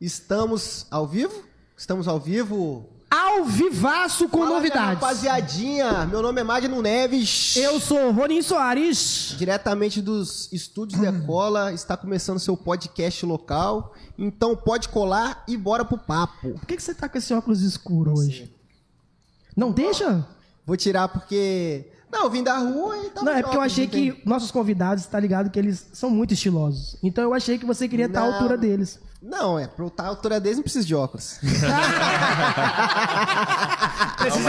Estamos ao vivo? Estamos ao vivo? Ao vivaço com Fala, minha novidades. Rapaziadinha, meu nome é Magno Neves. Eu sou o Ronin Soares. Diretamente dos estúdios Decola, está começando seu podcast local. Então pode colar e bora pro papo. Por que, que você tá com esse óculos escuro hoje? Não deixa? Vou tirar porque. Não, eu vim da rua e tava Não, de é porque eu Tá óculos, achei entende? que nossos convidados, tá ligado, que eles são muito estilosos. Então eu achei que você queria estar à Não. altura deles. Não, é, pro tá a altura deles não precisa de óculos. Precisa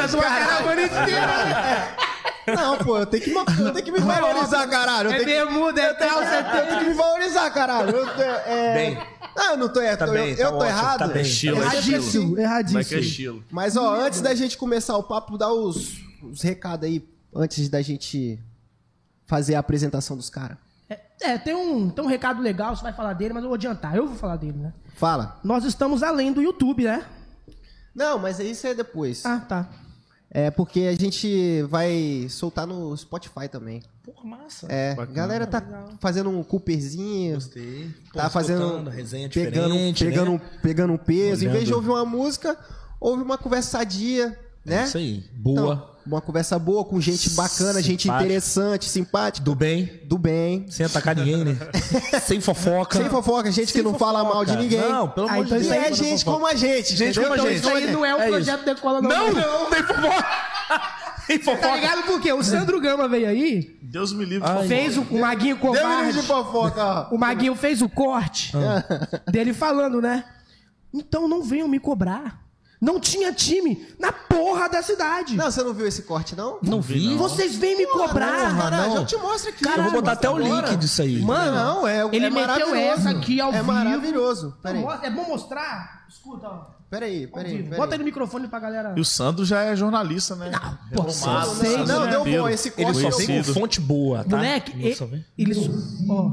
de uma caravana inteira. É. Não, pô, eu tenho que, me- eu tenho que me valorizar, caralho. Eu tenho que- bermuda, é calça. Eu tenho que me valorizar, caralho. Eu tô, é... Bem. Não, eu não tô errado. Tá bem, eu tá eu tô ótimo, errado. tá bem. Estilo, É sempre assim. Erradíssimo, Vai que é erradíssimo. estilo. Mas, ó, antes da gente começar o papo, dar os, os recados aí. Antes da gente fazer a apresentação dos caras. É, tem um, tem um recado legal, você vai falar dele, mas eu vou adiantar. Eu vou falar dele, né? Fala. Nós estamos além do YouTube, né? Não, mas isso é depois. Ah, tá. É porque a gente vai soltar no Spotify também. Porra, massa. Então É, a Bacana. galera tá fazendo um Cooperzinho. Gostei. Pô, tá fazendo escutando, resenha pegando diferente, pegando né? pegando um peso em vez de Olhando. ouvir uma música ouve uma conversa sadia né É Isso aí. Boa. Então, uma conversa boa com gente bacana gente Simpática. interessante simpática Do bem. do bem Sem atacar ninguém, né? Sem fofoca. sem fofoca gente que não fala mal de ninguém Não, pelo Ah, amor então de e isso Deus. aí é não gente como a gente Gente entendeu? como a Então, gente. isso aí não é- é o É projeto Decola, não. né? Não, não, tem fofoca. Tem Tá fofoca. ligado por quê? O Sandro Gama veio aí, Deus me livre. Ai, fez o, o Maguinho Então, Deu um livro de covarde. fofoca ó. O Maguinho fez o corte Ah. dele falando, né? Então não venham me cobrar. Não tinha time na porra da cidade. não você não viu esse corte não Não vi. Vocês vêm me cobrar. Não, caralho, não. eu te mostro aqui Eu vou botar até o link disso aí. Mano, não é ele é meteu maravilhoso. essa aqui ao é vivo. maravilhoso peraí Mo- É bom mostrar? Escuta, ó. peraí peraí peraí. Bota aí no microfone pra galera. E o Sandro já é jornalista, né? Não, Não, não, deu bom esse Ele corte só deu vem bom. com fonte boa, tá? Moleque, Não e- só vem- ele. Ó.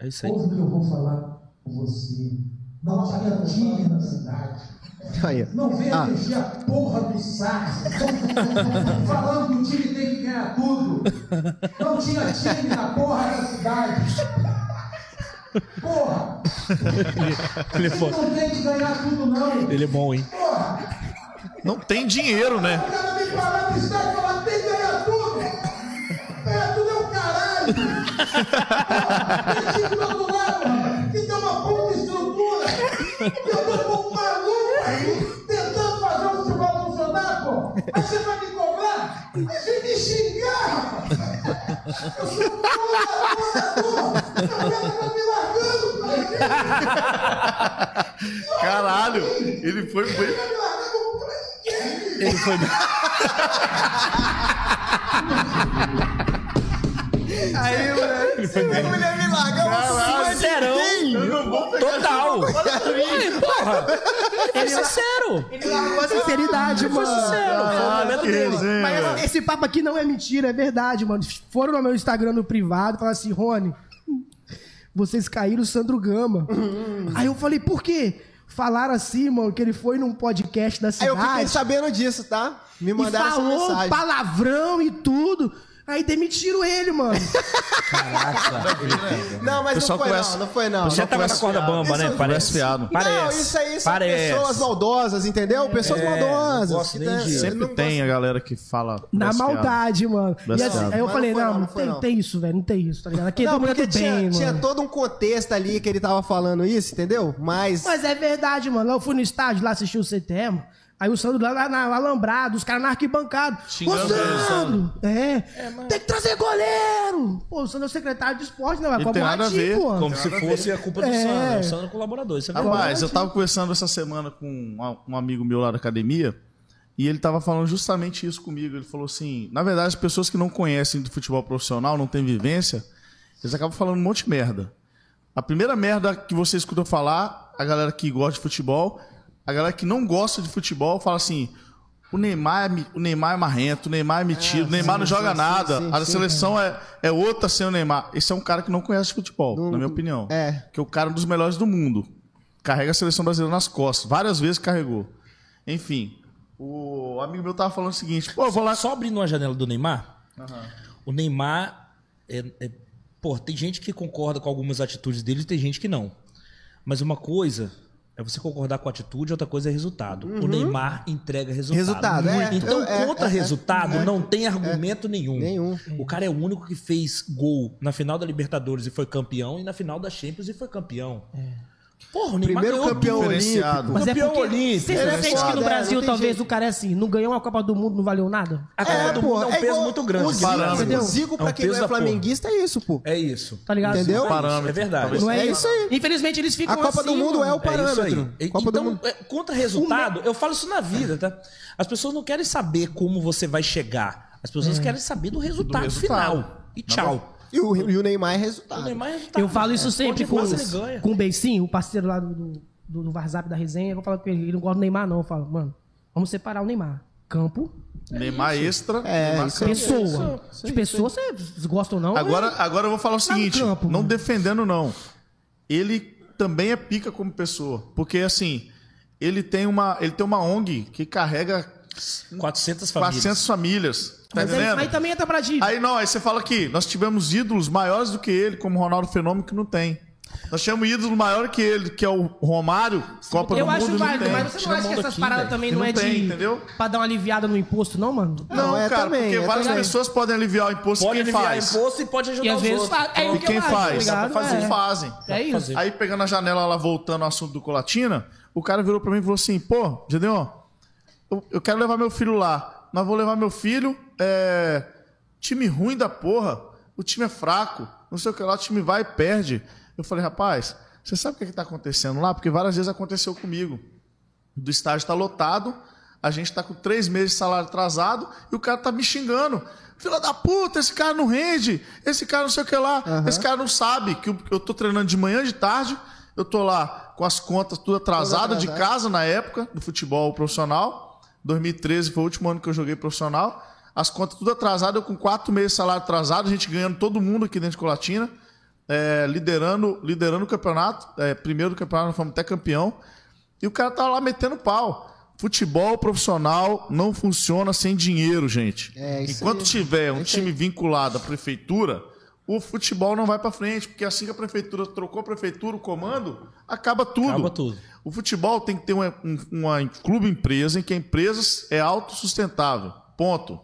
É isso aí. Ouve o que eu vou falar com você. Não tinha time na cidade. Aí, ó. Não vem mexer a porra do saco. Falando que o time tem que ganhar tudo. Não tinha time na porra da cidade. Porra! Ele é Vocês bom. não tem que ganhar tudo, não. Ele é bom, hein? Porra! Não tem dinheiro, né? O cara me parar pro estádio e falar tem que ganhar tudo. Ganhar tudo é o caralho. Porra, tem time do outro lado, mano, que tem uma puta estrutura. Eu tô com um maluco aí tentando fazer o futebol funcionar, pô. Aí você vai me cobrar e vem me xingar, rapaz. Eu sou um porra, porra, porra. A galera tá me largando, cara. Caralho, ele foi bem. Tá me um largando pra ninguém. Ele foi bem. Aí, moleque. Esse mulher me largou é. Caralho, serão. Total. Ai, porra. Ele é sincero. Ele largou a sinceridade, Foi sincero. Caralho, que resenha, Ah, Mas velho. esse- esse papo aqui não é mentira, é verdade, mano. Foram no meu Instagram no privado e falaram assim, Rony, vocês caíram o Sandro Gama. Hum. Aí eu falei, por quê? Falaram assim, mano, que ele foi num podcast da Aí eu fiquei cidade sabendo disso, tá? Me e mandaram essa falou mensagem. palavrão e tudo. Aí demitiram ele, mano. Não, mas não Pessoal foi conversa- não, não foi não. Não, Já tava na Pessoal conversa corda fiado. bamba, né? Isso- Parece fiado. Parece. isso aí são Parece. pessoas maldosas, É, entendeu? Pessoas maldosas. não gosto que nem tem- de- não Sempre gosto- tem a galera que fala. Na parece maldade, mano. E Desfiado. assim, aí eu Mas falei, não foi não, não, não não foi tem, não. tem isso, velho, não tem isso, tá ligado? Aqui é Não, todo mundo porque bem, tinha, mano. tinha todo um contexto ali que ele tava falando isso, entendeu? Mas. Mas é verdade, mano. Lá Eu fui no estádio, lá assisti o CTM. Aí o Sandro lá, lá na Alambrado, os caras na arquibancada. Xingando Ô, ele, Sandro! É, tem que trazer goleiro! Pô, o Sandro é o secretário de esporte, né? Vai Ele cobrar tem um nada a ratinho, ver. pô. Como se fosse a culpa do É. Sandro. O Sandro é colaborador, Tá isso é verdade. Rapaz, eu tava conversando essa semana com um- um amigo meu lá da academia e ele tava falando justamente isso comigo. Ele falou assim: na verdade, as pessoas que não conhecem do futebol profissional, não têm vivência, eles acabam falando um monte de merda. A primeira merda que você escuta falar, a galera que gosta de futebol, a galera que não gosta de futebol fala assim: o Neymar é, me- o Neymar é marrento, o Neymar é metido, o Neymar não sim, joga sim, nada, sim, a sim, seleção é, é outra sem o Neymar. Esse é um cara que não conhece futebol, na minha opinião. é. Que é o cara um dos melhores do mundo. Carrega a seleção brasileira nas costas. Várias vezes carregou. Enfim, o amigo meu tava falando o seguinte: pô, eu vou lá. Só abrindo uma janela do Neymar. O Neymar. É, é- pô, tem gente que concorda com algumas atitudes dele e tem gente que não. Mas uma coisa é você concordar com a atitude, outra coisa é resultado. O Neymar entrega resultado. Resultado, é. Então, Eu- é, contra é, é. resultado, não tem argumento nenhum. Nenhum. O cara é o único que fez gol na final da Libertadores e foi campeão, e na final da Champions e foi campeão. Porra, o Neymar Primeiro ganhou campeão tudo. Diferenciado. Mas Mas é Campeão porque olímpico. você Ele né? não é sente que foda, no é, Brasil não tem talvez jeito. o cara é assim, não ganhou uma Copa do Mundo, não valeu nada? A Copa do Mundo é um peso igual muito grande. O Parâmetro. Zico, Entendeu? o Zico, É pra um quem peso não é da porra. flamenguista, é isso, pô. É isso. Tá ligado? Entendeu? É, isso, Parâmetro. é verdade. Não é, É isso isso aí. aí. Infelizmente eles ficam A Copa assim, do Mundo mano. é o parâmetro. É isso aí. E- Copa do então, Mundo. é, contra resultado, eu falo isso na vida, tá? As pessoas não querem saber como você vai chegar. As pessoas querem saber do resultado, resultado. final. E tchau. E o, e o Neymar é resultado. O Neymar é resultado. Eu falo isso Pode sempre ir com, fácil, ele ganha. com o Beicinho, o parceiro lá do, do, do, do WhatsApp da resenha. Eu falo com ele, ele não gosta do Neymar, não. Eu falo, mano, vamos separar o Neymar. Campo, Neymar extra. É, Neymar isso campeão. pessoa. De pessoa, vocês gostam ou não? é, Agora, tá agora eu vou falar o seguinte, Tá campo, não mano. defendendo não. Ele também é pica como pessoa, porque assim, ele tem uma, ele tem uma ONG que carrega 400 famílias. 400 famílias, tá Mas aí, entendendo? aí também é tabradinho. Aí não, aí você fala que nós tivemos ídolos maiores do que ele, como Ronaldo Fenômeno que não tem. Nós tivemos ídolo maior que ele, que é o Romário, Copa Eu do acho Mundo válido, não tem. mas você Tira não a acha mão que essas daqui, paradas velho. também Que não, não é tem, de. entendeu? Pra dar uma aliviada no imposto, não, mano? Não, Não, é cara, também, porque é várias também. pessoas podem aliviar o imposto, Pode quem aliviar faz? imposto e pode ajudar E às os vezes outros. faz. É Pronto. o E que eu quem acho, tá faz? ligado? Fazem, É. fazem. É isso. fazer. Aí pegando a janela lá, voltando ao assunto do Colatina, o cara virou pra mim e falou assim: pô, Gedeon, eu, eu quero levar meu filho lá, mas vou levar meu filho, é. Time ruim da porra, o time é fraco, não sei o que lá, o time vai e perde. Eu falei, rapaz, você sabe o que, que tá acontecendo lá? Porque várias vezes aconteceu comigo. Do estágio tá lotado, a gente tá com três meses de salário atrasado e o cara tá me xingando. Filha da puta, esse cara não rende, esse cara não sei o que lá, esse cara não sabe que eu- eu tô treinando de manhã de tarde, eu tô lá com as contas tudo atrasado, de atrasado. casa na época do futebol profissional. 2013 foi o último ano que eu joguei profissional. As contas tudo atrasado, eu com quatro meses de salário atrasado, a gente ganhando todo mundo aqui dentro de Colatina, é, liderando, liderando o campeonato, é, primeiro do campeonato, nós fomos até campeão. E o cara tá lá metendo pau. Futebol profissional não funciona sem dinheiro, gente. É, isso Enquanto aí. tiver um É isso time vinculado à prefeitura, o futebol não vai pra frente, porque assim que a prefeitura trocou a prefeitura, o comando, acaba tudo. Acaba tudo. O futebol tem que ter uma, um, uma clube empresa em que a empresa é autossustentável. Ponto.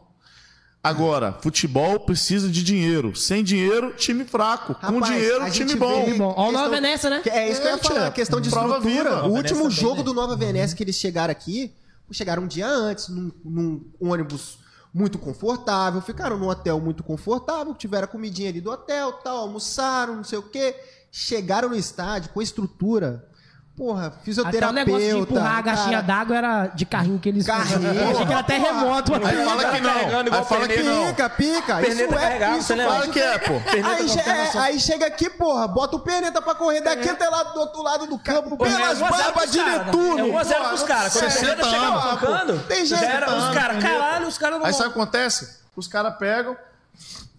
Agora, futebol precisa de dinheiro. Sem dinheiro, time fraco. Com Rapaz, dinheiro, a time gente bom. vê- Bom, ó, o Nova questão- Venécia, né? Que- É isso que eu ia É, tia, falar. Questão de prova estrutura. viva. O Nova último Venécia jogo também, do Nova Venécia que eles chegaram aqui, chegaram um dia antes, num, num ônibus muito confortável, ficaram num hotel muito confortável, tiveram a comidinha ali do hotel, tal, almoçaram, não sei o quê. Chegaram no estádio com estrutura. Porra, um Até fisioterapeuta. o negócio de empurrar a cara, caixinha d'água era de carrinho que eles Carrinho. Eu achei que era até remoto. Aí fala que Carregando não. igual Aí fala que perneta. não. Pica, pica. Perneta isso é, carregava, isso você lembra? faz Fala que é, pô. Aí, che- é, aí chega aqui, porra, bota o Peneta pra correr daqui até lá do outro lado do campo, pelas é um a zero barbas pros de caras. É Netuno. 1x0 pros caras. Quando a 60 Fernanda chegava anos, pô. tocando, Tem gente já era que tá os caras. Caralho, os caras não Aí vão. sabe o que acontece? Os caras pegam.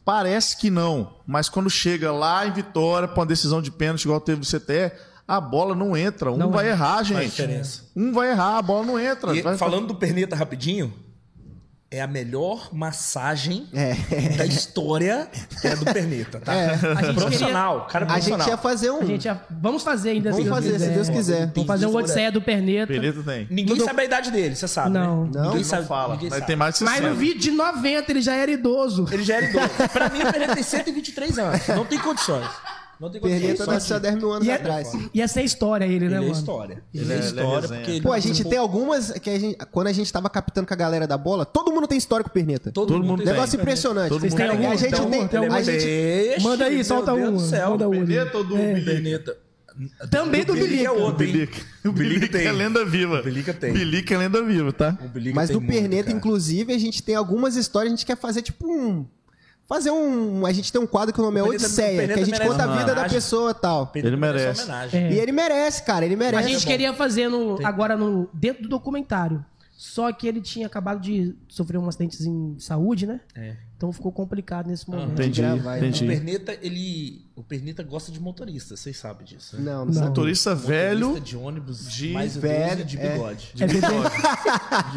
Parece que não, mas quando chega lá em Vitória, pra uma decisão de pênalti, igual teve o CTE, a bola não entra. Um vai errar, gente. diferença. Um vai errar, a bola não entra. E Vai- falando do Perneta rapidinho, é a melhor massagem É. da história é do Perneta, tá? A gente profissional, cara é A gente profissional. ia fazer um. A gente ia- Vamos fazer ainda Vamos fazer, se Deus quiser. Vamos fazer um Odisseia do Perneta. Pereira tem. Ninguém sabe a idade dele, você sabe, Não. né? Não, ninguém ele sabe, Fala. ninguém Mas sabe. tem mais de 60. Mas no vídeo de 90 ele já era idoso. Ele já era idoso. pra mim, o Perneta tem 123 anos. Não tem condições. Não tem condições. Perneta Só nasceu há 10 mil anos Ia, atrás. ia ser história ele, né, Ele é mano? história. Ele, é é- ele é história resenha. porque ele Pô, a é um gente pouco- tem algumas que a gente, quando a gente tava captando com a galera da bola, todo mundo tem histórico Perneta. Todo, Todo mundo mundo tem. Negócio impressionante. Todo Vocês mundo têm tem. algum? a Tem gente tem, algum? Tem algum? a gente Deixa, Manda aí, meu solta Deus um. do céu. Manda um. Pereira ou do Bilica? Perneta. Também do Bilica é Bilica. outro, hein? O Bilica é lenda viva. O Bilica tem. Bilica é lenda viva, tá? O Bilica Mas tem do muito, Perneta, cara. inclusive, a gente tem algumas histórias, a gente quer fazer tipo um. Fazer um. A gente tem um quadro que o nome é O Perneta- o Odisseia, Perneta que a gente merece conta a uma vida da homenagem. pessoa e tal. Perneta Ele merece. uma homenagem. É. E ele merece, cara, ele A merece. gente queria fazer no, agora no, dentro do documentário. Só que ele tinha acabado de sofrer um acidente em saúde, né? É. Então Então ficou complicado nesse momento. Entendi, gravar, então. O entendi. Perneta, ele. O Perneta gosta de motorista, vocês sabem disso. né? Não, não, Não. é sabe. Motorista velho, Motorista de ônibus, de mais velho, velho, de é. bigode. É bebê.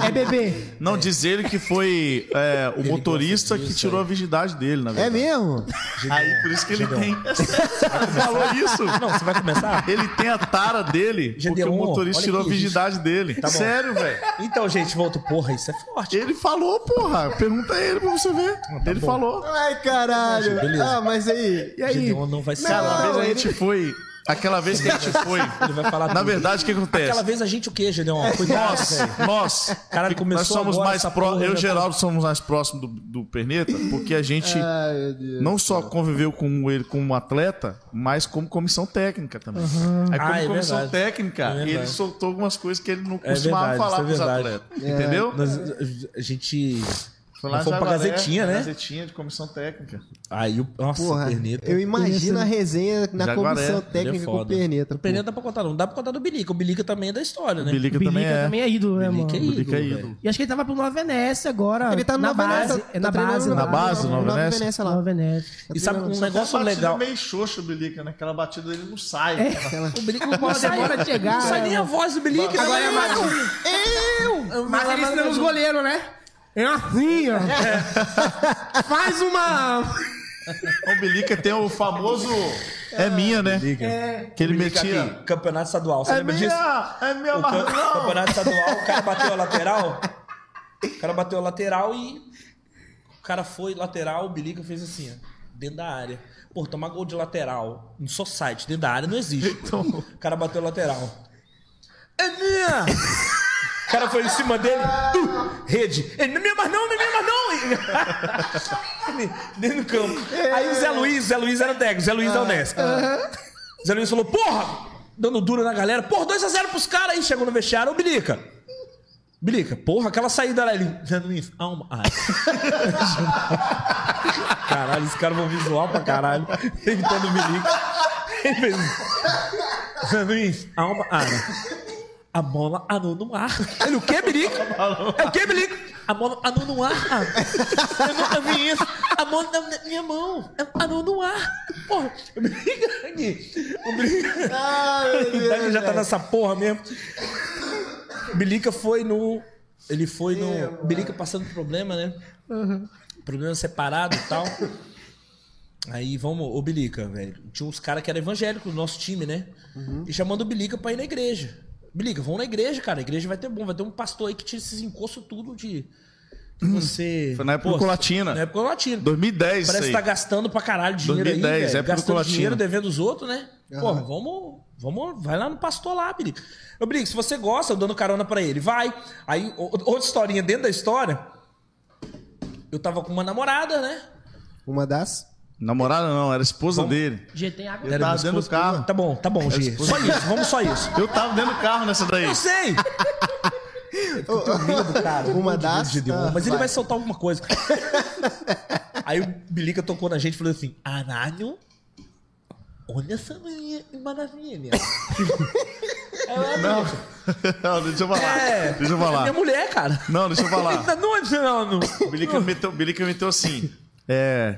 é bebê. não diz ele que foi é, o Ele motorista gosta que disso, tirou é. a virgindade dele, na É verdade. mesmo? Aí por isso que ele tem. falou isso. Não, você vai começar? Ele tem a tara dele, GD1, porque o motorista olha tirou aqui, a virgindade dele. Tá bom. Sério, velho. Então, gente, volta. Porra, isso é forte. Ele falou, porra. Pergunta a ele pra você ver. tá ele bom. falou. Ai, caralho. Beleza. Ah, mas aí. E aí? Gedeon não vai ser. Aquela vez a ele- gente foi. Aquela vez que a gente foi. Ele vai falar Na tudo. verdade, é o que Aquela acontece? vez a gente o quê, Gedeon? Cuidado, Nós, velho. nós, Caralho, começou nós somos agora mais essa pró- porra, eu já e tá Geraldo somos mais próximos do, do Perneta, porque a gente Ai, meu Deus. não só conviveu com ele como atleta, mas como comissão técnica também. Aí como Ah, é comissão verdade. técnica, É verdade. ele soltou algumas coisas que ele não É costumava verdade, isso falar é com os verdade. atletas. Entendeu? Nós- a gente. Foi nós fomos pra Jaguaré, Gazetinha, né? Gazetinha de comissão técnica. Aí o. Nossa, Porra, o Perneta. eu imagino a resenha na Jaguaré. comissão Ele Ele é técnica com o foda. Perneta. O Perneta dá pra contar, não dá pra contar do Bilica. O Bilica também é da história, né? Bilica O Bilica também é. também é ídolo, né, mano? Bilica é ídolo. Bilica é velho. ídolo. E acho que ele tava pro Nova Venécia agora. Ele tá no na Nova base. Venécia, É tá na treinando base. no né? Na base, no Nova Venécia? Venécia lá. Nova Venécia. E sabe um Só que negócio a batida legal. É. é meio xoxa, Bilica, né? Aquela batida dele não sai. Aquela- O Bilica não Nossa, sai, demora de chegar, não sai né? nem a voz do Bilica. Agora é mais um. Eu! Mas ele ensinando os goleiros, né? É assim, ó. Faz uma. O Bilica tem o famoso. É minha, né? Que ele Bilica metia. aqui, campeonato estadual. Você É lembra disso? minha! É minha O cam- marrão! campeonato estadual, o cara bateu a lateral. O cara bateu a lateral e. O cara foi lateral, o Bilica fez assim, ó. Dentro da área. Pô, tomar gol de lateral no society, dentro da área, não existe. O cara bateu a lateral. Então. É minha! O cara foi em cima dele. tu, Rede. Ele, não é minha mais não, não é minha mais não. Ele- Dentro do campo. Aí o Zé Luiz, Zé Luiz era o técnico, Zé Luiz é da Unesco. Zé Luiz falou, porra! Dando duro na galera. Porra, 2x0 pros caras aí. Chegou no vestiário, ô Bilica. Bilica, porra, aquela saída lá. Ele, Zé Luiz, alma. Ah, Ai. caralho, esses caras vão visual pra caralho. Imitando o Bilica. Ele fez, Zé Luiz, alma. Ah, né? Ai. A bola anu no ar. Ele, o que, Bilica? É o que, Bilica? A bola anu no ar. Eu nunca vi isso. A bola na minha mão. Anu no ar. Porra, o Bilica aqui. O Bilica. Ai, meu Deus, Ele já tá é, velho. nessa porra mesmo. Bilica foi no. Ele foi no. Bilica passando por problema, né? Problema separado e tal. Aí vamos, ô Bilica, velho. Tinha uns caras que eram evangélicos do nosso time, né? Uhum. E chamando o Bilica pra ir na igreja. Bilica, vamos na igreja, cara. A igreja vai ter bom, vai ter um pastor aí que tira esses encostos tudo de. que você. Hum. Foi na época do Colatina. Na época do Colatina. 2010 isso Parece aí. que tá gastando pra caralho dinheiro 2010, aí, velho. época do Gastando Colatina. dinheiro, devendo os outros, né? Pô, vamos, vamos, vai lá no pastor lá, Birico. Eu Birico, se você gosta, eu dando carona pra ele, vai. Aí, o- outra historinha dentro da história, eu tava com uma namorada, né? Uma das. Namorada não, era esposa dele. GT em água. Eu tava dentro do carro. Tá bom, tá bom, G. Só isso, vamos só isso. Eu tava dentro do carro nessa daí. Eu sei! Medo do cara. Uma Meu Deus, das- Gedeon, ah, mas ele vai. vai soltar alguma coisa. Aí o Bilica tocou na gente e falou assim: Aralho, olha essa mania, que maravilha. Não. É. não, deixa eu falar. Deixa eu falar. É. Minha mulher, cara. Não, deixa eu falar. Ainda não é não. O Bilica meteu, o Bilica meteu assim. É.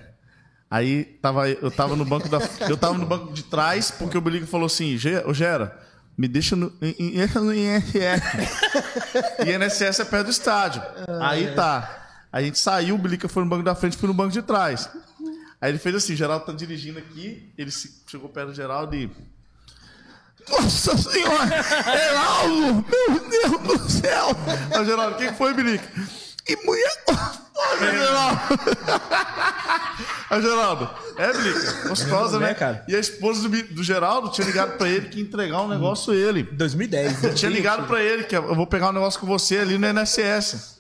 Aí tava, eu tava no banco da. Eu tava no banco de trás, porque o Bilica falou assim, "Ge- ô Gera, me deixa no, em- em- no INSS. E INSS é perto do estádio. É. Aí tá. A gente saiu, o Bilica foi no banco da frente, fui no banco de trás. Aí ele fez assim, Geraldo tá dirigindo aqui, ele se- chegou perto do Geraldo e. Nossa senhora! Geraldo! Meu Deus do céu! Aí, Geraldo, quem foi, Bilica? E mulher É. gostosa, Geraldo! Aí, Geraldo, é, Bilica, gostosa, Né, né? cara? E a esposa do, Bi- do Geraldo tinha ligado pra ele que ia entregar um negócio a ele. 2010. né? Eu tinha ligado pra ele que eu vou pegar um negócio com você ali no NSS.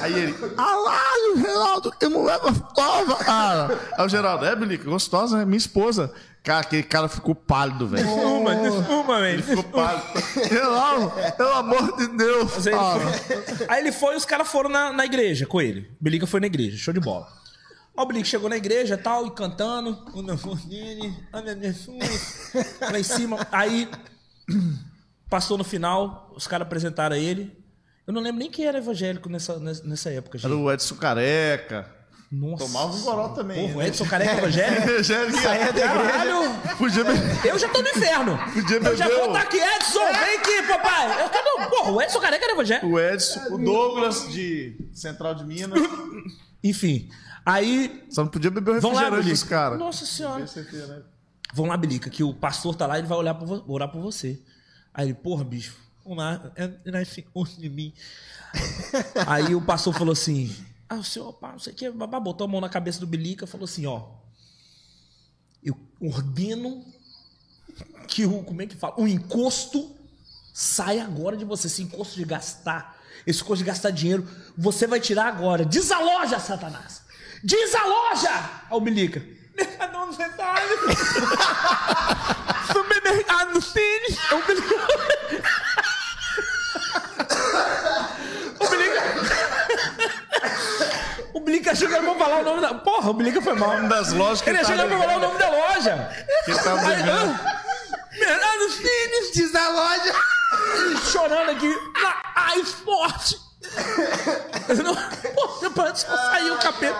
Aí ele, caralho, Geraldo, que mulher gostosa, cara. Aí o Geraldo, é, Bilica, gostosa, né? Minha esposa. Cara, aquele cara ficou pálido, velho. Uma, uma, Ele velho. ficou pálido. Geraldo, pelo amor de Deus, Mas aí, cara. ele foi- aí ele foi e os caras foram na, na igreja com ele. O Bilica foi na igreja, show de bola. Ó, o Bilica chegou na igreja e tal, e cantando. O "Ah, namor dele, olha Jesus. Lá em cima. Aí passou no final, os caras apresentaram ele. Eu não lembro nem quem era evangélico nessa, nessa nessa época, gente. Era o Edson Careca. Nossa. Tomava um goró também. É Porra, o Edson Careca Rogério? Caralho! Caralho! Podia beber. Eu já tô no inferno. Podia É. eu já beber vou o- estar aqui, Edson. Vem aqui, papai. Eu, cadê o... Porra, o Edson Careca era evangélico. O Edson, o Douglas de Central de Minas. Enfim, aí... Só não podia beber o Vão lá, refrigerante dos Bilica. caras. Nossa senhora. PCT, né? Vão lá, Bilica, que o pastor tá lá e ele vai olhar por vo- orar por você. Aí ele, porra, bicho, vamos lá, é- nasce hoje de mim. Aí o pastor falou assim: Ah, o senhor, pá, não sei o que, babá, botou a mão na cabeça do Bilica e falou assim: Ó, eu ordeno que o, como é que fala? O encosto sai agora de você, esse encosto de gastar, esse encosto de gastar dinheiro, você vai tirar agora. Desaloja, Satanás! Desaloja! Ao Bilica. Mercadão dos detalhes. Supermercado dos filhos. O Bilica. O Bilica. O Bilica achou que era bom falar o nome da. Porra, o Bilica foi mal. Uma das lojas que Ele tá achou que era pra falar o nome da loja. Que tá Aí, devendo. ah, Bernardo Fines Diz da loja. chorando aqui na a esporte. Não, Pô, parece que eu saí o capeta.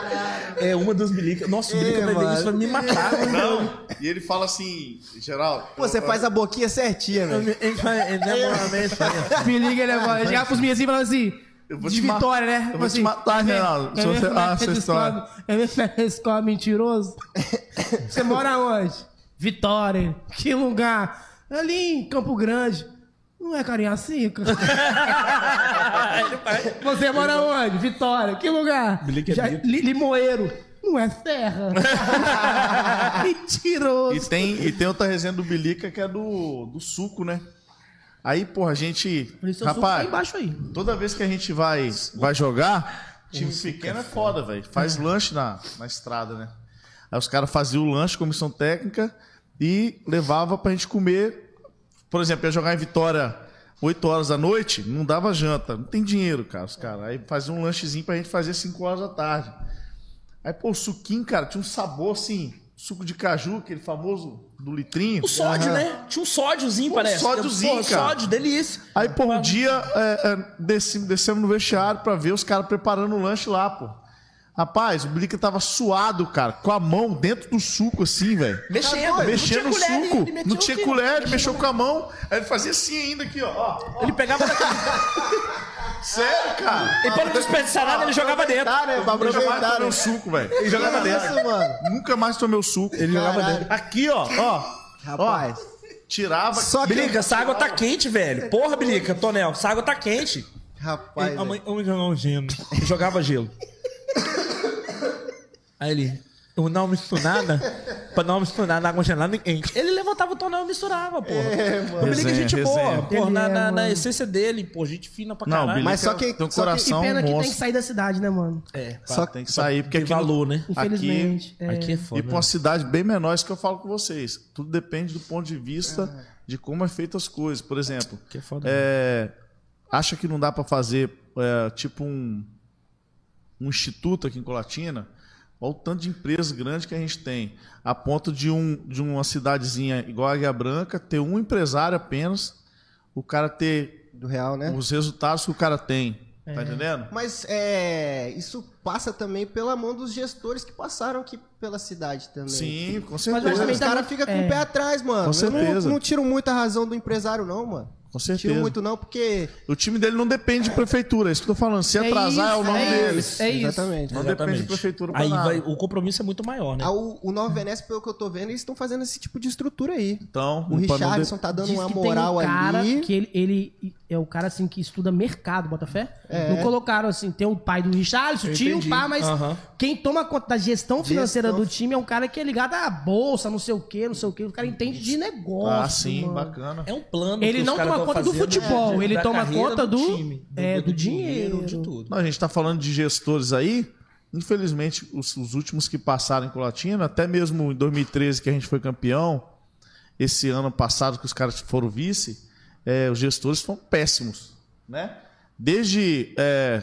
É uma das bilicas. Nossa, o É, bilica vai ver mano. isso, vai me matar. Não. E ele fala assim, Geraldo. Pô, você faz a boquinha certinha, velho. Ele vai- ele vai morar mesmo. É. Me liga, ele agora. Eu chegava pros minhas e falava assim. Eu vou de te ma- vitória, né? eu vou Falava te matar, Reinaldo, se é você- mesmo ah, que essa você história. descobre- É mesmo que você escola mentiroso? Você mora onde? Vitória. Que lugar? Ali em Campo Grande. Não é Carinha Cinco? Ele vai- Você mora onde? Vitória. Que lugar? Bilique é Já- Bilique. Li- Limoeiro. Não é Serra. E Mentiroso. tem, e tem outra resenha do Bilica que é do, do suco, né? Aí, porra, a gente. Por isso eu subo aí Rapaz, embaixo aí. toda vez que a gente vai, vai jogar, time pequeno é foda, velho. Faz lanche na, na estrada, né? Aí os caras faziam o lanche, comissão técnica, e levava pra gente comer. Por exemplo, ia jogar em Vitória 8 horas da noite, não dava janta. Não tem dinheiro, cara, os caras. Aí fazia um lanchezinho pra gente fazer 5 horas da tarde. Aí, pô, o suquinho, cara, tinha um sabor assim, suco de caju, aquele famoso do litrinho. O sódio, né? Tinha um sódiozinho, Um parece. sódiozinho, Pô, cara. sódio, delícia. Aí, pô, um dia é, é, descemos, descemos no vestiário pra ver os caras preparando o lanche lá, pô. Rapaz, o Blica tava suado, cara, com a mão dentro do suco, assim, velho. Mexendo. Não Mexendo tinha no colher, ele- ele suco. um metia não o tinha quê? colher, ele mexeu com a mão. Aí ele fazia assim ainda aqui, ó. ó. Ele pegava daquele. Sério, cara? E para desperdiçar nada, ele jogava dentro. Tá, né? Pra Nunca mais aproveitar, tomei né? o suco, velho. Que isso, mano. Nunca mais tomei o suco. Ele jogava dentro. Aqui, ó, ó. Rapaz. Tirava. Só que... é um Bilica, essa água tá quente, velho. Porra, Bilica, Tonel, essa água tá quente. Rapaz, a mãe, eu vou jogar um gelo. Eu jogava gelo. Aí ele, eu não misturada, pra não misturar na água gelada e quente. Ele levantava o tonel e misturava, porra. É, mano. O Bilica é Resenha, gente boa, resenha. porra, Ele na, é, na- na mano. essência dele, pô, gente fina pra Não, caralho. Bilica Mas só que- tem um só que- Que coração pena que tem que monstro. sair da cidade, né, mano? É, Só Tem que sair, porque tem aqui não- valor, né? Infelizmente. é. Aqui é foda. E pra uma cidade bem menor, isso que eu falo com vocês. Tudo depende do ponto de vista de como é feita as coisas. Por exemplo, Que é foda. é, acha que não dá pra fazer é, tipo um, um instituto aqui em Colatina? Olha o tanto de empresa grande que a gente tem. A ponto de, um, de uma cidadezinha igual a Águia Branca ter um empresário apenas, o cara ter do real, É. né? os resultados que o cara tem. Tá entendendo? Mas é, isso passa também pela mão dos gestores que passaram aqui pela cidade também. Sim, com eu acho Mas também os certeza. tá caras muito- ficam com é. o pé atrás, mano. Com Eu certeza. não, não tiro muito a razão do empresário, não, mano. Com Tiro certeza. muito, não, porque. O time dele não depende de prefeitura, é isso que eu tô falando. Se atrasar é o isso, nome é dele. Isso, é isso. Exatamente. Não depende de prefeitura pra Aí nada. vai, o compromisso é muito maior, né? Ah, O, o Nova Venécia, pelo que eu tô vendo, eles estão fazendo esse tipo de estrutura aí. Então, O pra não de- Richardson tá dando Diz uma que moral tem um cara ali. que ele, ele é o cara assim que estuda mercado, Botafé. É. Não colocaram assim, tem o pai do Richarlison, Eu tio, entendi. pá, mas Aham. quem toma conta da gestão financeira Gestão. do time é um cara que é ligado à bolsa, não sei o quê, não sei o quê. O cara entende de negócio. Ah, sim, mano. bacana. É um plano. Ele que os não caras toma tão conta do fazendo, futebol, de- ele da toma carreira conta do- time, é, do de dinheiro. tudo. Não, a gente tá falando de gestores aí. Infelizmente, os, os últimos que passaram em Colatina, até mesmo em 2013, que a gente foi campeão, esse ano passado que os caras foram vice, é, os gestores foram péssimos, né? Desde, é,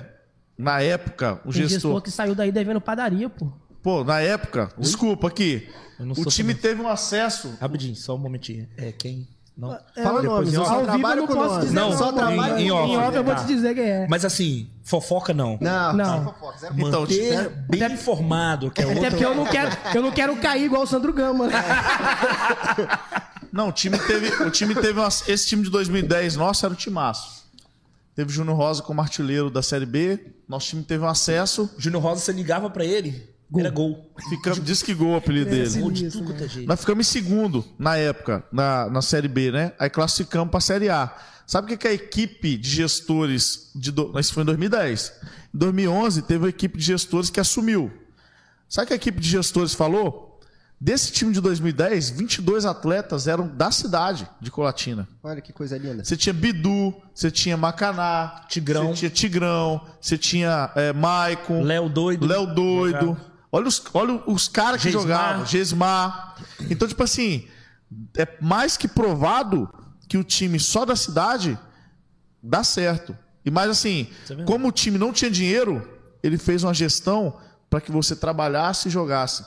na época, o Tem gestor gestor... que saiu daí devendo padaria, pô. Pô, na época, desculpa aqui, Eu não o sou time teve um acesso Rapidinho, só um momentinho. É, quem Não. Fala Depois nomes, em eu off. só Ao vivo trabalho eu não com posso nomes. dizer Não, só em- trabalho em com off. Em off eu vou Tá. te dizer quem é. Mas assim, fofoca não. Não, né? Não. sem fofoca, zero fofoca. Então, Ter te- bem informado, que é Até outra... porque eu não quero, eu não quero cair igual o Sandro Gama, né? É. não, o time teve. O time teve umas- esse time de 2010, nosso era o timaço. Teve Júnior Rosa como artilheiro da Série B. Nosso time teve um acesso. Júnior Rosa, você ligava pra ele, era gol. Ficamos, diz que gol o apelido dele. Gol de Isso, tudo né? quanto é jeito. Nós ficamos em segundo na época, na, na Série B, né? Aí classificamos pra Série A. Sabe o que, que a equipe de gestores. De do... Isso foi em 2010. Em 2011, teve a equipe de gestores que assumiu. Sabe o que a equipe de gestores falou? Desse time de 2010, 22 atletas eram da cidade de Colatina. Olha que coisa linda. Você tinha Bidu, você tinha Macaná, Tigrão. você tinha Tigrão, você tinha é, Maicon, Léo doido. Léo Doido. Jogava. Olha os, olha os caras que Gesmar. jogavam, Gesmar. Então, tipo assim, é mais que provado que o time só da cidade dá certo. E mais assim, Isso é verdade. como o time não tinha dinheiro, ele fez uma gestão para que você trabalhasse e jogasse.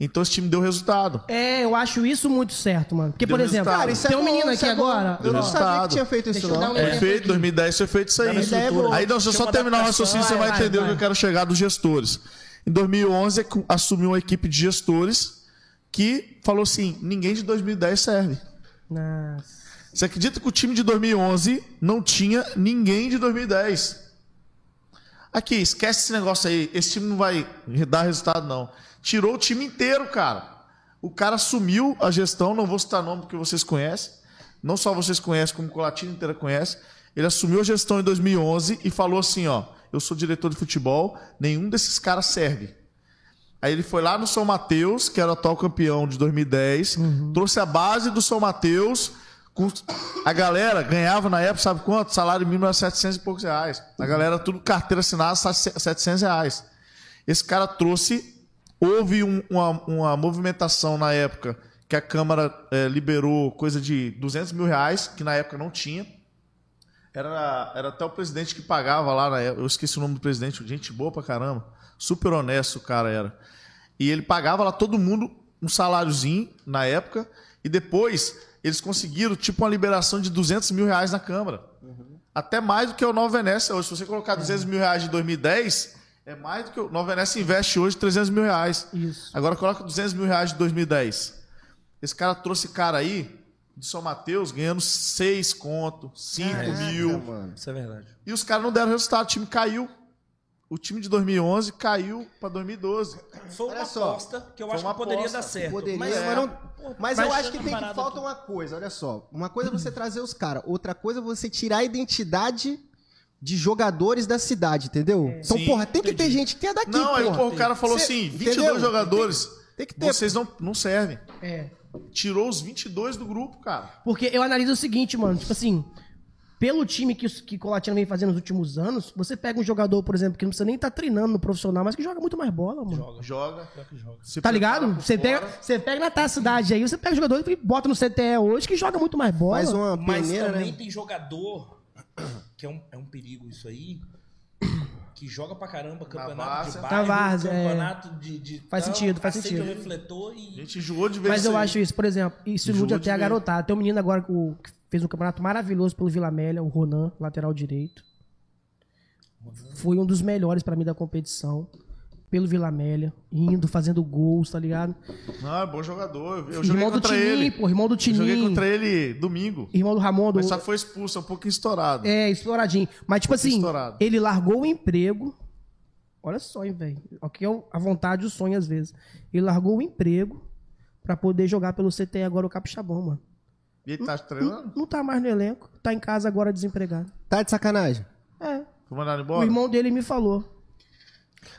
Então esse time deu resultado. É, eu acho isso muito certo, mano. Porque, por Deu exemplo, resultado. Cara, isso é tem um bom, menino isso aqui é bom. agora. Eu não Resultado. sabia que tinha feito isso, Deixa eu dar não. um É. Foi feito, 2010 foi feito isso aí. Dava estrutura. Aí, não, deixa eu Tinha só uma terminar o adaptação. raciocínio, é, você Vai, vai vai, entender vai. onde eu quero chegar dos gestores. Em 2011, cu- assumiu uma equipe de gestores que falou assim: ninguém de 2010 serve. Nossa. Você acredita que o time de 2011 não tinha ninguém de 2010? Aqui, esquece esse negócio aí. Esse time não vai dar resultado, não. Tirou o time inteiro, cara. O cara assumiu a gestão, não vou citar nome porque vocês conhecem. Não só vocês conhecem, como o Colatino inteira conhece. Ele assumiu a gestão em 2011 e falou assim, ó... Eu sou diretor de futebol, nenhum desses caras serve. Aí ele foi lá no São Mateus, que era o atual campeão de 2010, trouxe a base do São Mateus. com- A galera ganhava na época, sabe quanto? Salário mínimo era 700 e poucos reais. A galera, tudo carteira assinada, sa- 700 reais. Esse cara trouxe. Houve um- uma, uma movimentação na época que a Câmara eh, liberou coisa de 200 mil reais, que na época não tinha. Era, era até o presidente que pagava lá, na época. eu esqueci o nome do presidente, gente boa pra caramba. Super honesto o cara era. E ele pagava lá todo mundo um saláriozinho na época. E depois eles conseguiram, tipo, uma liberação de 200 mil reais na Câmara. Até mais do que o Nova Venécia hoje. Se você colocar 200 mil reais de 2010, é mais do que o Nova Venécia investe hoje 300 mil reais. Isso. Agora coloca 200 mil reais de 2010. Esse cara trouxe cara aí de São Mateus ganhando 6 conto, 5 É, mil. mano. Isso é verdade. E os caras não deram resultado, o time caiu. O time de 2011 caiu pra 2012. Foi uma Olha só, aposta que eu foi acho uma que poderia aposta. dar certo. Poderia, mas, é. não- Pô, mas eu baixando acho que a tem que parada falta aqui. uma coisa, olha só. Uma coisa é você trazer os caras, outra coisa é você tirar a identidade de jogadores da cidade, entendeu? Então, Sim, porra, tem que ter entendi. gente que é daqui, não, aí porra. pô, o cara falou Cê- assim: entendeu? 22 jogadores, Tem que ter. vocês não, não servem. É. Tirou os 22 do grupo, cara. Porque eu analiso o seguinte, mano. Tipo assim, pelo time que, os- que o Colatino vem fazendo nos últimos anos, você pega um jogador, por exemplo, que não precisa nem estar treinando no profissional, mas que joga muito mais bola, mano. Joga. Joga. Pior que joga. se Tá prepara ligado? por Você pega, fora. você pega na tua cidade aí, você pega o jogador e bota no CTE hoje que joga muito mais bola. Mais uma Mas peneira, também né? tem jogador, que é um, é um perigo isso aí, que joga pra caramba campeonato de várzea. bairro, Na várzea, é. campeonato de, de... Faz tal, sentido, faz acende sentido. o refletor A e... gente enjoou de vez Mas eu aí. acho isso, por exemplo, isso Jogo ilude de até a meio. garotada. Tem um menino agora que, o- que fez um campeonato maravilhoso pelo Vila Amélia, o Ronan, lateral direito. Foi um dos melhores pra mim da competição. Pelo Vila Amélia, indo, fazendo gols, tá ligado? Não, é bom jogador. Eu- Eu joguei Irmão do contra Tinim, ele. pô, irmão do Eu joguei Tinim. contra ele domingo. Irmão do Ramon, do, Mas só foi expulso, é um pouco estourado. É, estouradinho. Mas, tipo assim, estourado. ele largou o emprego. Olha só, hein, velho. Aqui é o- a vontade e o sonho, às vezes. Ele largou o emprego pra poder jogar pelo CTE agora o Capixabão, mano. E ele tá treinando? Não tá mais no elenco. Tá em casa agora desempregado. Tá de sacanagem. É. Foi mandado O embora? irmão dele me falou.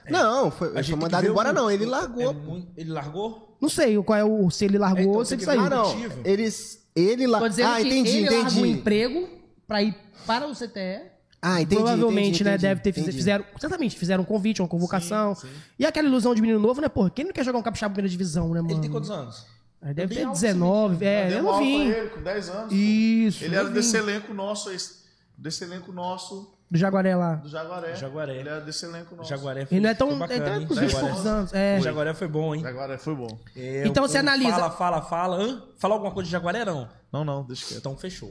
Não, foi, A foi gente tem que mandado ver embora o- não, ele o- largou. é muito- ele largou? Não sei qual é o. Se ele largou É, então ou se tem ele que ver saiu. ah, não, motivo. eles... Ele lá... Tô dizendo Ah, que entendi, ele largou o entendi. emprego pra ir para o CTE. Ah, entendi, Provavelmente, entendi, né? entendi, deve ter entendi. fizeram. Certamente, fizeram um convite, uma convocação. E aquela ilusão de menino novo, né? Porra, quem não quer jogar um capixaba primeira divisão, né, mano? Ele tem quantos anos? Aí deve Eu dei ter aula 19. Eu É, dei eu uma não aula pra vim. ele, com 10 anos. pô. Isso. né? Ele eu era vim. desse elenco nosso. esse- desse elenco nosso, do Jaguaré lá. do Jaguaré. Jaguaré. Ele é desse elenco nosso. Jaguaré foi, Ele não é foi tão. Ele bacana, tá hein? com 20 e poucos Jaguaré. anos. É. O Jaguaré foi bom, hein? Jaguaré foi bom. É, Então o você povo analisa- Fala, fala, fala. Hã? Fala alguma coisa de Jaguaré, não? Não, não, deixa quieto. Então fechou.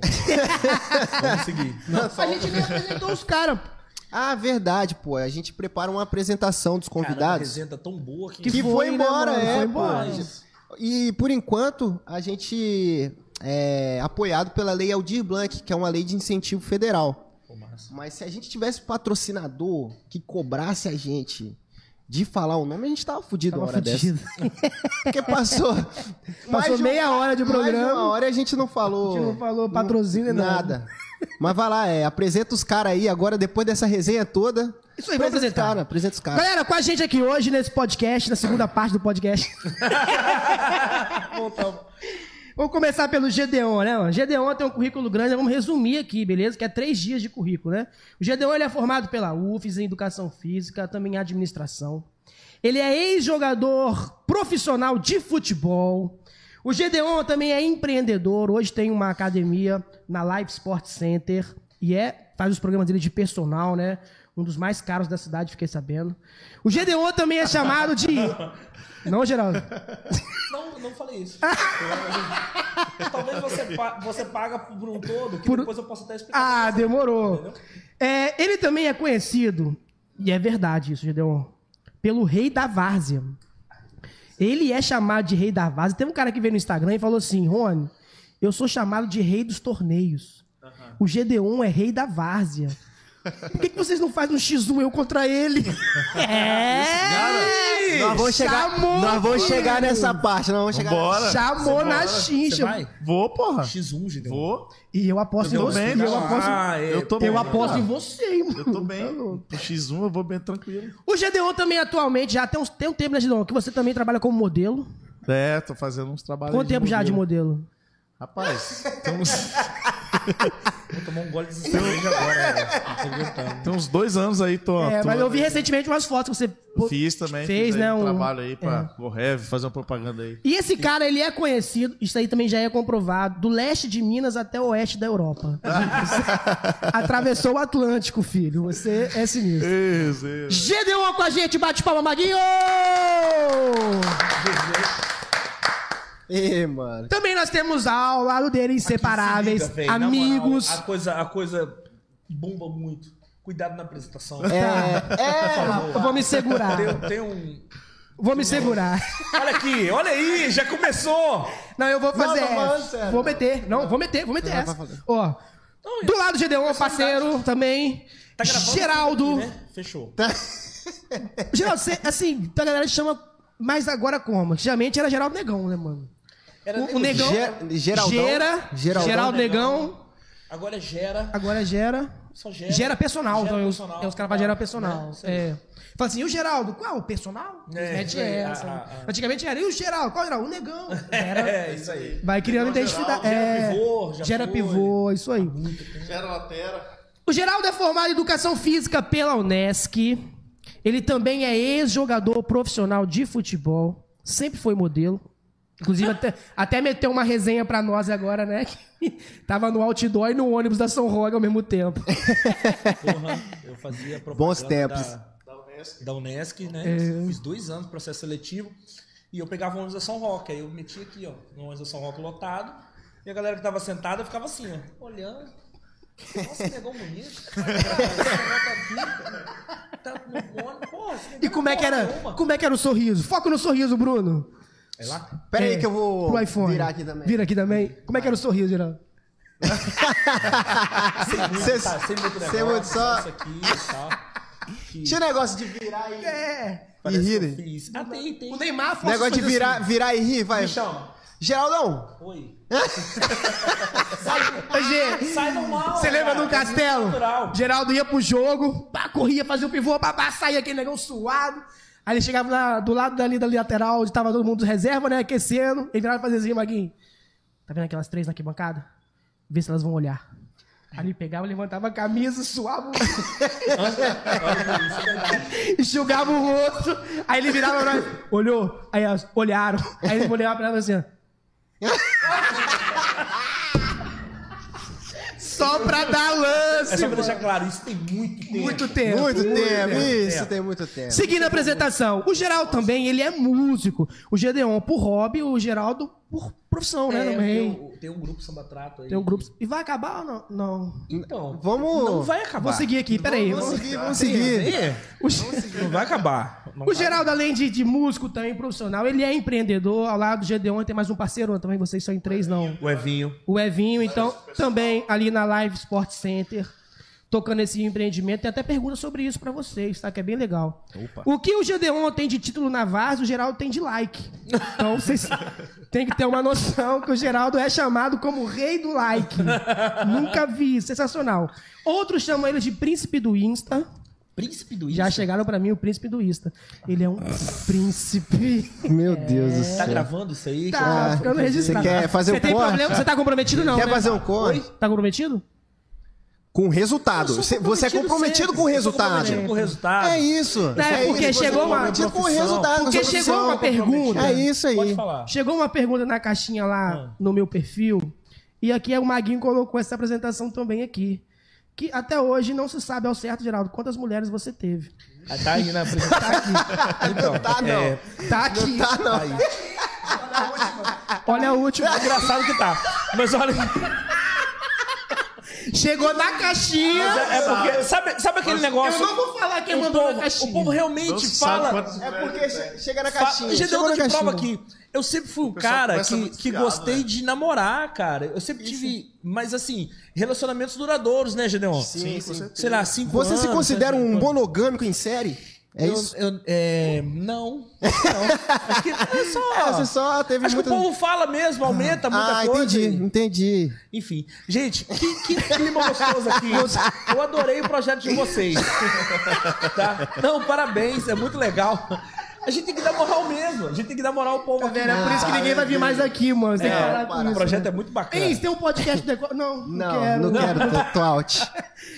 Vamos seguir. A gente nem apresentou os caras. Ah, verdade, pô. A gente prepara uma apresentação dos Cara, convidados. apresenta tão boa que... Que foi embora, né, mano? é, Foi pô. embora. E por enquanto, a gente é apoiado pela lei Aldir Blanc, que é uma lei de incentivo federal. Pô, massa. Mas se a gente tivesse patrocinador que cobrasse a gente de falar o nome, a gente tava fudido na Tava hora dessa. fudido. Porque passou, mais Passou de um- meia hora de Mais de uma programa. hora e a gente não falou. A gente não falou patrocínio, não- nada. Mas vai lá, é, apresenta os caras aí agora, depois dessa resenha toda. Isso aí, vamos Apresenta os apresentar. cara, apresenta os caras. Galera, com a gente aqui hoje nesse podcast, na segunda parte do podcast. Bom, tá- Vamos começar pelo Gedeon, né? mano? Gedeon tem um currículo grande, vamos resumir aqui, beleza? Que é três dias de currículo, né? O Gedeon ele é formado pela UFES em Educação Física, também em Administração. Ele é ex-jogador profissional de futebol. O Gedeon também é empreendedor, hoje tem uma academia na Live Sports Center e é, faz os programas dele de personal, né? Um dos mais caros da cidade, fiquei sabendo. O Gedeon também é chamado de... Não, Geraldo? Não, não falei isso. Talvez você, pa- você paga por um todo, que Por- depois eu posso até explicar. Ah, demorou. É, ele também é conhecido, e é verdade isso, Gedeon, pelo rei da várzea. Ele é chamado de rei da várzea. Tem um cara que veio no Instagram e falou assim, Rony, eu sou chamado de rei dos torneios. O Gedeon é rei da várzea. Por que, que vocês não fazem um X1 eu contra ele? É! Nós vamos chegar, Chamou, nós vamos filho. chegar nessa parte, nós vamos chegar. Bora. Chamou na Você vai? Ah, chincha. Vou, porra. X1, Gideon. Vou. E eu aposto Eu em tô você. bem, Tá e eu cara. aposto, Ah, é, eu tô pô, bem, eu aposto cara. em você, mano. Eu tô bem. Pro X1 eu vou bem tranquilo. O Gedeon também atualmente, já tem, uns, tem um tempo, né, Gedeon? Que você também trabalha como modelo. É, tô fazendo uns trabalhos. Quanto tempo já de modelo? Rapaz, tem uns, Vou tomar um gole de cerveja agora, é, velho. Não tô aguentando. tem uns dois anos aí, tô. é, tô- mas eu vi recentemente umas fotos que você. pô- Fiz também. Fez, fiz aí né? Um um- trabalho aí pra Correv, fazer uma propaganda aí. E esse cara, ele é conhecido, isso aí também já é comprovado, do leste de Minas até o oeste da Europa. Você atravessou o Atlântico, filho. Você é sinistro. Isso, isso. Gedeon com a gente, bate palma, Maguinho! Ê, mano. Também nós temos ao lado dele, inseparáveis, Se liga, velho, na amigos. moral, a, coisa, a coisa bomba muito. Cuidado na apresentação. É, Tá. é, rapaz. Eu vou me segurar. Tem, tem um. Vou me segurar. Olha aqui, olha aí, já começou! Não, eu vou fazer. Não, não, essa. mano, sério. vou meter. Não, vou meter, vou meter essa. Ó. Então, Do lado do Gedeon, parceiro também. é Tá gravando? Geraldo. Tá. Aqui, né? Fechou. Geraldo, você, assim, a galera te chama mais agora como? Antigamente era Geraldo Negão, né, mano? Era o, o Negão. Ge- Geraldão. Gera. Geraldão. Geraldo Negão. Agora gera. Agora é Gera. Só gera. Gera personal. Gera então, é os- personal. é os caras pra gerar personal. É, isso aí. É. Fala assim, e o Geraldo? Qual? O personal? É, Mete isso aí, essa. ah, ah, ah. Antigamente era, e o Geraldo? Qual era? O Negão. Era. É, isso aí. Vai criando Negão, identidade. Geraldo, é, gera pivô, já gera foi. pivô, isso aí. Gera Latera. O Geraldo é formado em Educação Física pela Unesc. Ele também é ex-jogador profissional de futebol. Sempre foi modelo. Inclusive, até, até meteu uma resenha pra nós agora, né? Que tava no outdoor e no ônibus da São Roque ao mesmo tempo. Porra, eu fazia propaganda Bons tempos. Da, da Unesc, né? Fiz dois anos processo seletivo. E eu pegava o ônibus da São Roque. Aí eu metia aqui, ó, no ônibus da São Roque lotado. E a galera que tava sentada ficava assim, ó, olhando. Nossa, que negão bonito. Tá, tá no ônibus. Porra, esse negão E como é que era, porra nenhuma. como é que era o sorriso? Foco no sorriso, Bruno. É lá? Pera É, aí que eu vou Pro iPhone. virar aqui também. Vira aqui também. Como é que era o sorriso, Geraldo? Cês- Tá, sem muito cê muito negócio. só- Isso aqui e tal. Tinha negócio de virar e, É. e Parece que eu rir. né? fiz. Ah, tem, tem. O Neymar foi Negócio de virar, virar e rir, vai. Bichão. Geraldão, Oi. assim. Gê, Sai normal. Você lembra cara. é do Castelo? Natural. Geraldo ia pro jogo, pá, corria, fazia o pivô, pá, pá, saía aquele negão suado. Aí ele chegava lá, do lado dali da lateral, onde tava todo mundo reserva, né? Aquecendo. Ele virava e fazia assim, Maguinho. Tá vendo aquelas três na arquibancada? Vê se elas vão olhar. Aí ele pegava, levantava a camisa, suava, o- é, enxugava o rosto. Aí ele virava pra nós, olhou, aí elas olharam. Aí ele olhava pra ela assim, ó. Só pra dar lance. É só pra mano. deixar claro, isso tem muito tempo. Muito tempo. Muito tempo, isso, tempo. tem muito tempo. Seguindo a apresentação, o Geraldo também, ele é músico. O Gedeon por hobby, o Geraldo por profissão, né? É, também. tem, um, tem um grupo samba trato aí. Tem um grupo. E vai acabar ou não? Não. Então, Vamos- Não vai acabar. Vou seguir aqui, peraí. Vamos seguir, vamos Tem- seguir. tem- O Ge- Não vai acabar. Não O vai. Geraldo, além de, de músico também, profissional, ele é empreendedor. Ao lado do Gedeon tem mais um parceiro também, vocês só em três, não. O Evinho. O Evinho, então, também ali na Live Sport Center, tocando esse empreendimento. Tem até pergunta sobre isso pra vocês, tá? Que é bem legal. O que o Gedeon tem de título na Vaz, o Geraldo tem de like. Então, vocês têm que ter uma noção que o Geraldo é chamado como o rei do like. Nunca vi, sensacional. Outros chamam ele de príncipe do Insta. Príncipe do Já Insta. chegaram pra mim o príncipe do Insta. Ele é um príncipe. É. Meu Deus do Tá céu. gravando isso aí? Tá ficando registrado. Você quer fazer Você o tem corte? problema? Você tá comprometido não, Quer né? fazer um corte? Oi? Tá comprometido? Com resultado. Você você é comprometido com o assim. resultado. Tá Com o resultado. É isso. É, porque isso. chegou uma- Comprometido com o resultado. Porque com a sua chegou uma profissão. pergunta. É isso aí. Pode falar. Chegou uma pergunta na caixinha Ah. lá no meu perfil. E aqui é o Maguinho colocou essa apresentação também aqui. Que até hoje não se sabe ao certo, Geraldo, quantas mulheres você teve. Ah, Tá né? aí na apresentação. Então, Tá, não. é, Tá aqui. Tá, não. Olha a última. engraçado que tá. Mas olha, é Chegou na caixinha. é porque. Sabe, sabe aquele negócio? Eu não vou falar quem o mandou na povo, caixinha. o povo realmente Não se sabe fala. quantas É porque che- chega na Fa- caixinha. Já deu chegou na outra de caixinha. prova aqui. Eu sempre fui um pessoal cara conversa que, muito que fiado, gostei né? de namorar, cara. Eu sempre tive, mas assim, relacionamentos duradouros, né, Gedeon? Sim, com certeza. Sei lá, cinco Você anos. se considera né? um monogâmico em série? É Eu- isso? eu- é, não. não. Acho que é só. É, você só teve Acho muita... que o povo fala mesmo, aumenta muita Ah, coisa. entendi, e- entendi. Enfim, gente, que, que clima gostoso aqui. Eu adorei o projeto de vocês. Tá? Não, parabéns, é muito legal. A gente tem que dar moral mesmo. A gente tem que dar moral ao povo aqui. É, Era É, por isso que ninguém vai vir mais aqui, mano. Você tem que falar com O isso. projeto é muito bacana. Ei, você tem um podcast de... Não, não, Não, quero. não quero, tô, tô out.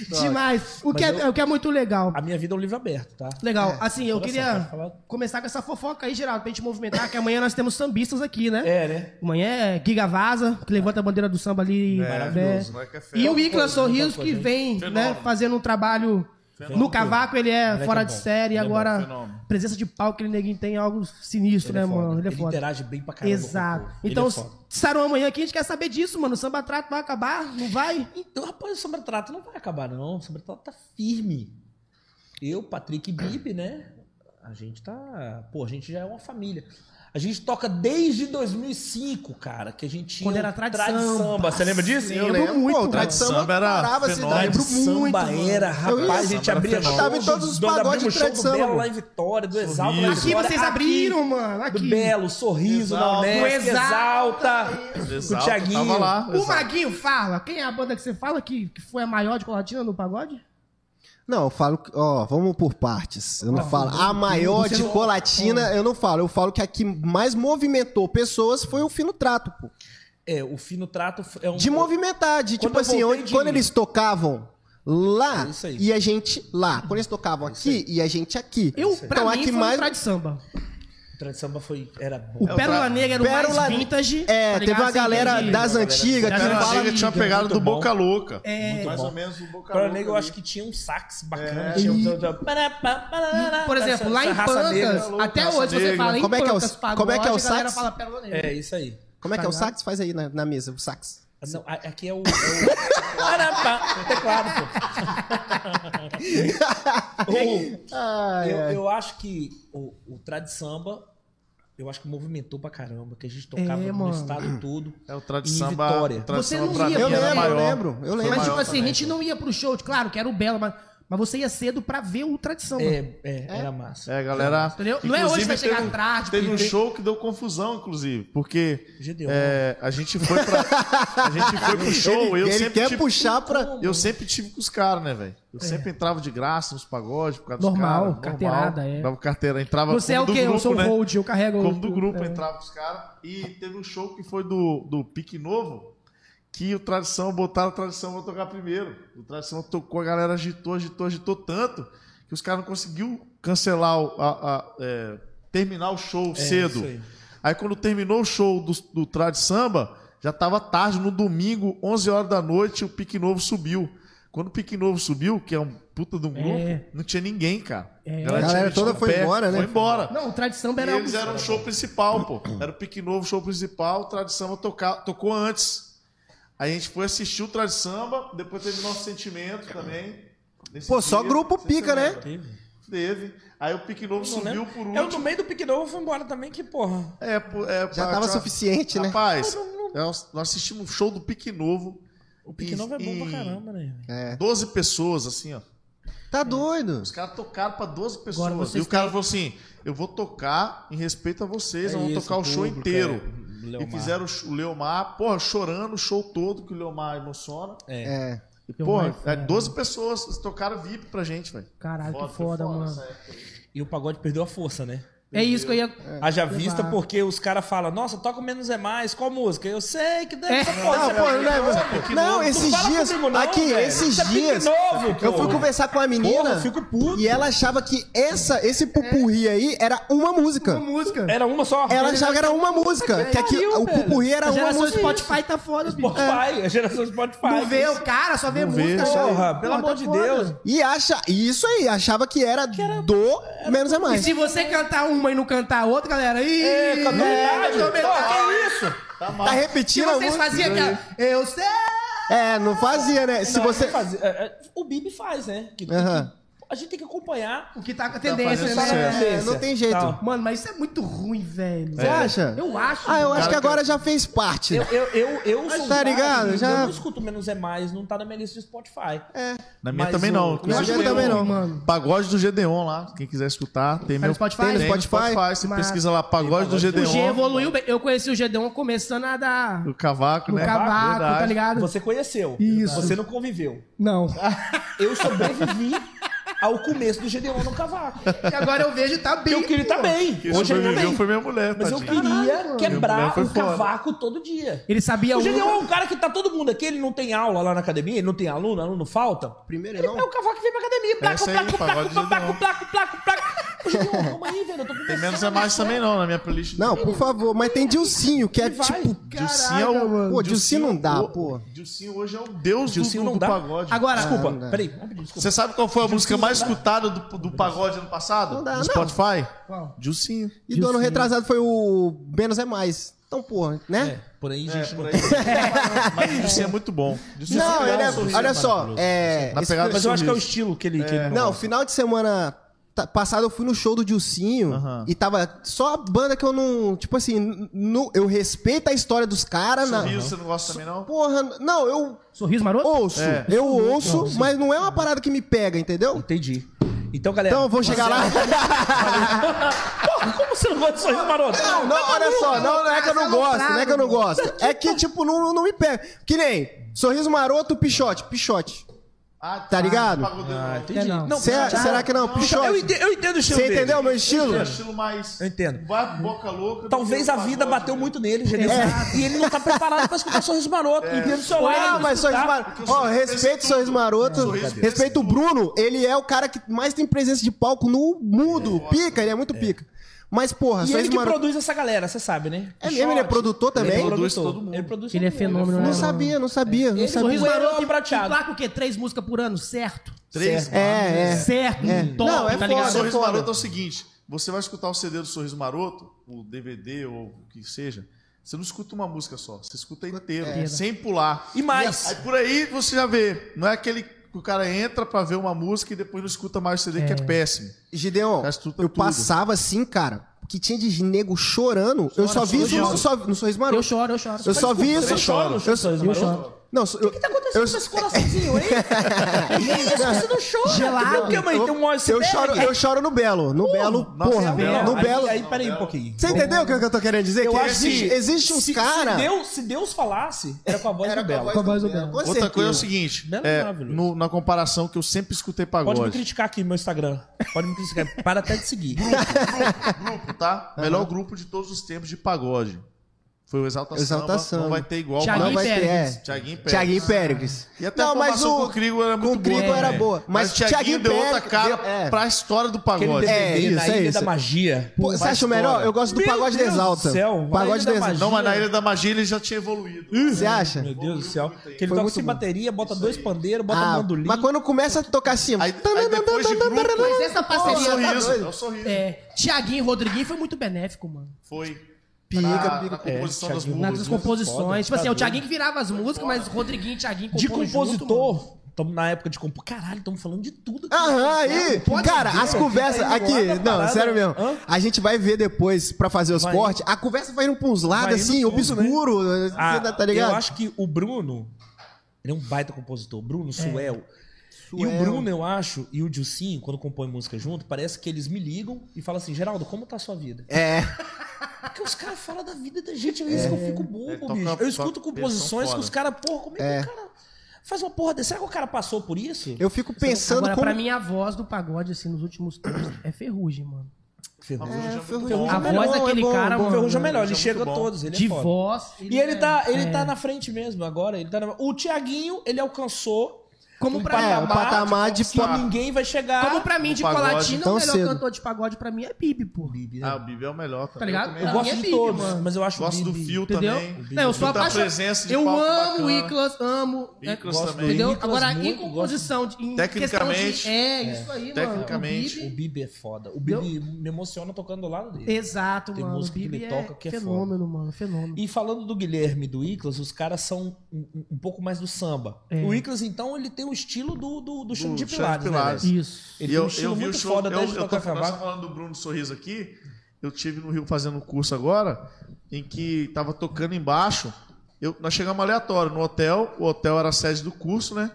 Demais. O que, é, Mas eu- o que é muito legal. A minha vida é um livro aberto, tá? Legal. Assim, eu Olha só, queria quero falar- começar com essa fofoca aí, Geraldo, pra gente movimentar, que amanhã nós temos sambistas aqui, né? É, né? Amanhã é Giga Vaza, que levanta a bandeira do samba ali. maravilhoso, né? né? Que é fera. E o Icla Sorrisos, com a que gente. vem né, Fenômeno. fazendo um trabalho no cavaco. Ele é Moleque fora é de bom. série. Ele é agora, bom, fenômeno. presença de pau que ele neguinho tem é algo sinistro, né, foda. mano? Ele é Ele foda. interage bem pra caramba. com o Exato. povo. Ele Então, é foda. estarão amanhã aqui, a gente quer saber disso, mano. O samba trato vai acabar? Não vai? Então, rapaz, o sobretrato não vai acabar, não. O sobretrato tá firme. Eu, Patrick e Bibi, né? A gente tá. Pô, a gente já é uma família. A gente toca desde 2005, cara, que a gente tinha Quando era o tradição. Trad samba. Você lembra disso? Eu lembro muito, né? Pô, o mano. Trad Samba Samba era parava a cidade. fenômeno. Trad samba mano. era, Eu ia- rapaz, a gente Samba abria era show. fenômeno. Tava em todos os Nós pagodes abrimos de show Trad do Samba, Belo mano. lá em Vitória, do Exalta. Sorriso. lá em Aqui Vitória, vocês aqui. abriram, mano. Do Aqui. Belo, Sorriso, na Exalta. Unesp, Do Exalta. Exalta. Exato, O Thiaguinho. Tava lá. O Maguinho fala. Quem é a banda que você fala que, que foi a maior de Colatina no pagode? Não, eu falo, que- ó, vamos por partes. Eu não falo. A maior de colatina, eu não falo. Eu falo que a que mais movimentou pessoas foi o Fino Trato, pô. É, o Fino Trato é um. De movimentar, de Quando tipo eu assim, voltei onde- de- quando eles tocavam lá É isso aí. e a gente lá. Quando eles tocavam aqui e a gente aqui. Então, Eu, Então, pra a mim, que foi um o Trad Samba. O Trad Samba foi. Era bom. O Pérola Negra era o Pérola- mais vintage. É, tá ligado? teve uma Assim, galera entendi. das antigas que das Cara, antigas. fala. chega tinha uma amiga, pegada muito do bom. Boca Louca. É, Mais bom. ou menos o Boca Coronel Negro, eu ali. É. acho que tinha um sax bacana. tinha um- Por exemplo, lá em né? Essa raça Pancas, negra. até raça hoje você negra. fala em Como é que é o- Pancas, pagode, como é que é o a galera sax? fala Pérola Negra. É, isso aí. Como é que é o sax? Faz aí na, na mesa, o sax. Não, a- aqui é o. é o- Parapá, teclado, pô. O- eu, eu acho que o, o trad samba, eu acho que movimentou pra caramba, que a gente tocava É, no mano. estado todo. É o Trad Em Samba. Vitória. o Trad Você Samba não pra ia, mim Eu era lembro, eu maior. lembro, eu lembro. Mas, maior tipo assim, a também, gente não ia pro show, claro, que era o Belo, mas, mas você ia cedo pra ver o Trad Samba. É, é, era massa. É, galera. Entendeu? Não é Inclusive, hoje que vai chegar teve um- atrás, Teve um porque- show que deu confusão, inclusive, porque Gedeon. é, a gente foi pra. A gente foi pro show. eu Ele sempre quer tive- Tá, puxar pra. Eu sempre tive com os caras, né, velho? Eu sempre entrava de graça nos pagodes por causa É. Normal, dos caras. carteirada, é. Dava carteira, entrava Você é como o do quê? eu grupo, sou o né? Hold, eu carrego... Como do grupo, então. é. entrava os caras. E teve um show que foi do, do Pique Novo, que o Tradição, botaram o Tradição pra tocar primeiro. O Tradição tocou, a galera agitou, agitou, agitou tanto, que os caras não conseguiu cancelar, o- a, a- é, terminar o show isso cedo. aí. Aí quando terminou o show do, do Trad Samba, Já tava tarde, no domingo, 11 horas da noite, o Pique Novo subiu. Quando o Pique Novo subiu, que é um puta de um grupo, É. não tinha ninguém, cara. É. A galera tinha- tinha toda um foi embora, né? Foi embora. Não, tradição E é era eles eram o assim. show principal, pô. Era o Pique Novo, show principal, Tradição tocar, tocou antes. Aí a gente foi assistir o Trad Samba, depois teve Nosso Sentimento também. nesse Pô, só grupo Não sei se pica, você né? lembra. Teve. Teve. Aí o Pique Novo Não subiu lembro. por Eu no último. meio do Pique Novo fui embora também, que porra. É, pô, é, pá, Já tava tinha- suficiente, né? Rapaz, nós nós assistimos um show do Pique Novo. O Pique Novo é bom pra caramba, né? É. 12 pessoas, assim, ó. Tá doido. Os caras tocaram pra 12 pessoas. Agora vocês e o cara falou assim: eu vou tocar em respeito a vocês, É eu vou isso, tocar o show público, inteiro. é, e Leomar. fizeram o sh- o Leomar, porra, chorando o show todo, que o Leomar emociona. É. É. E, Leomar porra, é é fera. 12 pessoas eles tocaram VIP pra gente, velho. Caralho, que foi foda, mano. essa época. E o pagode perdeu a força, né? É isso que eu ia. Haja vista, Levar. porque os caras falam, nossa, toca o menos é mais, qual música? Eu sei que deve É. ser Não, força. pô, não, Pique Novo. não, Tu esses fala dias. comigo não, aqui, velho. esses Isso é pique dias. novo, eu fui porra. conversar com a menina. Porra, eu fico puto. E ela achava que essa, esse pupurri aí era uma música. Uma música. Era uma só? Ela achava que era uma música. Que aqui, Pariu, o velho. pupurri era A uma geração música. Spotify tá foda, bicho. é. Spotify, a geração Spotify. Não vê o cara, só vê Não vê. música. Porra, sabe? pelo Pô, amor tá de foda. Deus. E acha, e isso aí, achava que era, do menos é E mais. se você cantar uma e não cantar a outra, galera, ih, É, cadê o é, rádio? cantou metade. Porra, que isso? Tá mal. Tá Se repetindo a vocês música. faziam aquela, eu sei. É, não fazia, né? Se Não, você. ele faz- é, é, o Bibi faz, né? Que- Aham. que- a gente tem que acompanhar. O que tá com a tendência, fazendo né? sucesso. É, não tem jeito. Tal. Mano, mas isso é muito ruim, velho. É. Você acha? Eu acho. Ah, eu mano. acho que Cara, agora já fez parte. Eu, eu, eu, eu Mas sou tá um cara ligado? que Já- Eu não escuto Menos é Mais, não tá na minha lista de Spotify. É. Na minha Mas também o- não. Não acho Inclusive, que tem também um não, mano. Pagode do Gedeon lá. Quem quiser escutar, tem no meu. Spotify? Tem no Spotify? Spotify. Você Mas- pesquisa lá, Pagode do Pagode O G Gedeon. evoluiu bem. Eu conheci o Gedeon começando a dar O cavaco, no né? cavaco, tá Verdade. ligado? Você conheceu. Isso. Você não conviveu. Não. Eu sobrevivi ao começo do Gedeon no cavaco. E agora eu vejo tá bem. Eu queria estar pô. tá bem. Quem Hoje ele tá sobreviveu bem. foi minha mulher, Mas eu tadinha. queria Caralho, mano. Minha mulher quebrar foi o foda. cavaco todo dia. Ele sabia O Gedeon é uma. um cara que tá todo mundo aqui, ele não tem aula lá na academia, ele não tem aluno, aluno falta. Primeiro Ele é o cavaco que vem pra academia. Placo, Essa aí, é um placo, pagode placo, placo, de placo, Gedeon. placo, placo, placo. Ô, Gedeon, calma aí, velho. Eu tô Tem menos é mais também não, na minha playlist. Não, por favor, mas tem Dilcinho, que é Vai. tipo. Dilcinho é Caraca, o... mano. Pô, Dilcinho não dá, o- pô. Dilcinho hoje é o deus do, Dilcinho do, não do dá. pagode. Agora, Desculpa, Ah, não. peraí. vamos pedir Desculpa. Você sabe qual foi a música mais escutada do, do pagode ano passado? Não dá, no não. Spotify? Qual? Dilcinho. E do ano retrasado foi o Menos é Mais. Então, porra, É, né? por aí, É, gente. por não- aí. Mas o Dilcinho é muito bom. Dilcinho Não, é ele legal, é. sorriso. Olha só, maravilhoso. é. Na esse- pegada- Mas eu acho que é o estilo que ele. que ele Não, gosta. final de semana ta- passado eu fui no show do Dilcinho Aham. e tava só a banda que eu não. Tipo assim, n- n- eu respeito a história dos caras. na- Sorriso, você não gosta também não? Porra, não, eu Sorriso maroto? ouço. É. Eu ouço, mas não é uma parada que me pega, entendeu? Entendi. Então, galera. Então eu vou chegar lá. Porra, como você não gosta de sorriso maroto? Não, olha só, não, não é que eu não Você é gosto, aloprado, não é que eu não mano. gosto. É que, tipo, não, não me pega. Que nem sorriso maroto, pichote, pichote. Ah, Tá ligado? Pagodeiro Ah, não. entendi. É, não. Será, será que não? Então, Eu Pichote. entendo, eu entendo o estilo Você dele. entendeu o meu estilo? É um estilo mais... Eu entendo. Ba- Boca louca. do Talvez que o a vida pagode, bateu né? muito É. nele, Gedeon. E ele não tá preparado pra escutar sorriso maroto. Entendo o seu lado. Ah, mas sorriso maroto. Ó, respeito o sorriso maroto. Respeito o Bruno, ele é o cara que mais tem presença de palco no mundo. Pica, ele é muito pica. Mas, porra, E ele sorriso que maroto. produz essa galera, você sabe, né? É mesmo, ele é produtor também? produtor. Produz produtor. todo mundo. Ele produz Ele é todo mundo. fenômeno, né? Não mano? sabia, não sabia, não Ele sabia. Sorriso Sorriso maroto maroto e e prateado. placa o quê? Três músicas por ano? Certo. Três. É, é. Certo. É. Top, Não, é tá O foda. ligado? Sorriso Maroto é o seguinte: você vai escutar o CD do Sorriso Maroto, o DVD ou o que seja, você não escuta uma música só, você escuta inteiro, sem pular. E mais. Aí por aí você já vê, não é aquele que o cara entra pra ver uma música e depois não escuta mais o CD, que é péssimo. Gideon, Faz tudo, eu tudo. passava assim, cara, que tinha de nego chorando. Eu só vi isso no, sorriso. só, no sorriso Eu maroto. choro, eu choro. Eu só vi isso. você chora no Eu só- Eu choro. Não, só- eu- O que tá acontecendo com esse coraçãozinho, hein? É. Você não chora. Gelado. Por que, mãe? Tem um eu iceberg? Uh, choro, eu choro no Belo. No Belo, nossa, porra. é Belo. No Aí- Belo. Aí, peraí um pouquinho. Você entendeu o que eu tô querendo dizer? Eu que acho existe, que existe um uns se- caras. Se Deus, se Deus falasse, era com a voz do Belo. Com a voz do Belo. Com Outra certeza. coisa é o seguinte: Belo é, maravilhoso. no- na comparação que eu sempre escutei Pode me pagode. criticar aqui no meu Instagram. Pode me criticar. Para até de seguir. grupo, tá? Melhor grupo de todos os tempos de pagode. Foi o Exalta, Exalta Samba. Samba. Não vai ter igual. Thiaguinho Não vai ter, Pérez. é. Tiaguinho Pérez. Thiaguinho Pérez. E até a formação com o Crigo era muito com o Crigo boa. era também. boa. É. Mas o Thiaguinho Thiaguinho deu outra Pérez- cara deu- é. pra história do Aquele pagode. DVD. É. DVD isso, na é Ilha isso. da Magia. Pô, você Vai acha melhor? fora. Eu gosto do Meu pagode Deus de Exalta. do céu, pagode Maria de da Exalta. Não, mas na Ilha da Magia ele já tinha evoluído. Você acha? Meu Deus do céu. Que ele Foi toca muito sem bom. bateria, bota dois pandeiros, bota Ah, mandolim. mas quando começa a tocar assim... Aí, aí depois de grupo, Mas essa é o parceria. tá sorriso. É o sorriso. É, Tiaguinho e Rodriguinho foi muito benéfico, mano. Foi. Pica, na, pica. na composição É, das Thiaguinho. músicas. Nas composições. foda, tipo assim, é o tá Tiaguinho que virava as músicas, mas o Rodriguinho e Tiaguinho De compondo junto, mano. compositor. Estamos na época de compor. Caralho, estamos falando de tudo. aqui. Aham, aí, pode cara, ver, as aqui conversas. tá Aqui, indo lá na não, parada. sério mesmo. Hã? A gente vai ver depois pra fazer os Vai cortes. A conversa vai indo pra uns lados, Vai indo assim, tudo, obscuro. Ah, tá ligado? Eu acho que o Bruno. Ele é um baita compositor. Bruno, Suel. É. E Suel. o Bruno, eu acho, e o Dilcinho, quando compõem música junto, parece que eles me ligam e falam assim: Geraldo, como tá a sua vida? É. Porque os caras falam da vida da gente, é isso que eu fico bobo, É, toca- bicho. toca- Eu escuto composições são que os caras, porra, como é que o cara faz uma porra dessa? Será que o cara passou por isso? Eu fico pensando Agora, como. pra mim, a voz do pagode, assim, nos últimos tempos, é ferrugem, mano. Ferrugem. É, Ferrugem Ferrugem é A melhor, voz daquele é bom, cara, é O bom. mano. Ferrugem é melhor, ele Ferrugem é chega muito a bom. todos, ele De é foda. voz. E ele tá, ele é. tá na frente mesmo agora, ele tá na- O Tiaguinho, ele alcançou Como um pra tipo, mim, É, um patamar de que pop. ninguém vai chegar. Como pra mim, de pagode colatina, tão o melhor cedo. cantor de pagode pra mim é Bibi, pô. né? Bibi, Ah, o Bibi é o melhor. Tá ligado? Eu Pra gosto mim é de Bibi, todos, mano. mas eu acho Gosto do Bibi. Fio Entendeu? também. Não, eu sou Muita apaixonado. presença de Eu palco amo o bacana. Iclas, amo. é, Iclas gosto, também. Entendeu? Iclas Agora, em muito, composição, de- em Tecnicamente. questão de- É, isso aí, Tecnicamente. mano. O O Bibi- Bibi é foda. O Bibi me emociona tocando do lado dele. Exato, Tem mano. O música que Bibi ele é toca que é fenômeno, mano. Fenômeno. E falando do Guilherme e do Iclas, os caras são um, um- um pouco mais do samba. É. O Iclas, então, ele tem o estilo do, do, do Xande Do de Xande Pilares, né, Pilares. velho? Isso. Ele E tem eu, um estilo eu vi o muito show, foda eu, desde eu tô tocar nós cavaco. falando do Bruno Sorriso aqui. Eu tive no Rio fazendo um curso agora, em que tava tocando embaixo. Eu, nós chegamos aleatório no hotel. O hotel era a sede do curso, né?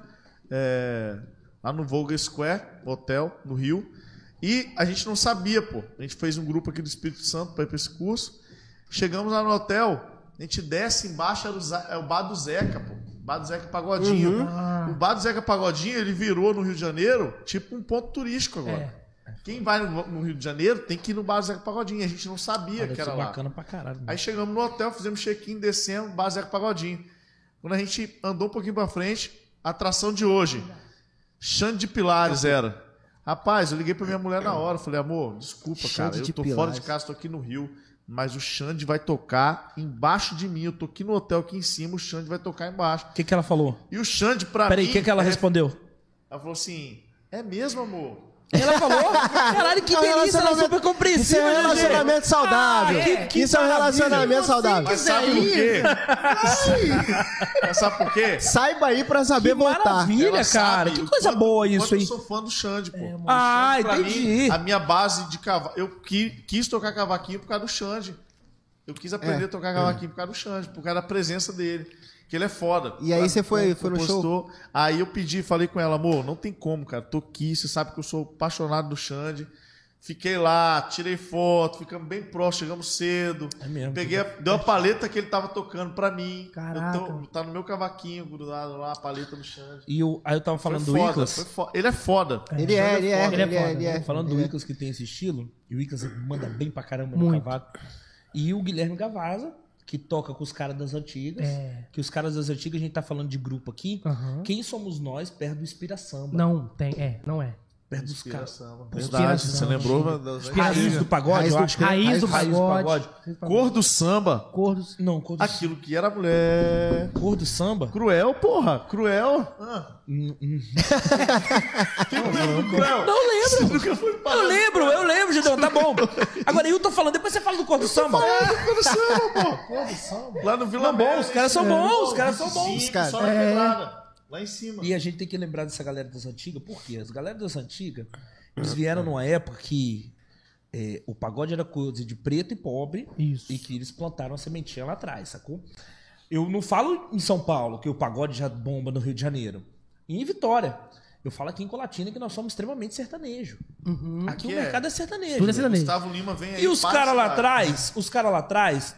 É, lá no Volga Square, hotel, no Rio. E a gente não sabia, pô. A gente fez um grupo aqui do Espírito Santo pra ir pra esse curso. Chegamos lá no hotel, a gente desce embaixo, era o, Za- é o bar do Zeca, pô. Bar do Zeca Pagodinho. Uhum. Ah. O bar do Zeca Pagodinho, ele virou no Rio de Janeiro, tipo um ponto turístico É. agora. Quem vai no, no Rio de Janeiro tem que ir no bar do Zeca Pagodinho. A gente não sabia Deve que ser era lá. é bacana pra caralho. mano. Aí chegamos no hotel, fizemos check-in, descemos, bar Zeca Pagodinho. Quando a gente andou um pouquinho pra frente, a atração de hoje. Xande de Pilares era. Rapaz, eu liguei pra minha mulher na hora. Falei, amor, desculpa, cara. Xande Eu de tô Pilares. fora de casa, tô aqui no Rio. Mas o Xande vai tocar embaixo de mim. Eu tô aqui no hotel aqui em cima, o Xande vai tocar embaixo. O que, que ela falou? E o Xande, pra Peraí, mim. o que, que ela é- respondeu? Ela falou assim: é mesmo, amor? Ela falou? Caralho, que É um delícia, ela é relacionamento- super Isso compreensível. é um né, gente? relacionamento saudável. Ah, que- que Isso é um maravilha. relacionamento saudável. Mas sabe por quê? Mas sabe por quê? Saiba aí pra saber Que voltar. maravilha, cara. Ela sabe Que o coisa quanto- boa quanto isso, Eu hein? sou fã do É, Xande, pô. Ah, pra entendi. mim, a minha base de cavaco. Eu qui- quis tocar cavaquinho por causa do Xande. Eu quis aprender É, a tocar cavaquinho por causa do Xande, por causa da presença dele. Que ele é foda. E aí Cara, você foi- como foi no show? compositor. Aí eu pedi, falei com ela, amor, não tem como, cara. Tô aqui, você sabe que eu sou apaixonado do Xande. Fiquei lá, tirei foto, ficamos bem próximos, chegamos cedo. É mesmo. Peguei, a- deu a paleta que ele tava tocando pra mim. Caraca. Eu tô- tá no meu cavaquinho grudado lá, a paleta do Xande. E eu, aí eu tava falando Foi do foda, Iclas. foi fo- Ele é foda. Ele é, ele é, foda, ele ele é é, foda. né? ele é. Falando do Ele é. Iclas que tem esse estilo, e o Iclas manda bem pra caramba no Muito. cavaco. E o Guilherme Gavaza, que toca com os caras das antigas. É. Que os caras das antigas, a gente tá falando de grupo aqui. Aham. Quem somos nós perto do Inspira Samba? Não, tem. É, não é. Perto dos caras. Verdade, você lembrou? mas- Raiz do pagode, Raiz eu do- acho. é Raiz do pagode. Cor do samba. Cor do- Não, cor do, Aquilo que era mulher. cor do samba? Cruel, porra. Cruel. Hum, hum. Quem não lembra do cruel? Não lembro. Você nunca foi pra Eu lembro, eu lembro, Gideon, tá bom. Agora eu tô falando, depois você fala do cor do samba. É, Cor do samba, pô. Lá no Vila Não, bom, Mel, os caras são é. bons, os caras são bons. É. Sim, cara. Só na quebrada. Lá em cima. E a gente tem que lembrar dessa galera das antigas, por quê? As galera das antigas, eles vieram numa época que é, o pagode era coisa de preto e pobre Isso. e que eles plantaram a sementinha lá atrás, sacou? Eu não falo em São Paulo que o pagode já bomba no Rio de Janeiro. E em Vitória. Eu falo aqui em Colatina que nós somos extremamente sertanejo. Uhum. Aqui Aqui o é. mercado é sertanejo. Tudo é velho. sertanejo. Gustavo Lima É, vem aí. E os para caras lá cidade. atrás, os caras lá atrás,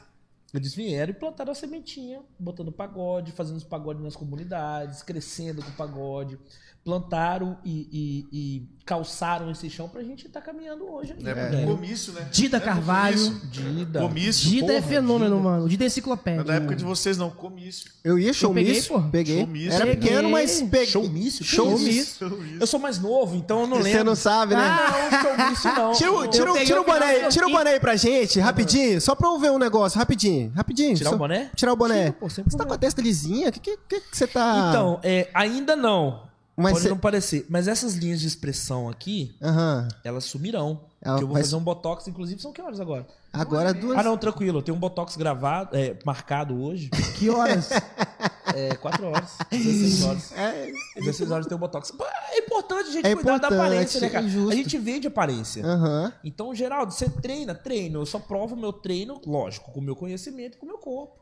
eles vieram e plantaram a sementinha, botando pagode, fazendo os pagodes nas comunidades, crescendo com o pagode, plantaram e, e- e calçaram esse chão pra gente estar caminhando hoje. aí, É, né, porque velho? comício, né? Dida É Carvalho. comício. Dida. Comício, Dida é porra, fenômeno, Dida. mano. Dida é Não enciclopédia. é da época de vocês, não. Comício. Eu ia showmício, porra. peguei. Showmício. Era Peguei. pequeno, mas peguei. Showmício? Que Showmício. Eu sou mais novo, então eu não lembro. Você não sabe, né? Ah, não, showmício não. Tira, o- tira, Eu o- peguei um tira o boné aí, final tira o boné aí pra gente, rapidinho, só pra eu ver um negócio, rapidinho, rapidinho. Tirar só- o boné? Tirar o boné. Tira, pô, sem você tá problema. com a testa lisinha? O que, que, que, que você tá... Então, é, ainda não. Mas pode cê- não parecer. Mas essas linhas de expressão aqui, Aham. elas sumirão. Ela Porque eu vou vai- fazer um botox, inclusive, são que horas agora? Agora duas... Ah, não, tranquilo. Eu tenho um botox gravado, é, marcado hoje. Que horas? É, 4 horas. 16 horas. É, 16 horas tem o botox. Pô, É importante a gente É cuidar importante, da aparência, né, cara? é Ah. justo. A gente vende aparência. Aham. Então, Geraldo, você treina? Treino. Eu só provo meu treino, lógico, com o meu conhecimento e com o meu corpo.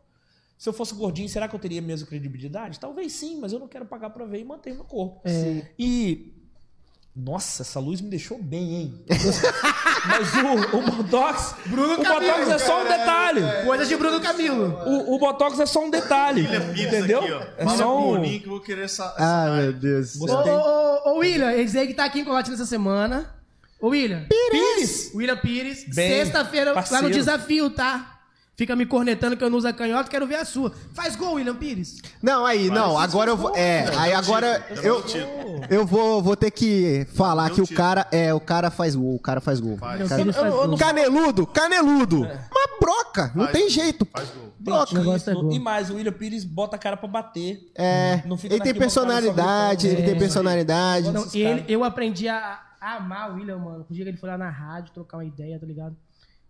Se eu fosse gordinho, será que eu teria a mesma credibilidade? Talvez sim, mas eu não quero pagar pra ver e manter meu corpo. É. E. Nossa, essa luz me deixou bem, hein? mas o, o Botox. o Botox é só um detalhe. Coisas de Bruno Camilo. O, o Botox é só um detalhe. entendeu? é Fala só com o um. Boninho que eu vou querer essa... Ah, meu Deus. do Você céu. Ô, tem- ô, ô, ô, William, eles aí que tá aqui em Colatina essa semana. Ô, William. Pires! William Pires. Bem, Sexta-feira lá no parceiro. desafio, tá? Fica me cornetando que eu não uso a canhota, quero ver a sua. Faz gol, William Pires. Não, aí, não, agora eu vou... É, aí agora tiro, eu... eu tiro. Eu vou, vou ter que falar Deu que o tiro. cara... É, o cara faz gol, o cara faz gol. William Cara- Pires faz eu- eu gol. não- Caneludo, caneludo. Mas broca, não Faz tem gol, jeito. É, Faz gol. Broca. O negócio é gol. E mais, o William Pires bota a cara pra bater. É, Não fica ele tem naquilo, personalidade, o cara só ele tem gritando. É. personalidade. Não, esses ele, caras. eu aprendi a, a amar o William, mano. O dia que ele foi lá na rádio trocar uma ideia, tá ligado?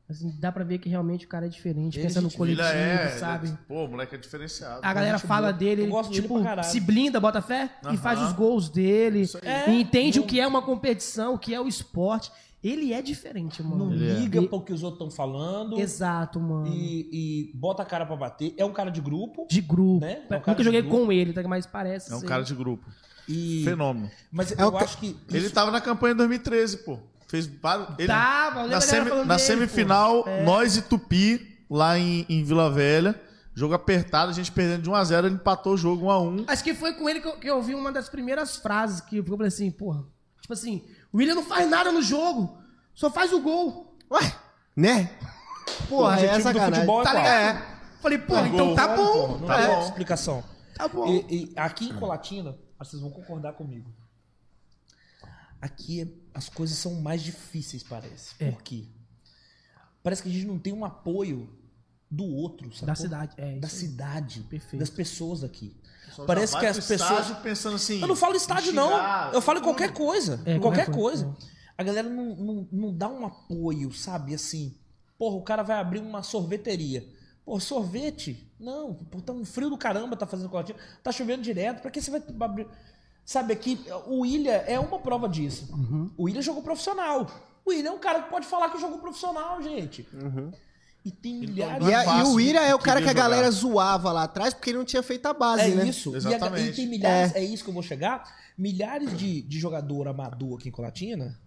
Assim, dá pra ver que realmente o cara é diferente, Ele, pensa no gente, coletivo, Ele é... sabe? ele- Pô, o moleque é diferenciado. A galera fala dele, Eu ele, gosto dele tipo, pra caralho. se blinda, bota fé, e Aham. faz os gols dele, aí. e entende É, o que é uma competição, o que é o esporte. Ele é diferente, Não mano. Ele é. liga E- pro que os outros estão falando. Exato, mano. E, e bota a cara pra bater. É um cara de grupo. De grupo. Né? É um cara Nunca de joguei grupo. com ele, tá? mas parece. É um ser. cara de grupo. E... Fenômeno. Mas É eu o ca- acho que. Ele tava na campanha de 2013, pô. Fez vários. Ele, Tava, Tá, eu lembro na, a galera semi- falando na dele, semifinal, pô. É. nós e Tupi, lá em, em Vila Velha. Jogo apertado, a gente perdendo de 1x0, ele empatou o jogo 1x1. Acho que foi com ele que eu, que eu ouvi uma das primeiras frases que eu falei assim, porra. Tipo assim, o William não faz nada no jogo, só faz o gol. Ué, né? o Porra, é objetivo do sacanagem. futebol é Tá qual? ligado? Falei, porra, então tá bom. é um Não né? tá tem bom. outra explicação. Tá bom. E, e aqui em Colatina, acho que vocês vão concordar comigo. Aqui é- as coisas são mais difíceis, parece. É. Por quê? Parece que a gente não tem um apoio do outro, sacou? Da cidade, é. Da isso aí. cidade. Perfeito. Das pessoas aqui. Parece que as pessoas. pensando assim. Eu não falo estádio, em não. xingar, Eu falo em tudo. qualquer coisa. É, Em qualquer qualquer coisa, coisa. A galera não, não, não dá um apoio, sabe? Assim, porra, o cara vai abrir uma sorveteria. Pô, sorvete? Não, pô, tá um frio do caramba, tá fazendo colatina. Tá chovendo direto, pra que você vai abrir? Sabe aqui, o Willian é uma prova disso. O Willian jogou profissional. O Willian é um cara que pode falar que jogou profissional, gente. E tem milhares E, a- e fácil, o Willian é o queria cara que a jogar. galera zoava lá atrás porque ele não tinha feito a base, É né? isso. E a- E, Exatamente. tem milhares, é. isso que eu vou chegar. Milhares de, de jogador amador aqui em Colatina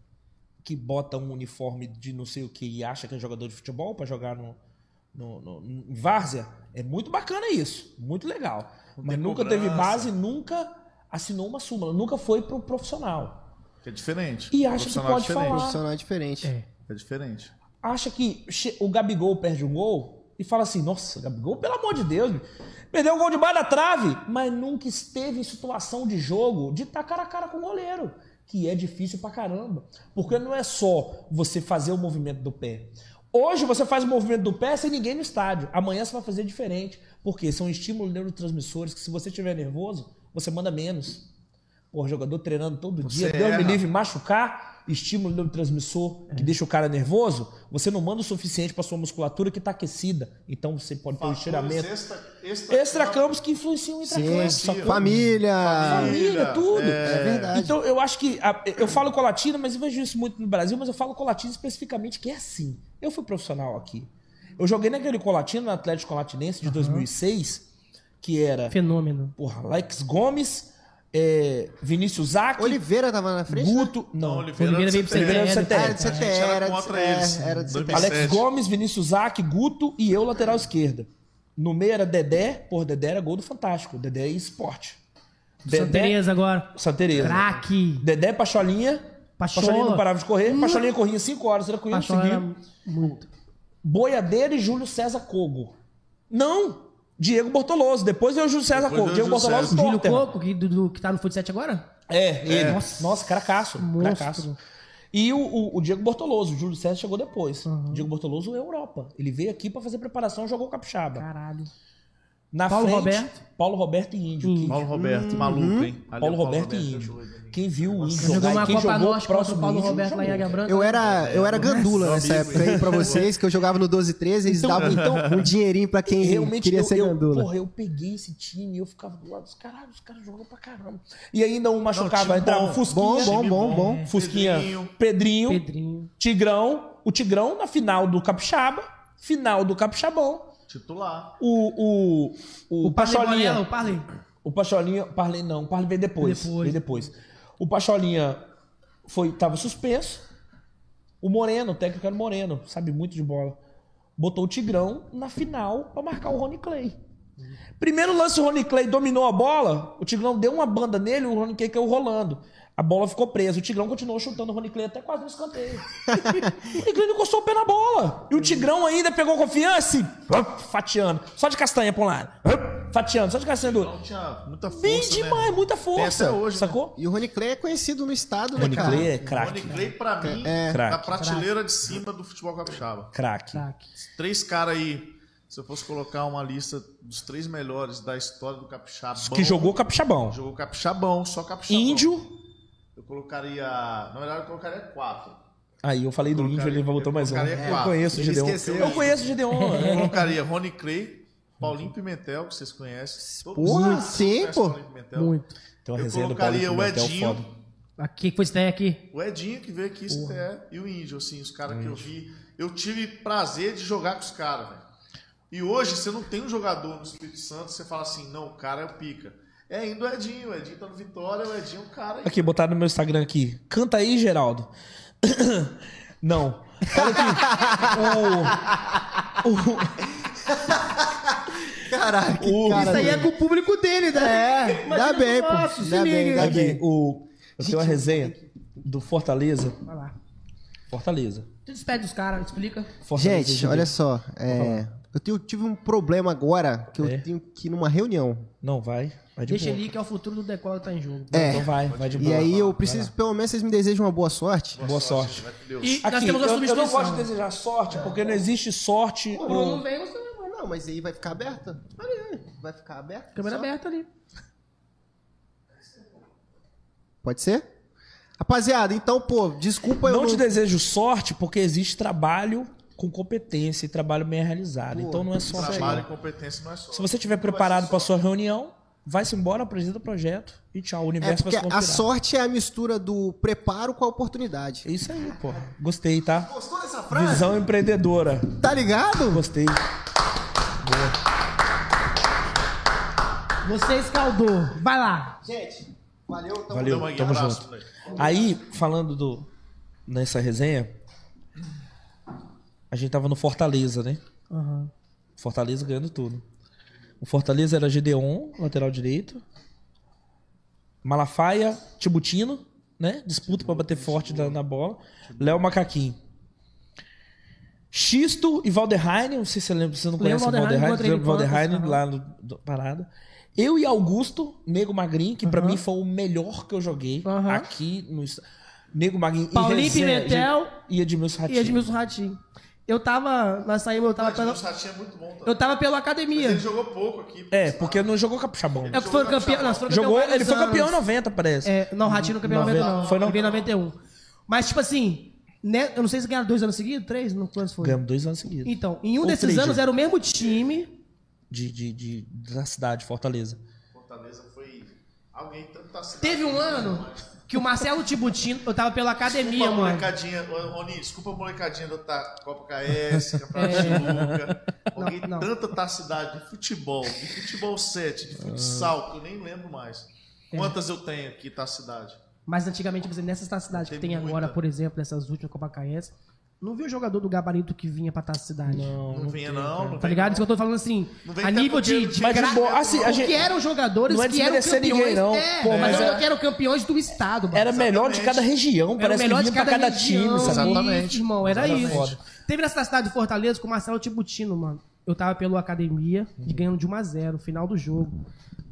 que bota um uniforme de não sei o que e acha que é jogador de futebol pra jogar no, no, no- em Várzea. É muito bacana isso. Muito legal. Mas tem nunca cobrança. teve base, nunca assinou uma súmula, nunca foi pro profissional. É diferente. E acha que Profissional pode é diferente. falar. Profissional é diferente. É. É diferente. Acha que che- o Gabigol perde um gol e fala assim: nossa, Gabigol, pelo amor de Deus, meu. perdeu um gol debaixo da trave, mas nunca esteve em situação de jogo de estar cara a cara com o goleiro, que é difícil pra caramba. Porque não é só você fazer o movimento do pé. Hoje você faz o movimento do pé sem ninguém no estádio. Amanhã você vai fazer diferente. Porque são estímulos neurotransmissores que, se você estiver nervoso, você manda menos. Pô, jogador treinando todo dia, Deus me erra. livre, machucar, estímulo neurotransmissor É. que deixa o cara nervoso, você não manda o suficiente pra sua musculatura que tá aquecida. Então você pode ter um estiramento. Extracampos que influenciam o Sim, intracampos, sim. sacou? Família. Família, tudo. É verdade. Então eu acho que. a- eu falo com a Latina, mas eu vejo isso muito no Brasil, mas eu falo com a Latina especificamente que é assim. Eu fui profissional aqui. Eu joguei naquele Colatina, no Atlético Colatinense de 2006, que era, É, Fenômeno. porra, Alex Gomes, é, Vinícius Zac, Oliveira tava na frente? né? Guto. Não, Oliveira veio pro CTR. Oliveira veio pro Ah, CTR. era de A CT, gente era, era de- contra é, eles. era de CT. 2007. Alex Gomes, Vinícius Zac, Guto e eu, lateral esquerda. No meio era Dedé, por Dedé era gol do Fantástico. Dedé é esporte. Dedé- Santa Teresa agora. Santa Teresa. Craque. Dedé, Pacholinha. Pachola. Hum. Pacholinha não parava de correr. Pacholinha corria 5 horas, era corrida Pachola era seguida. muito. Boiadeiro e Júlio César Cogo. Não! Diego Bortoloso. Depois veio o Júlio César Depois Cogo. veio Diego o Júlio Bortoloso César. Júlio Tottenham. Coco, que, do, do- que tá no Fute 7 agora? É, ele. Nossa, cracaço. Monstro. Cracaço. E o, o- o Diego Bortoloso, o Júlio César chegou depois. Uhum. Diego Bortoloso é Europa. Ele veio aqui pra fazer preparação e jogou capixaba. Caralho. Na Paulo frente, Roberto. Paulo Roberto e Índio. Quem- Paulo Roberto, maluco, hein? Ali é o uhum. Paulo Roberto e Índio. Quem viu o Índio Jogou jogar uma e quem Copa jogou Norte contra próximo o Paulo Índio, Roberto lá em jogou. Águia Branca. Eu era, eu era gandula nessa época aí pra vocês, que eu jogava no 12 e 13, eles davam um dinheirinho pra quem E realmente queria eu, ser eu, gandula. porra, eu peguei esse time e eu ficava do lado dos caras, os caras jogam pra caramba. E ainda um Não, machucava, time entrava bom, o Fusquinha, É. bom, bom, bom, bom. Fusquinha, Pedrinho. Pedrinho, Pedrinho. Tigrão, o Tigrão na final do Capixaba, final do Capixabão, Titular. o o o, O Parley Bonella, Pacholinha, o Parley. o Pacholinha, Parley não, o Parley veio depois, Depois. veio depois. O Pacholinha foi tava suspenso. O Moreno, o técnico era o Moreno, sabe muito de bola. Botou o Tigrão na final pra marcar o Rony Clay. Primeiro lance, o Rony Clay dominou a bola, o Tigrão deu uma banda nele, o Rony Clay caiu rolando. A bola ficou presa, o Tigrão continuou chutando o Rony Clay até quase no escanteio. o Rony Clay não encostou o pé na bola. E o Tigrão ainda pegou confiança e up, fatiando. Só de castanha pra um lado. up, Fatiando, só de castanha do outro. Tinha muita força, Bem né? demais, muita força. até hoje, né? sacou? E o Rony Clay é conhecido no estado, né, Rony cara? Clay é Rony craque. Clay, pra mim, É. da Craque. prateleira de cima do futebol capixaba. Craque. Craque. Três caras aí, se eu fosse colocar uma lista dos três melhores da história do capixaba. Que jogou capixabão. Jogou capixabão, só capixabão. Índio. Eu colocaria... Na verdade, eu colocaria quatro. Aí eu falei do Colocaria- índio, ele voltou mais um. colocaria Eu quatro. conheço o Ele Gideon. esqueceu. Eu conheço o Gideon. né? Eu mano. colocaria Rony Clay, Paulinho Pimentel, que vocês conhecem. Todos Porra, conhecem sim, o pô. Paulinho Então. Pimentel. Muito. Tem uma Eu resenha do colocaria Paulo o Pimentel, foda. Edinho. Aqui, que foi esse daí aqui? O Edinho que veio aqui, esse é, e o Índio, assim, os caras que eu vi. Eu tive prazer de jogar com os caras, velho. E hoje você não tem um jogador no Espírito Santo, que você fala assim, não, o cara é o pica. É ainda o Edinho, o Edinho tá no Vitória, o Edinho é um cara. aí. Aqui, botaram no meu Instagram aqui. Canta aí, Geraldo. Não. Olha aqui. Caralho, que O- cara Isso aí doido. é com o público dele, né? É, dá Imagina bem, o pô. nosso, se dá bem, liga, dá O, bem. aqui, o, eu tenho uma resenha do Fortaleza. Vai lá. Fortaleza. Tu despede dos caras, explica. Fortaleza Gente, Gideon. olha só. é, eu tenho- tive um problema agora que eu É. tenho que ir numa reunião. Não, vai. Vai de Deixa boa. ele ir, que é o futuro do decola tá em jogo. É. Então vai, vai de boa. E aí eu Vai preciso, lá. pelo menos vocês me desejam uma boa sorte. Boa sorte. Vai com Deus. E nós Aqui, temos a eu, eu não substituição. gosto de desejar sorte, porque não existe sorte. O ou- Bruno veio, você vai. Não, mas aí vai ficar aberta? Olha aí, Vai ficar aberta? Câmera Só- aberta ali. Pode ser? Rapaziada, então, pô, desculpa eu é Não te desejo sorte, porque existe trabalho com competência e trabalho bem realizado. Pô, então não é sorte. Trabalho e não. competência não é só. Se você estiver preparado para sua reunião, vai-se embora, apresenta o projeto e tchau. O É universo vai porque se a conspirar. sorte é a mistura do preparo com a oportunidade. É isso aí, pô. Gostei, tá? Gostou dessa Visão empreendedora. Tá ligado? Gostei. Você escaldou. Vai lá. Gente, valeu. Tamo Valeu, Manguinho, tamo abraço, junto. moleque. Aí, falando do nessa resenha, a gente tava no Fortaleza, né? Aham. Fortaleza ganhando tudo. O Fortaleza era Gedeon, lateral direito. Malafaia, Tibutino, né? Disputa pra bater forte da- na bola. Léo Macaquinho. Xisto e Valderraine, não sei se você lembra, se você não Lembro conhece o Valderraine, Valderraine, encontrei lembra o ele Valderraine quando- lá no, do- parada. Eu e Augusto, Nego Magrin, que pra mim foi o melhor que eu joguei Aham. aqui no est- Nego Magrin e Paulinho resenha, Pimentel e Edmilson Ratinho. E Edmilson Ratinho. Eu tava. Nós saímos, eu tava O pela. Satinho é muito bom também. Eu tava pela academia. Ele jogou pouco aqui. É, porque não jogou capixabão. É que foi campeão. Nós foram Jogou, campeão ele foi vários campeão em anos. 90, parece. É, não, o Ratinho não campeão 90, não. Foi não? Campeão em 91. Mas, tipo assim, né, eu não sei se ganharam dois anos seguidos, três, não quantos foi. Ganhamos dois anos seguidos. Então, em um Ou desses três, anos né? era o mesmo time. De, de, de, da cidade, Fortaleza. Fortaleza foi alguém tanto tá certo. Teve um ano que o Marcelo Tibutino, eu tava pela academia, Desculpa a mano. molecadinha, ô, Rony, desculpa a molecadinha do tá, Copa KS, Campeonato de é Luca. Alguém É. Não, não. tanta tacidade de futebol, de futebol 7, de Ah. futsal, que eu nem lembro mais. É. Quantas eu tenho aqui, tá tacidade? Mas antigamente, por exemplo, nessas cidades que Teve tem agora, muita. por exemplo, nessas últimas Copa KS, Não viu o jogador do gabarito que vinha pra Taça Cidade? Não venha, não. não Tá venha, ligado? não. Isso que eu tô falando assim. Não vem a até nível porque de. não de tinha Mas de cra- boa. Assim, a O que gente. eram jogadores não é que eram desmerecer campeões. ninguém, não. É, Pô, mas mas eu é- que eram campeões do estado, mano. Era melhor de cada região, Era parece o melhor que de vinha pra cada, cada região, time, isso, sabe? Exatamente. irmão, era Exatamente. isso. Teve nessa cidade de Fortaleza com o Marcelo Tibutino, mano. Eu tava pelo academia Uhum. e ganhando de 1 a 0 final do jogo.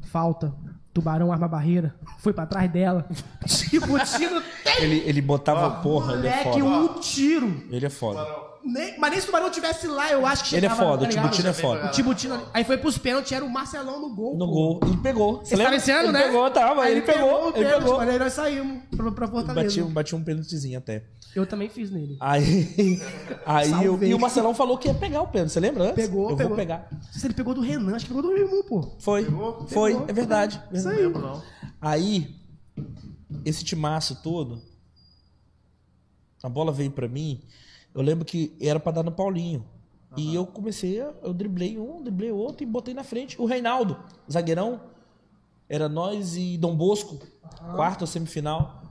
Falta. Tubarão arma a barreira. Foi pra trás dela. Tibutino tem Ele, ele botava porra, ele é moleque foda. um tiro. Ele é foda. Nem- mas nem se o Tubarão tivesse lá, eu acho que Ele é chegava, foda, tá o ligado? Tibutino é foda. O Tibutino ali. Aí foi pros pênaltis, era o Marcelão no gol. No pô. gol, ele pegou. Você Você tava lembra? esse ano, ele né? Pegou, tava, Aí ele pegou, o ele pênalti, pegou. mas Aí nós saímos pra, pra Fortaleza. Bati, um- bati um pênaltizinho até. Eu também fiz nele. Aí, aí o, Salvei. e o Marcelão falou que ia pegar o pênalti, você lembra? antes? Pegou, Eu pegou. vou pegar. Não sei Se ele pegou do Renan, acho que pegou do meu irmão, pô. Foi, foi, é verdade. Isso aí. Não lembro, não. Aí, esse timaço todo, a bola veio pra mim. Eu lembro que era pra dar no Paulinho. E eu comecei, a- eu driblei um, driblei outro e botei na frente. O Reinaldo, zagueirão, era nós e Dom Bosco, quarta semifinal.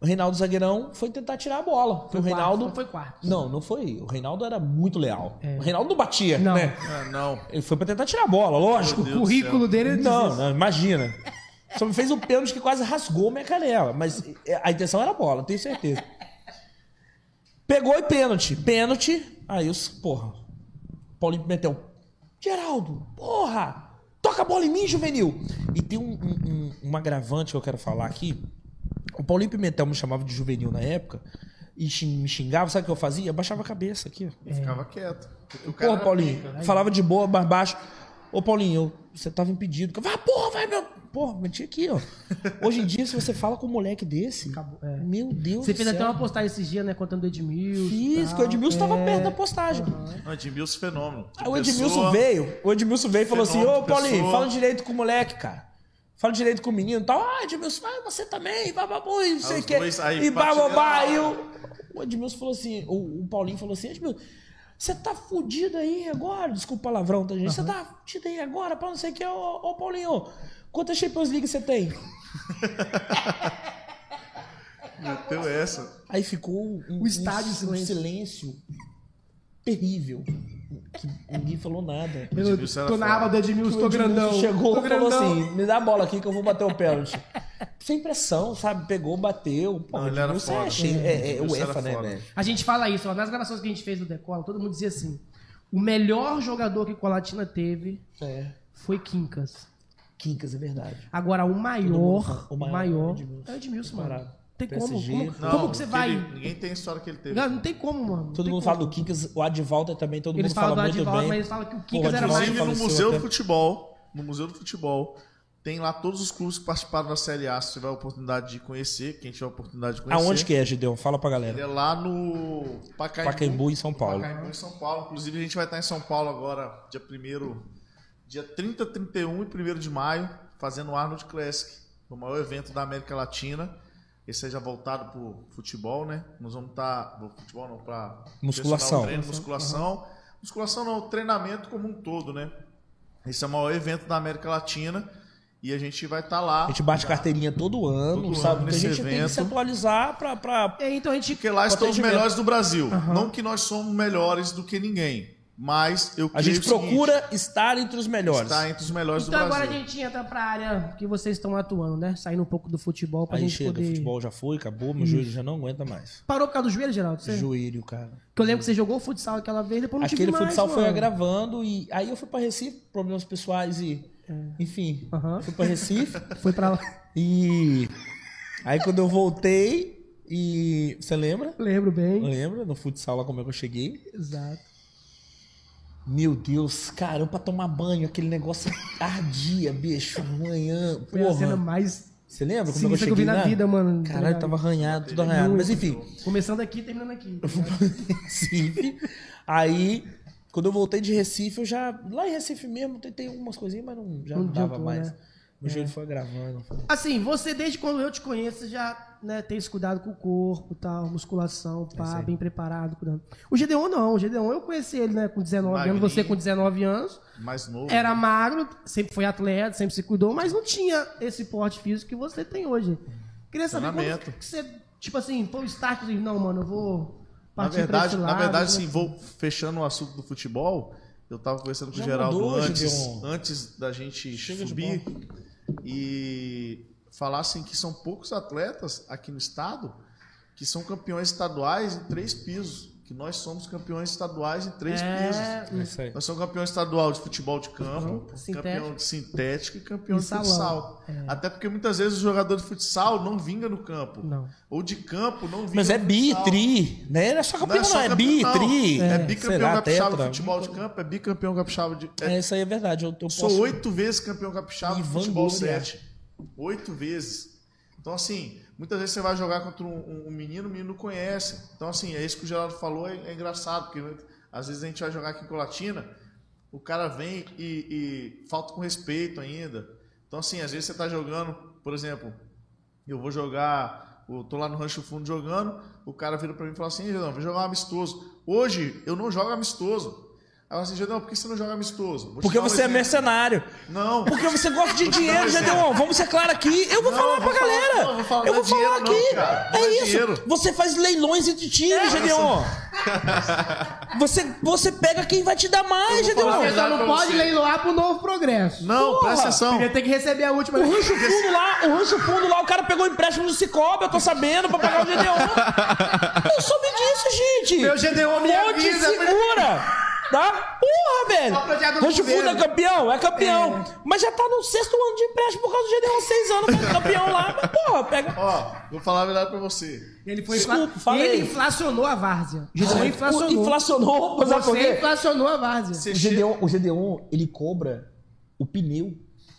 O Reinaldo, zagueirão, foi tentar tirar a bola. o Reinaldo. Quarto, né? foi quarto. Não, não foi. O Reinaldo era muito leal. É. O Reinaldo não batia, Não. né? Ah, não. Ele foi pra tentar tirar a bola, lógico. O currículo dele é Não, não, imagina. Só me fez um pênalti que quase rasgou minha canela. Mas é, a intenção era a bola, tenho certeza. Pegou e pênalti. Pênalti. Aí os. Porra. Paulinho meteu. Geraldo, porra! Toca a bola em mim, juvenil! E tem um, um, um- um agravante que eu quero falar aqui. O Paulinho Pimentel me chamava de juvenil na época e xing- me xingava, sabe o que eu fazia? Eu baixava a cabeça aqui. ó. Ficava quieto. Porque o cara Porra, era Paulinho. pica. falava de boa, mais baixo. Ô, Paulinho, eu- você tava impedido. Vai, porra, vai, meu. Porra, meti aqui, ó. Hoje em dia, se você fala com um moleque desse. é. Meu Deus Você do fez céu. até uma postagem esses dias, né? Contando do Edmilson. tá- Fiz, que o Edmilson tava perto da postagem. Não, Edmilson é fenômeno. Ah, Aí o Edmilson veio, o Edmilson veio e falou assim: Fenômeno Ô, de Paulinho, pessoa. fala direito com o moleque, cara. Fala direito com o menino e tal. Ah, Edmilson, ah, você também, bababu, e não sei Aí o os quê. dois, aí, E bababá. batida. Aí o, o Edmilson falou assim: o, o Paulinho falou assim: Edmilson, você tá fudido aí agora? Desculpa o palavrão, tá, gente? Você tá fudido aí agora pra não sei o que, ô, ô Paulinho, quantas Champions League você tem? Meteu essa. Aí ficou um, O estádio em um silêncio. silêncio terrível. Que ninguém falou nada. Eu Edmilson era tô na foda. aba do Edmilson, O tô Edmilson grandão. Chegou tô e falou grandão. assim: me dá a bola aqui que eu vou bater o pênalti. Sem pressão, sabe? Pegou, bateu. Pô, Não, ele era Edmilson foda. É, cheio, é, é Edmilson era UEFA, né, foda. velho? A gente fala isso, ó. Nas gravações que a gente fez do Decola, todo mundo dizia assim: o melhor jogador que Colatina teve É. foi Quincas. Quincas, é verdade. Agora, o mundo fala, maior, o o maior maior, é o é Edmilson. o Edmilson, mano. Parado. Tem como? PSG, Como, Não, como que você que vai? ele- Ninguém tem a história que ele teve. Não, não tem como, mano. Todo mundo fala do Quincas, o Adivaldo também, todo Eles mundo fala falam do muito Adivaldo, bem. é mas eles falam que o Porra, Kikas era Adivaldo mais. Inclusive no faleceu Museu até. do Futebol, no Museu do Futebol, tem lá todos os clubes que participaram da Série A, se tiver a oportunidade de conhecer, quem tiver a oportunidade de conhecer. Aonde que é, Gideon? Fala pra Ele galera. é lá no Pacaembu, Pacaembu, em São Paulo. Pacaembu em São Paulo. Inclusive a gente vai estar em São Paulo agora, dia 1 dia 30, 31 e 1 de maio, fazendo o Arnold Classic, o maior evento da América Latina. Esse aí já voltado pro futebol, né? Nós vamos estar pro futebol não para Musculação. treino, musculação. Musculação não, treinamento como um todo, né? Esse é o maior evento da América Latina e a gente vai estar lá. A gente bate carteirinha todo ano, Todo sabe? Então ano a nesse gente tem que se evento. atualizar pra. pra... É, então a gente. Porque lá estão os Atendimento. melhores do Brasil. Não que nós somos melhores do que ninguém, mas eu A creio gente o seguinte, procura estar entre os melhores. estar entre os melhores Então do agora a Brasil. gente entra pra área que vocês estão atuando, né? Saindo um pouco do futebol pra Aí gente chega, o poder. futebol já foi, acabou, meu joelho já não aguenta mais. Parou por causa do joelho, Geraldo? Você... Joelho, cara. Que eu lembro que você jogou futsal aquela vez, depois não te Aquele vi mais, futsal foi mano. agravando e aí eu fui pra Recife, problemas pessoais e enfim, Aham. fui pra Recife Foi pra lá. e aí quando eu voltei e você lembra? Lembro bem. Lembra no futsal lá como é que eu cheguei? Exato. Meu Deus, cara, eu pra tomar banho, aquele negócio ardia, bicho, amanhã, Foi a cena porra. mais. Você lembra como é que eu sinistra que cheguei eu vi na lá? vida, mano, tá Caralho, ligado? tava arranhado, tudo arranhado, mas enfim. Começando aqui e terminando aqui. Recife. Aí, quando eu voltei de Recife, eu já. Lá em Recife mesmo, tentei algumas coisinhas, mas não, já não, Não dava adiantou, mais. né? Meu joelho foi gravando. Assim, você desde quando eu te conheço já né, tem esse cuidado com o corpo, tal, musculação, pá, bem preparado, cuidando. O Gedeon não, o Gedeon eu conheci ele, né, com 19 Magrinho. anos, você com 19 anos, Mais novo. era magro, sempre foi atleta, sempre se cuidou, mas não tinha esse porte físico que você tem hoje. Queria saber Treinamento. quando que você, tipo assim, foi o start de, não, mano, eu vou Na partir pra verdade, esse na lado, verdade, né? sim, vou fechando o assunto do futebol. Eu tava conversando com Já o Geraldo mudou, antes, Gideon. antes da gente Chega de subir e falassem que são poucos atletas aqui no estado que são campeões estaduais em três pisos. Que nós somos campeões estaduais em três pisos. É isso aí. Nós somos campeão estadual de futebol de campo, Uhum. Sintético. campeão de sintético e campeão E de salão. É. futsal. Até porque muitas vezes o jogador de futsal não vinga no campo. Não. Ou de campo não vinga Mas é no bi, futsal. tri, né? Não é só campeão, não. só é campeão, bi, não. tri. É sei bicampeão lá, capixaba de tetra. futebol de campo, é bicampeão capixaba de. é- É, isso aí é verdade. Eu, eu sou posso- né? oito vezes campeão capixaba Me de futebol vangloriar. 7. Oito vezes. Então, assim, muitas vezes você vai jogar contra um, um- um menino, o menino não conhece. Então, assim, é isso que o Geraldo falou, é, é engraçado, porque né, às vezes a gente vai jogar aqui em Colatina, o cara vem e, e falta com respeito ainda. Então, assim, às vezes você tá jogando, por exemplo, eu vou jogar, eu tô lá no Rancho Fundo jogando, o cara vira pra mim e fala assim, não, vou jogar um amistoso. Hoje, eu não jogo amistoso. Aí eu falo assim, Gedão, por que você não joga amistoso? Vou te Porque dar um você é exemplo. mercenário. Não. Porque você gosta de Vou te dar um dinheiro, exemplo. Gedeon. Vamos ser claros aqui. Eu vou Não, falar eu pra vou falar- galera. não, eu vou falar- eu vou não é dinheiro falar não, aqui. cara. é, Não é isso. dinheiro. É, Você faz leilões entre times, Gedeon. Você, você pega quem vai te dar mais, Eu vou falar- Gedeon. Você só não pra pode você. leiloar pro novo progresso. Não, Porra! presta atenção. Ele tem que receber a última. O rancho fundo lá, o rancho fundo lá, o cara pegou empréstimo no Cicobi, eu tô sabendo, pra pagar o Gedeon. Eu soube disso, gente. Meu Gedeon me Fonte avisa. segura! Tá? Porra, Só projeto velho! do Rancho Fundo é governo. campeão? É campeão. Mas já tá no sexto ano de empréstimo por causa do GDO, seis anos, foi campeão lá. Mas, porra, pega. Ó, vou falar a verdade pra você. Ele foi Desculpa, infla- fala Ele aí. inflacionou a várzea. Gedeon Inflacionou. inflacionou. Inflacionou, mas sabe por Você quê? inflacionou a várzea. Você O chega- Gedeon, o Gedeon, ele cobra o pneu.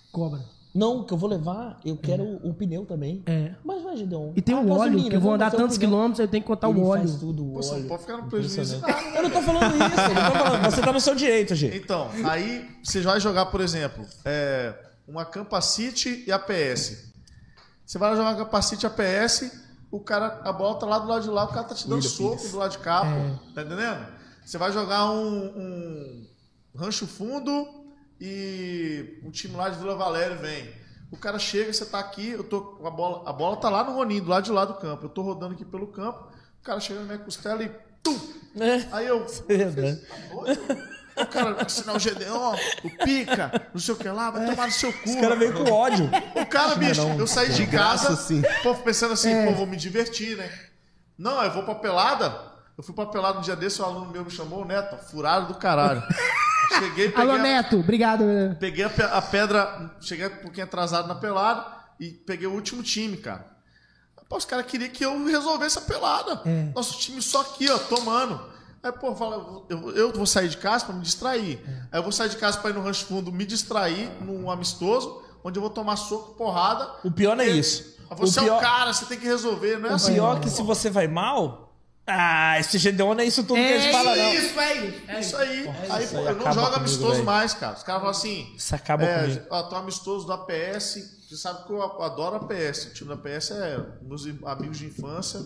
Cobra. Não, que eu vou levar, eu quero o, o pneu também. É. Mas vai, Gedeon. E tem Ah, um óleo, gasolina, que eu vou andar botar o tantos pneu. quilômetros, eu tenho que contar Ele o óleo. faz tudo, Tá o Pô, você não óleo. pode ficar no prejuízo. Impressionante. Eu não tô falando isso, eu não tô falando. Você tá no seu direito, gente. Então, aí você vai jogar, por exemplo, é, uma Campacity e a PS. Você vai jogar uma Campacity e a PS, o cara, a bola tá lá do lado de lá, o cara tá te dando soco do lado de cá, pô. Tá entendendo? Você vai jogar um, um Rancho Fundo e um time lá de Vila Valério vem. O cara chega, você tá aqui, eu tô com a bola, a bola tá lá no Roninho, do lado de lá do campo. Eu tô rodando aqui pelo campo, o cara chega na minha costela e tum! É. Aí eu, Verdade. tá o cara vai assinar o GDO, o pica, não sei o que lá, vai tomar no seu cu. O cara veio com ódio. O cara, bicho, eu saí de, graça, casa, sim. o povo pensando assim, pô, vou me divertir, né? Não, eu vou pra pelada. Eu fui pra pelada um dia desse, um aluno meu me chamou, o Neto, furado do caralho. Cheguei, peguei, Alô, a- Neto, obrigado. né? peguei a, pe- a pedra, cheguei um pouquinho atrasado na pelada e peguei o último time, cara. Pô, os caras queriam que eu resolvesse a pelada. É. Nosso time só aqui, ó, tomando. Aí, pô, fala, eu, eu vou sair de casa pra me distrair. É. Aí eu vou sair de casa pra ir no rancho fundo me distrair num amistoso, onde eu vou tomar soco, porrada. O pior não é isso. Ah, Você o é pior, o cara, você tem que resolver, não é o assim. pior é que se você vai mal. Ah, esse Gedeon não é isso tudo que eles falam, não. isso, é isso. É Isso aí. aí, isso pô, aí eu não acaba jogo comigo, amistoso velho. mais, cara. Os caras falam assim. Isso acaba comigo. Ó, tô ah, tá um amistoso do APS. Você sabe que eu adoro APS. O time do APS é meus amigos de infância.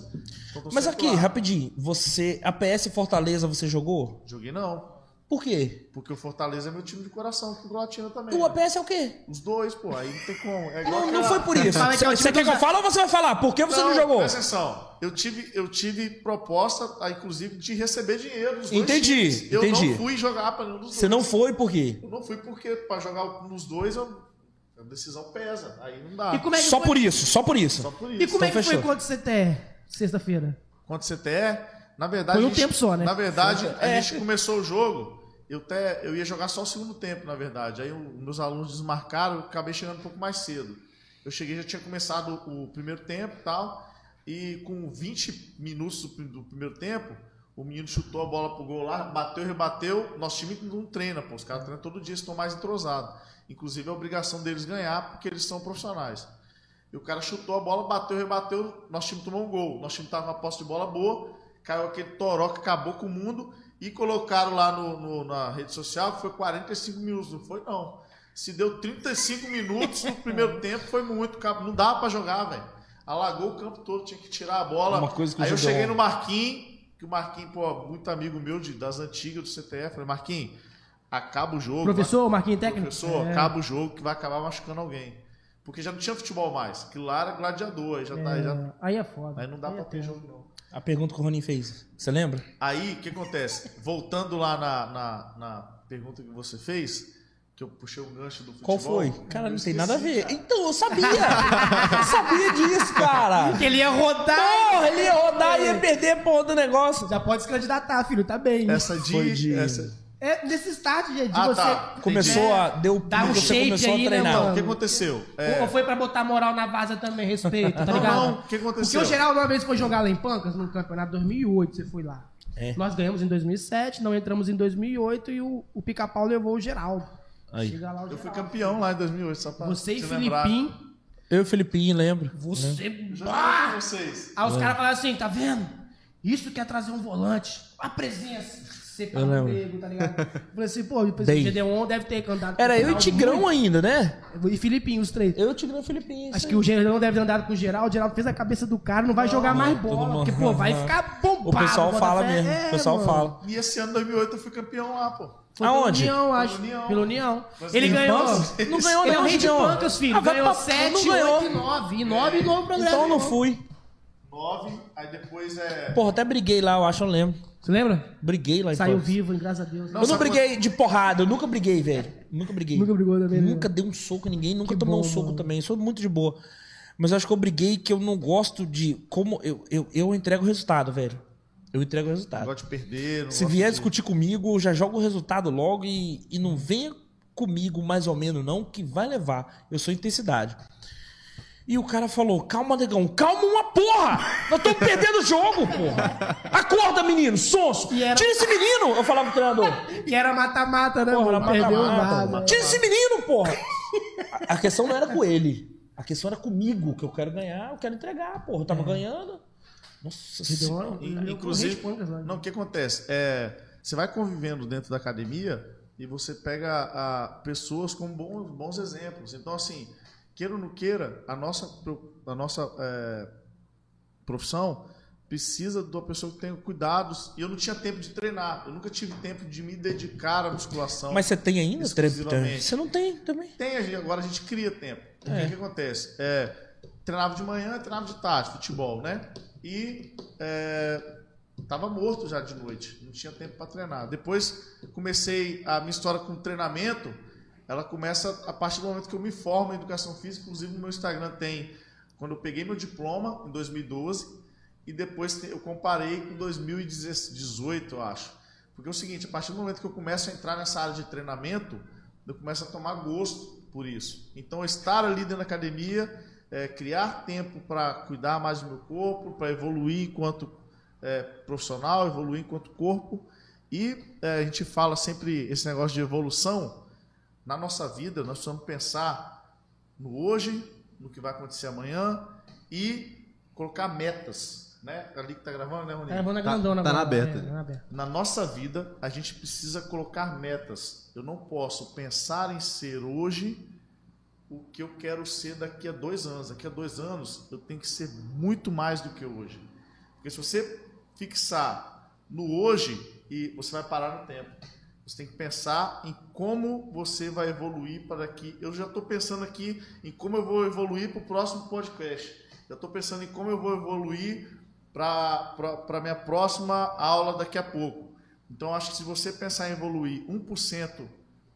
então tô Mas sempre aqui, lá. rapidinho, você. A PS Fortaleza você jogou? Joguei não. Por quê? Porque o Fortaleza é meu time de coração, que o Latina também. O né? APS é o quê? Os dois, pô. Aí não tem como. É igual Não, não aquela- foi por isso. Fala que é o Você time quer dos- que eu fale ou você vai falar? Por que você não, jogou? Presta atenção. Eu tive, eu tive proposta, ah, inclusive, de receber dinheiro dos dois Entendi, times. Eu entendi. não fui jogar pra nenhum dos Você dois. não foi por quê? Eu não fui porque pra jogar nos dois eu- a decisão pesa. Aí não dá. E como é que Só foi- por isso, só por isso. Só por Ah, isso. E como é que Então foi fechou. contra o CTR? Sexta-feira. Quanto você tem? Na verdade. Foi um a gente- tempo só, né? Na verdade, a É. gente começou o jogo. Eu, até, eu ia jogar só o segundo tempo, na verdade. Aí o- meus alunos desmarcaram, eu acabei chegando um pouco mais cedo. Eu cheguei, já tinha começado o primeiro tempo e tal. E com 20 minutos do, prim- do primeiro tempo, o menino chutou a bola pro gol lá, bateu, rebateu. Nosso time não treina, pô. Os caras treinam todo dia, estão mais entrosados. Inclusive, é obrigação deles ganhar, porque eles são profissionais. E o cara chutou a bola, bateu, rebateu. Nosso time tomou um gol. Nosso time tava com uma posse de bola boa. Caiu aquele toró que acabou com o mundo. E colocaram lá no, no- na rede social que foi 45 minutos. Não foi, não. Se deu 35 minutos no primeiro tempo, foi muito. cara. Não dava pra jogar, velho. Alagou o campo todo, tinha que tirar a bola. Uma coisa que Aí eu ajudou. cheguei no Marquinhos, que o Marquinhos, pô, muito amigo meu de, das antigas do CTF. Falei, Marquinhos, acaba o jogo. Professor, Marquinhos Técnico? Professor, É. acaba o jogo que vai acabar machucando alguém. Porque já não tinha futebol mais. Aquilo lá era gladiador, aí já tá. aí já- Aí é foda. Aí não dá Aí é pra ter foda. jogo, não. A pergunta que o Ronin fez. Você lembra? Aí, o que acontece? Voltando lá na, na, na pergunta que você fez, que eu puxei um gancho do futebol. Qual foi? Cara, eu não tem esqueci, nada a ver. cara. Então, eu sabia! Eu sabia disso, cara! Que ele ia rodar. É. Porra, ele ia rodar e ia perder a porra do negócio. Já pode se candidatar, filho, tá bem. Essa de... Foi de- Essa... É, nesse estágio, de, de Ah, você. tá. Entendi. Começou a. Deu Dá um você shape começou aí, a né, treinar. Então, o que aconteceu? É, Ou foi pra botar moral na vaza também, respeito, tá Não, ligado? não, o que aconteceu? Porque o Geraldo uma vez foi jogar lá em Pancas, no campeonato 2008, você foi lá. É. Nós ganhamos em 2007, não entramos em 2008 e o, o Pica-Pau levou o Geraldo. Aí. Chega lá o eu fui Geraldo. campeão lá em 2008, só pra Você e te Tá, lembrar. Né? Filipim, Eu e o Felipinho, lembro. você... Já É. Ah! falei com vocês. Aí os caras falaram assim, tá vendo? Isso quer trazer um volante. A presença. Você tá Eu lembro. grego, tá ligado? Eu Falei assim, pô, depois Dei. o GD1 deve ter cantado. com Era o eu e Geraldo Tigrão ainda, né? muito. E Filipinho, os três. Eu, Tigrão e Felipinho. Acho que o Geraldo deve ter andado com o Geraldo. O Geraldo fez a cabeça do cara, não vai jogar mais todo bola. mundo- Porque, pô, vai ficar bombado. O pessoal Botafé. fala mesmo. É, o pessoal mano. fala. E esse ano, 2008, eu fui campeão lá, pô. Foi Aonde? Pelo União, acho. União. Pelo União. Mas Ele em ganhou. Pancas? Não ganhou, Ele é o não, rei de Tigrão. pancas, filho. Ah, vai ganhou pra- 7, não ganhou. 8 e 9. E 9 e 9 programa. Então eu não fui. 9, aí depois é... Porra, até briguei lá, eu acho, eu lembro. Você lembra? Briguei lá em Saiu Pampers. vivo, hein, graças a Deus. Eu não briguei de porrada, eu nunca briguei, velho. Nunca briguei. Nunca brigou também, né? Nunca dei um soco em ninguém, nunca tomei um bom, soco mano. também. Sou muito de boa. Mas eu acho que eu briguei que eu não gosto de. Como. Eu, eu, eu entrego o resultado, velho. Eu entrego o Não resultado. gosto de perder, não Se gosto vier de... discutir comigo, eu já jogo o resultado logo e, e não venha comigo mais ou menos, não, que vai levar. Eu sou intensidade. E o cara falou: calma, negão, calma uma porra! Nós estamos perdendo o jogo, porra! Acorda, menino, sonso! E era- Tira esse menino! Eu falava pro treinador: E era mata-mata, né, Porra, mano? mata-mata, Perdeu mano. nada. tira esse menino, porra! A, a questão não era com ele. A questão era comigo, que eu quero ganhar, eu quero entregar, porra. Eu tava ganhando. Nossa Deu senhora. uma- In- eu Inclusive, corri as pontas lá. não, o que acontece? É, você vai convivendo dentro da academia e você pega a, pessoas com bons, bons exemplos. Então, assim, queira ou não queira, a nossa, pro- a nossa é, profissão precisa de uma pessoa que tenha cuidados. E eu não tinha tempo de treinar, eu nunca tive tempo de me dedicar à musculação. Mas você tem ainda, Exclusivamente. Trepitã? Você não tem também. Tem, a gente- agora a gente cria tempo. O que, que acontece? É, treinava de manhã, treinava de tarde, futebol, né? E é, tava morto já de noite, não tinha tempo para treinar. Depois comecei a minha história com treinamento, ela começa a partir do momento que eu me formo em educação física, inclusive no meu Instagram tem quando eu peguei meu diploma em 2012 e depois te- eu comparei com 2018, eu acho. Porque é o seguinte, a partir do momento que eu começo a entrar nessa área de treinamento, eu começo a tomar gosto por isso. Então, estar ali dentro da academia, é, criar tempo para cuidar mais do meu corpo, para evoluir enquanto é, profissional, evoluir enquanto corpo. E é, a gente fala sempre esse negócio de evolução. Na nossa vida, nós precisamos pensar no hoje, no que vai acontecer amanhã e colocar metas. Né? Ali que está gravando, né, Roninho? Tá levando a Tá- grandona tá na agora. aberta. É, tá na aberta. Na nossa vida, a gente precisa colocar metas. Eu não posso pensar em ser hoje o que eu quero ser daqui a dois anos. Daqui a dois anos, eu tenho que ser muito mais do que hoje. Porque se você fixar no hoje, e você vai parar no tempo. Você tem que pensar em como você vai evoluir para aqui. Eu já estou pensando aqui em como eu vou evoluir para o próximo podcast. Já estou pensando em como eu vou evoluir para a minha próxima aula daqui a pouco. Então, acho que se você pensar em evoluir 1%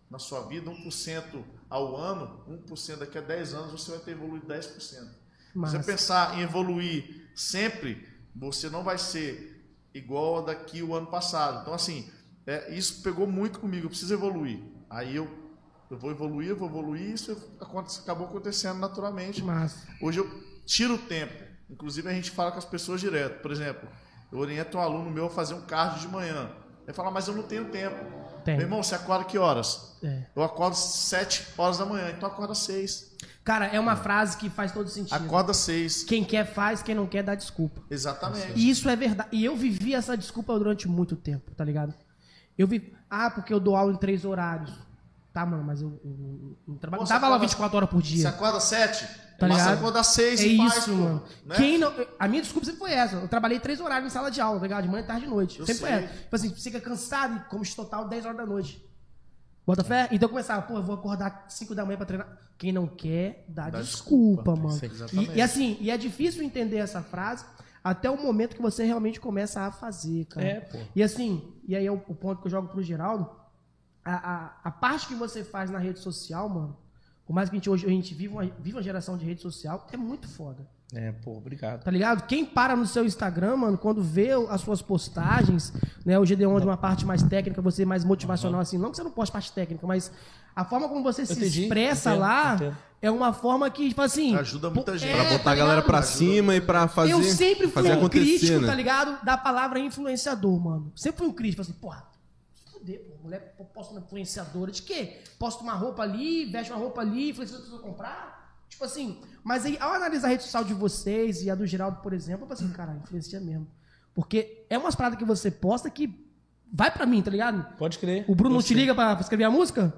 na sua vida, 1% ao ano, 1% daqui a 10 anos, você vai ter evoluído 10%. Se Massa. você pensar em evoluir sempre, você não vai ser igual a daqui o ano passado. Então, assim, é, isso pegou muito comigo. Eu preciso evoluir. Aí eu, eu vou evoluir, eu vou evoluir. Isso aconte- acabou acontecendo naturalmente. Massa. Hoje eu tiro o tempo. Inclusive, a gente fala com as pessoas direto. Por exemplo, eu oriento um aluno meu a fazer um cardio de manhã. Ele fala, mas eu não tenho tempo. Tem. Meu irmão, você acorda que horas? É. Eu acordo 7 horas da manhã, então acorda 6. Cara, é uma frase que faz todo sentido. Acorda 6. Quem quer faz, quem não quer dá desculpa. Exatamente. E isso é verdade. E eu vivi essa desculpa durante muito tempo, tá ligado? Eu vi. Ah, porque eu dou aula em três horários. Tá, mano, mas eu, eu, eu, eu trabalho. Nossa, Tava lá acorda- 24 horas por dia. Você acorda 7, Tá mas você ligado? acorda 6 É e faz, isso, pô, mano. né? Quem não, a minha desculpa sempre foi essa. Eu trabalhei três horários em sala de aula, tá ligado? De manhã, tarde e noite. Eu sempre foi sei. essa. Tipo assim, fica cansado e como total 10 horas da noite. Bota fé? Então eu começava, pô, eu vou acordar 5 da manhã pra treinar. Quem não quer, dá, Dá desculpa, desculpa. mano. Isso, E, exatamente. e assim, e é difícil entender essa frase. Até o momento que você realmente começa a fazer, cara. É, pô. E assim, e aí é o, o ponto que eu jogo pro Geraldo. A, a, a parte que você faz na rede social, mano, por mais que a gente hoje a gente vive uma, vive uma geração de rede social, é muito foda. É, pô, obrigado. Tá ligado? Quem para no seu Instagram, mano, quando vê as suas postagens, né? O Gedeon de uma parte mais técnica, você mais motivacional, assim. Não que você não poste parte técnica, mas a forma como você se entendi, expressa entendo, lá entendo. é uma forma que, tipo assim. Ajuda muita pô, gente. Pra é, botar tá a galera ligado? pra cima e pra fazer, eu sempre fui fazer um acontecer, crítico, né? tá ligado? Da palavra influenciador, mano. Sempre fui um crítico, assim, porra, foder, pô, mulher posta uma influenciadora de quê? Posta uma roupa ali, veste uma roupa ali, influenciador precisa comprar? Tipo assim, mas aí ao analisar a rede social de vocês e a do Geraldo, por exemplo, eu falei assim, cara, influencia mesmo. Porque é umas paradas que você posta que vai pra mim, tá ligado? Pode crer. O Bruno Eu não te sei. liga pra escrever a música?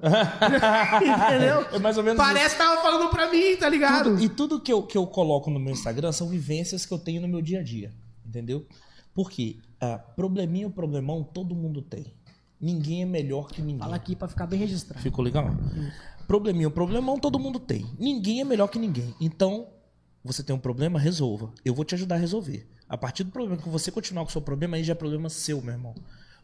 Entendeu? É mais ou menos isso. Parece que tava falando pra mim, tá ligado? Tudo- e tudo que eu, que eu coloco no meu Instagram são vivências que eu tenho no meu dia a dia, entendeu? Porque ah, probleminha ou problemão todo mundo tem. Ninguém é melhor que ninguém. Fala aqui pra ficar bem registrado. Ficou legal? Probleminha ou problemão todo mundo tem. Ninguém é melhor que ninguém. Então, você tem um problema, resolva. Eu vou te ajudar a resolver. A partir do problema que você continuar com o seu problema, aí já é problema seu, meu irmão.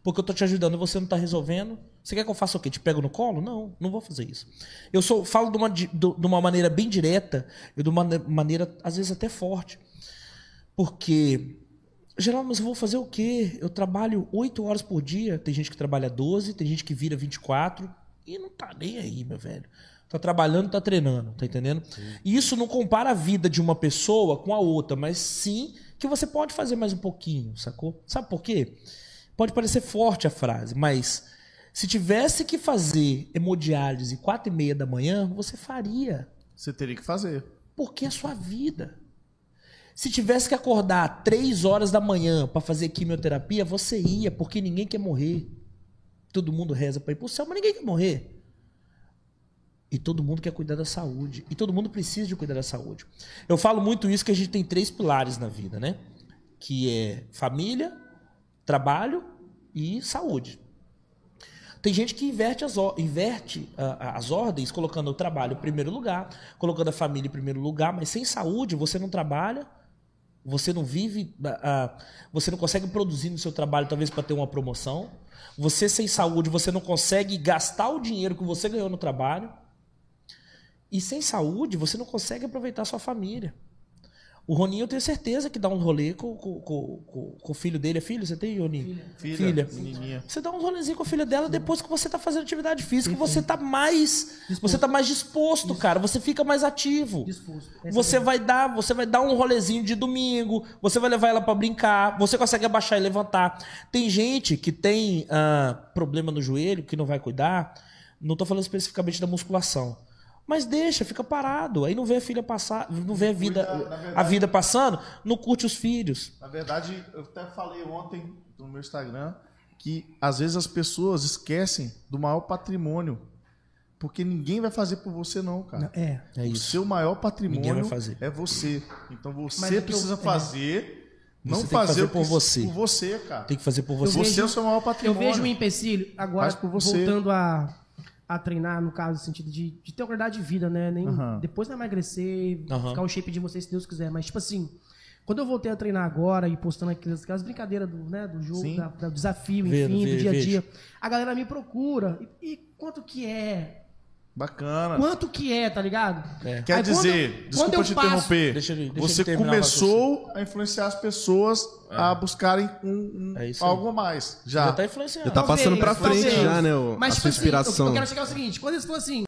Porque eu tô te ajudando e você não tá resolvendo. Você quer que eu faça o quê? Te pego no colo? Não, não vou fazer isso. Eu sou, falo de uma, di- do- de uma maneira bem direta e de uma mane- maneira, às vezes, até forte. Porque, geral, mas eu vou fazer o quê? Eu trabalho 8 horas por dia. Tem gente que trabalha 12, tem gente que vira 24. E não tá nem aí, meu velho. Tá trabalhando, tá treinando, tá entendendo? E isso não compara a vida de uma pessoa com a outra, mas sim que você pode fazer mais um pouquinho, sacou? Sabe por quê? Pode parecer forte a frase, mas se tivesse que fazer hemodiálise 4 e meia da manhã, você faria Você teria que fazer. porque é sua vida. Se tivesse que acordar três horas da manhã pra fazer quimioterapia, você ia, porque ninguém quer morrer. Todo mundo reza pra ir pro céu, mas ninguém quer morrer. E todo mundo quer cuidar da saúde. E todo mundo precisa de cuidar da saúde. Eu falo muito isso que a gente tem três pilares na vida, né? Que é família, trabalho e saúde. Tem gente que inverte as, or- inverte, ah, ah, as ordens, colocando o trabalho em primeiro lugar, colocando a família em primeiro lugar, mas sem saúde você não trabalha, você não vive, ah, ah, você não consegue produzir no seu trabalho, talvez para ter uma promoção. Você sem saúde, você não consegue gastar o dinheiro que você ganhou no trabalho. E sem saúde, você não consegue aproveitar a sua família. O Roninho, eu tenho certeza que dá um rolê com, com- com- com- com o filho dele. É filho? Você tem, Roninho? Filha, Filha. menininha. Você dá um rolezinho com a filha dela depois que você tá fazendo atividade física, Uhum. você tá mais, você tá mais disposto, cara, você fica mais ativo. Disposto. Essa Você vai dar, você vai dar um rolezinho de domingo, você vai levar ela pra brincar, você consegue abaixar e levantar. Tem gente que tem ah, problema no joelho, que não vai cuidar. Não tô falando especificamente da musculação. Mas deixa, fica parado. Aí não vê a filha passar, não vê a vida, Cuida, na a verdade- vida passando, não curte os filhos. Na verdade, eu até falei ontem no meu Instagram que às vezes as pessoas esquecem do maior patrimônio. Porque ninguém vai fazer por você, não, cara. É. É o isso. seu maior patrimônio Ninguém vai fazer. é você. Então Mas é que você eu- precisa é. fazer, não tem que fazer, fazer o que- por você. Por você, cara. Tem que fazer por Você você. é o seu maior Eu patrimônio. vejo um empecilho, agora Faz por você. voltando a, a treinar, no caso, no sentido de, de ter uma qualidade de vida, né? Nem, Aham. Depois não é emagrecer, Aham. ficar o shape de vocês, se Deus quiser. Mas, tipo assim, quando eu voltei a treinar agora e postando aquelas, aquelas brincadeiras do, né, do jogo, Sim. da, da- do desafio, Vejo, enfim, do vejo, dia a vejo. dia, a galera me procura. E, e quanto que é? Bacana. Quanto que é, tá ligado? É. Quer Aí quando- dizer, quando desculpa eu te passo- interromper, Deixa ele- deixa você ele terminar o Ah. começou a influenciar as pessoas a buscarem um, um- É isso aí. algo a mais. Já. Já tá influenciando. Já tá passando pra Talvez, frente talvez. já, né? o- Mas, a tipo sua assim, inspiração. eu quero chegar ao seguinte: quando eles falam assim,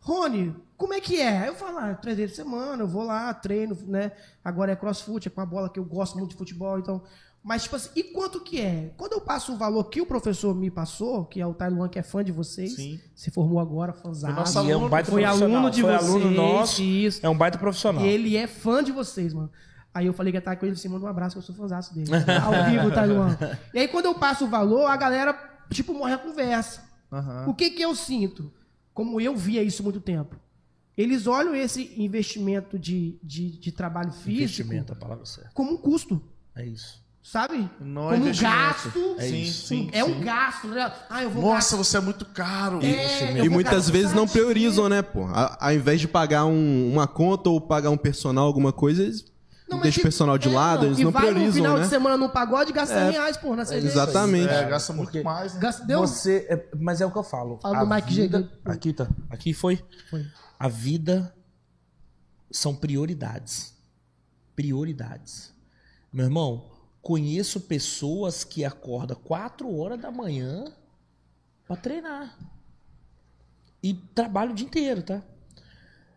Rony, como é que é? Aí Eu falo, ah, três vezes por semana, eu vou lá, treino, né? Agora é crossfit, é com a bola que eu gosto muito de futebol, então. Mas, tipo assim, e quanto que é? Quando eu passo o valor que o professor me passou, que é o Tailuan, que é fã de vocês, Sim. se formou agora, fãzado. Foi nosso E é um baita Foi profissional. aluno de Foi vocês. aluno nosso. Isso. É um baita profissional. E ele é fã de vocês, mano. Aí eu falei que ia estar com ele, você manda um abraço, que eu sou fãzaço dele. Ao vivo, tá, Luan? E aí quando eu passo o valor, a galera, tipo, morre a conversa. Aham. Ah. O que que eu sinto? Como eu via isso há muito tempo. Eles olham esse investimento de, de, de trabalho físico Investimento, a palavra certa. como um custo, É isso. sabe? Não é como um investimento. gasto. É Sim, isso. sim. é um sim. gasto, né? Ah, eu vou Nossa, você é muito caro. gastar. E muitas vezes não priorizam, né, pô? A- Ao invés de pagar um- uma conta ou pagar um personal, alguma coisa, eles Não, mas deixa o que- personal de é, lado, não, eles e não vai no priorizam, final né? É. de semana no pagode e gasta 100 reais, porra, na cerveja. Exatamente. É, gasta muito mais, né? Gasta, deu? Você, é- mas é o que eu falo. Fala do A Mike vida- G. Aqui tá. Aqui foi. A vida são prioridades. Prioridades. Meu irmão, conheço pessoas que acordam 4 horas da manhã pra treinar. E trabalho o dia inteiro, tá?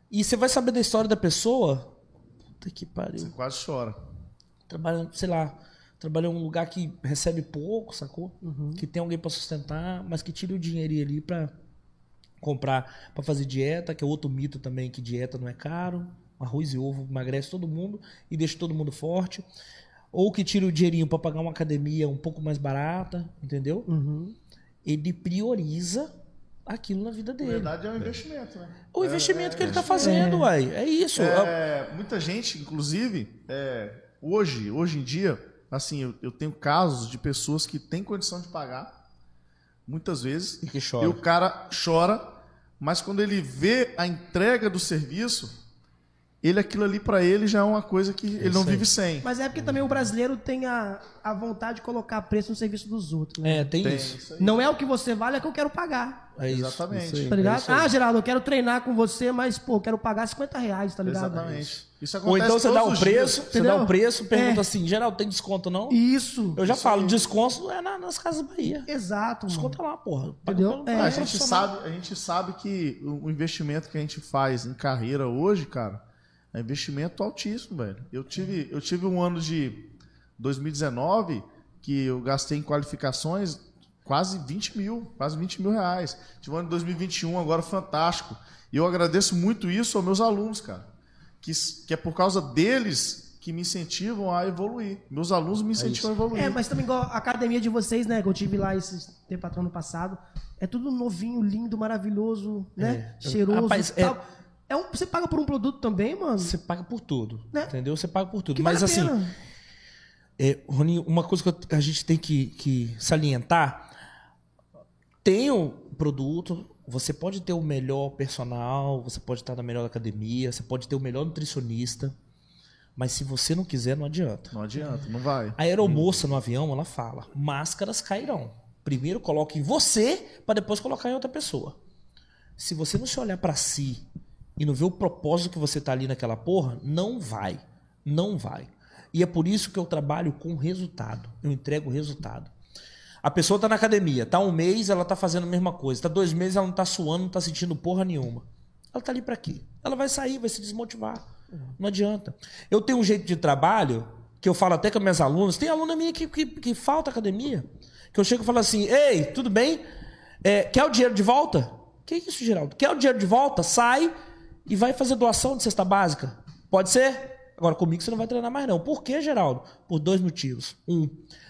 E você vai saber da história da pessoa? Puta que pariu Quase chora. trabalha, sei lá, trabalha em um lugar que recebe pouco, sacou? Que tem alguém pra sustentar, mas que tira o dinheirinho ali pra comprar, pra fazer dieta, que é outro mito também que dieta não é caro. Arroz e ovo emagrece todo mundo e deixa todo mundo forte. Ou que tira o dinheirinho pra pagar uma academia um pouco mais barata, entendeu? Ele prioriza aquilo na vida Na dele. verdade, é um investimento, né? O investimento que ele tá fazendo, uai. É isso. É, muita gente, inclusive, é, hoje, hoje em dia, assim, eu, eu tenho casos de pessoas que têm condição de pagar, muitas vezes, E que e chora. o cara chora, mas quando ele vê a entrega do serviço, ele aquilo ali pra ele já é uma coisa que ele não aí. vive sem. Mas é porque também o brasileiro tem a, a vontade de colocar preço no serviço dos outros. né? É, tem, Tem isso. isso aí. Não é o que você vale, é o que eu quero pagar. É isso. Exatamente. Isso aí. Tá ligado? É isso aí. ah, Geraldo, eu quero treinar com você, mas, pô, eu quero pagar 50 reais, tá ligado? Exatamente. Isso Ou então você dá todos o os preço, dias. você dá Entendeu? o preço, pergunta É. assim, geral, tem desconto não? Isso. Eu já falo, desconto é na- nas casas Bahia. Exato, mano. Desconta lá, porra. Entendeu? Paga É, Ah, pelo- a, gente sabe, a gente sabe que o o investimento que a gente faz em carreira hoje, cara, é investimento altíssimo, velho. Eu tive, eu tive um ano de 2019 que eu gastei em qualificações quase 20 mil, quase 20 mil reais. Tive um ano de 2021 agora fantástico. E eu agradeço muito isso aos meus alunos, cara. Que, s- que é por causa deles que me incentivam a evoluir. Meus alunos me incentivam a evoluir. É, mas também igual a academia de vocês, né? Que eu tive lá esse tempo atrás no passado. É tudo novinho, lindo, maravilhoso, né? Cheiroso. Rapaz, é- tal. É... um, você paga por um produto também, mano? Você paga por tudo, Né? entendeu? Você paga por tudo. Que Mas vale a assim, pena. É, Roninho, uma coisa que eu- a gente tem que, que salientar: tem o produto, você pode ter o melhor personal, você pode estar na melhor academia, você pode ter o melhor nutricionista, mas se você não quiser, não adianta. Não adianta, não vai. A aeromoça no avião, ela fala: máscaras cairão. Primeiro coloque em você, para depois colocar em outra pessoa. Se você não se olhar para si e não ver o propósito que você tá ali naquela porra, não vai. Não vai. E é por isso que eu trabalho com resultado. Eu entrego resultado. A pessoa tá na academia, tá um mês, ela tá fazendo a mesma coisa. Tá dois meses, ela não tá suando, não tá sentindo porra nenhuma. Ela tá ali pra quê? Ela vai sair, vai se desmotivar. Não adianta. Eu tenho um jeito de trabalho que eu falo até com minhas alunas. Tem aluna minha que, que, que falta academia. Que eu chego e falo assim: Ei, tudo bem? É, quer o dinheiro de volta? Que isso, Geraldo? Quer o dinheiro de volta? Sai e vai fazer doação de cesta básica. Pode ser? Agora, comigo você não vai treinar mais, não. Por quê, Geraldo? Por dois motivos. Um,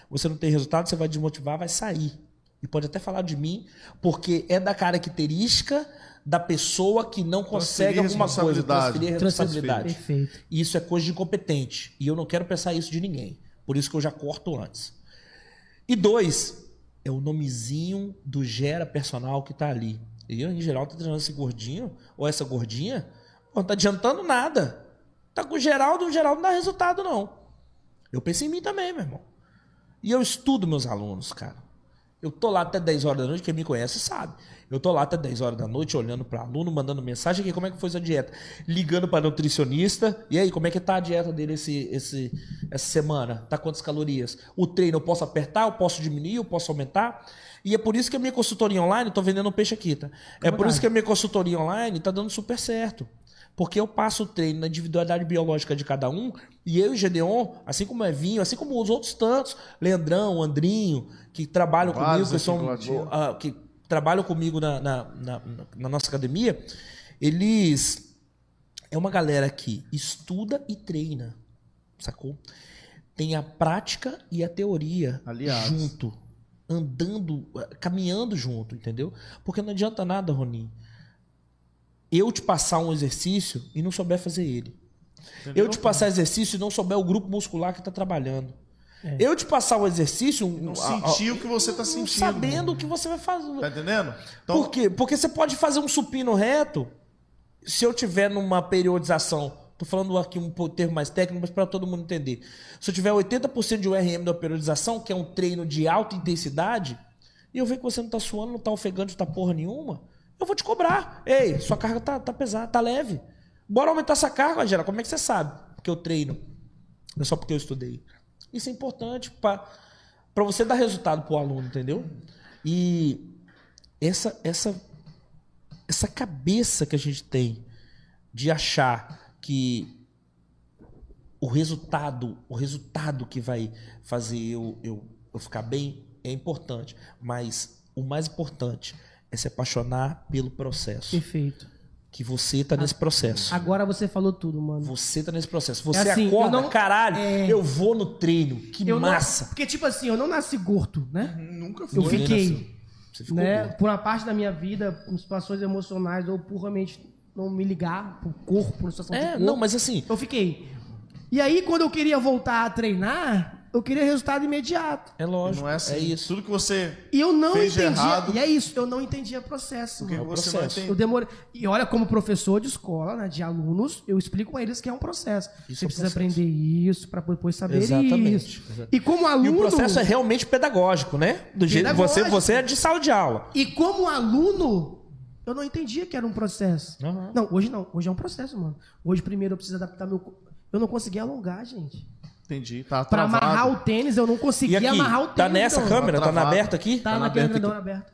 você não tem resultado, você vai desmotivar, vai sair. E pode até falar de mim, porque é da característica da pessoa que não consegue Transferir alguma coisa. responsabilidade. Transferir responsabilidade. Perfeito. E isso é coisa de incompetente. E eu não quero pensar isso de ninguém. Por isso que eu já corto antes. E dois, é o nomezinho do gera personal que tá ali. Eu, em geral, tô treinando esse gordinho ou essa gordinha. Pô, não tá adiantando nada. Tá com o Geraldo, o Geraldo não dá resultado, não. Eu penso em mim também, meu irmão. E eu estudo meus alunos, cara. Eu tô lá até 10 horas da noite, quem me conhece sabe. Eu tô lá até 10 horas da noite olhando para aluno, mandando mensagem aqui, como é que foi sua dieta? Ligando para nutricionista. E aí, como é que tá a dieta dele esse, esse, essa semana? Tá quantas calorias? O treino eu posso apertar, eu posso diminuir, eu posso aumentar? E é por isso que a minha consultoria online, eu tô vendendo um peixe aqui, tá? É por isso que a minha consultoria online tá dando super certo. Porque eu passo o treino na individualidade biológica de cada um, e eu e o Gedeon, assim como o Evinho, assim como os outros tantos, Leandrão, Andrinho, que trabalham comigo, Vários que, aqui do são, Latino. ah, que trabalham comigo na, na- na- na nossa academia, eles. É uma galera que estuda e treina, sacou? Tem a prática e a teoria Aliás. junto, andando, eh, caminhando junto, entendeu? Porque não adianta nada, Roninho eu te passar um exercício e não souber fazer ele. Eu te passar exercício e não souber o grupo muscular que está trabalhando. Eu te passar um exercício. um- Não a- a- sentir o que você tá não sentindo. Sabendo o que você vai fazer. Tá entendendo? Por quê? Porque você pode fazer um supino reto se eu tiver numa periodização Tô falando aqui um po- termo mais técnico, mas para todo mundo entender. Se eu tiver 80% de URM da periodização, que é um treino de alta intensidade, e eu ver que você não tá suando, não tá ofegante, não tá porra nenhuma, eu vou te cobrar. Ei, sua carga tá, tá pesada, tá leve. Bora aumentar essa carga, Gera. Como é que você sabe? Porque eu treino. Não é só porque eu estudei. Isso é importante para você dar resultado pro aluno, entendeu? E essa, essa, essa cabeça que a gente tem de achar que o resultado, o resultado que vai fazer eu, eu, eu ficar bem é importante. Mas o mais importante é se apaixonar pelo processo. Perfeito. Que você tá nesse processo. Ah, Agora você falou tudo, mano. Você tá nesse processo. Você assim, eu acorda, não- caralho, é. eu vou no treino. Que Eu não- massa. porque, tipo assim, eu não nasci gordo, né? Nunca Eu Você fiquei. nasceu. Você ficou né? gordo. Por uma parte da minha vida, por situações emocionais, ou por realmente não me ligar pro corpo, por situação do É, corpo. não, mas assim, Eu fiquei. E aí, quando eu queria voltar a treinar, eu queria resultado imediato. é lógico. Não é assim. É isso. Tudo que você. E eu não Fez de entendia. errado. E é isso, eu não entendia É processo, O que mano. você não processo. entende. Eu demorei. E olha, como professor de escola, né, de alunos, eu explico a eles que é um processo. Isso Você é precisa um processo. aprender isso para depois saber Exatamente, isso. exatamente. E como E aluno. o processo é realmente pedagógico, né? Do jeito que você, Pedagógico. você é de sala de aula. E como aluno, eu não entendia que era um processo. Aham. Não, hoje não. Hoje é um processo, mano. Hoje primeiro eu preciso adaptar meu. co- Eu não consegui alongar, gente. Entendi. Tá Pra travado. amarrar o tênis, eu não E consegui aqui, amarrar o tênis. tá nessa não. câmera? Tá, na travado. aberta aqui? Tá, Tá na naquele aberta grandão aberto.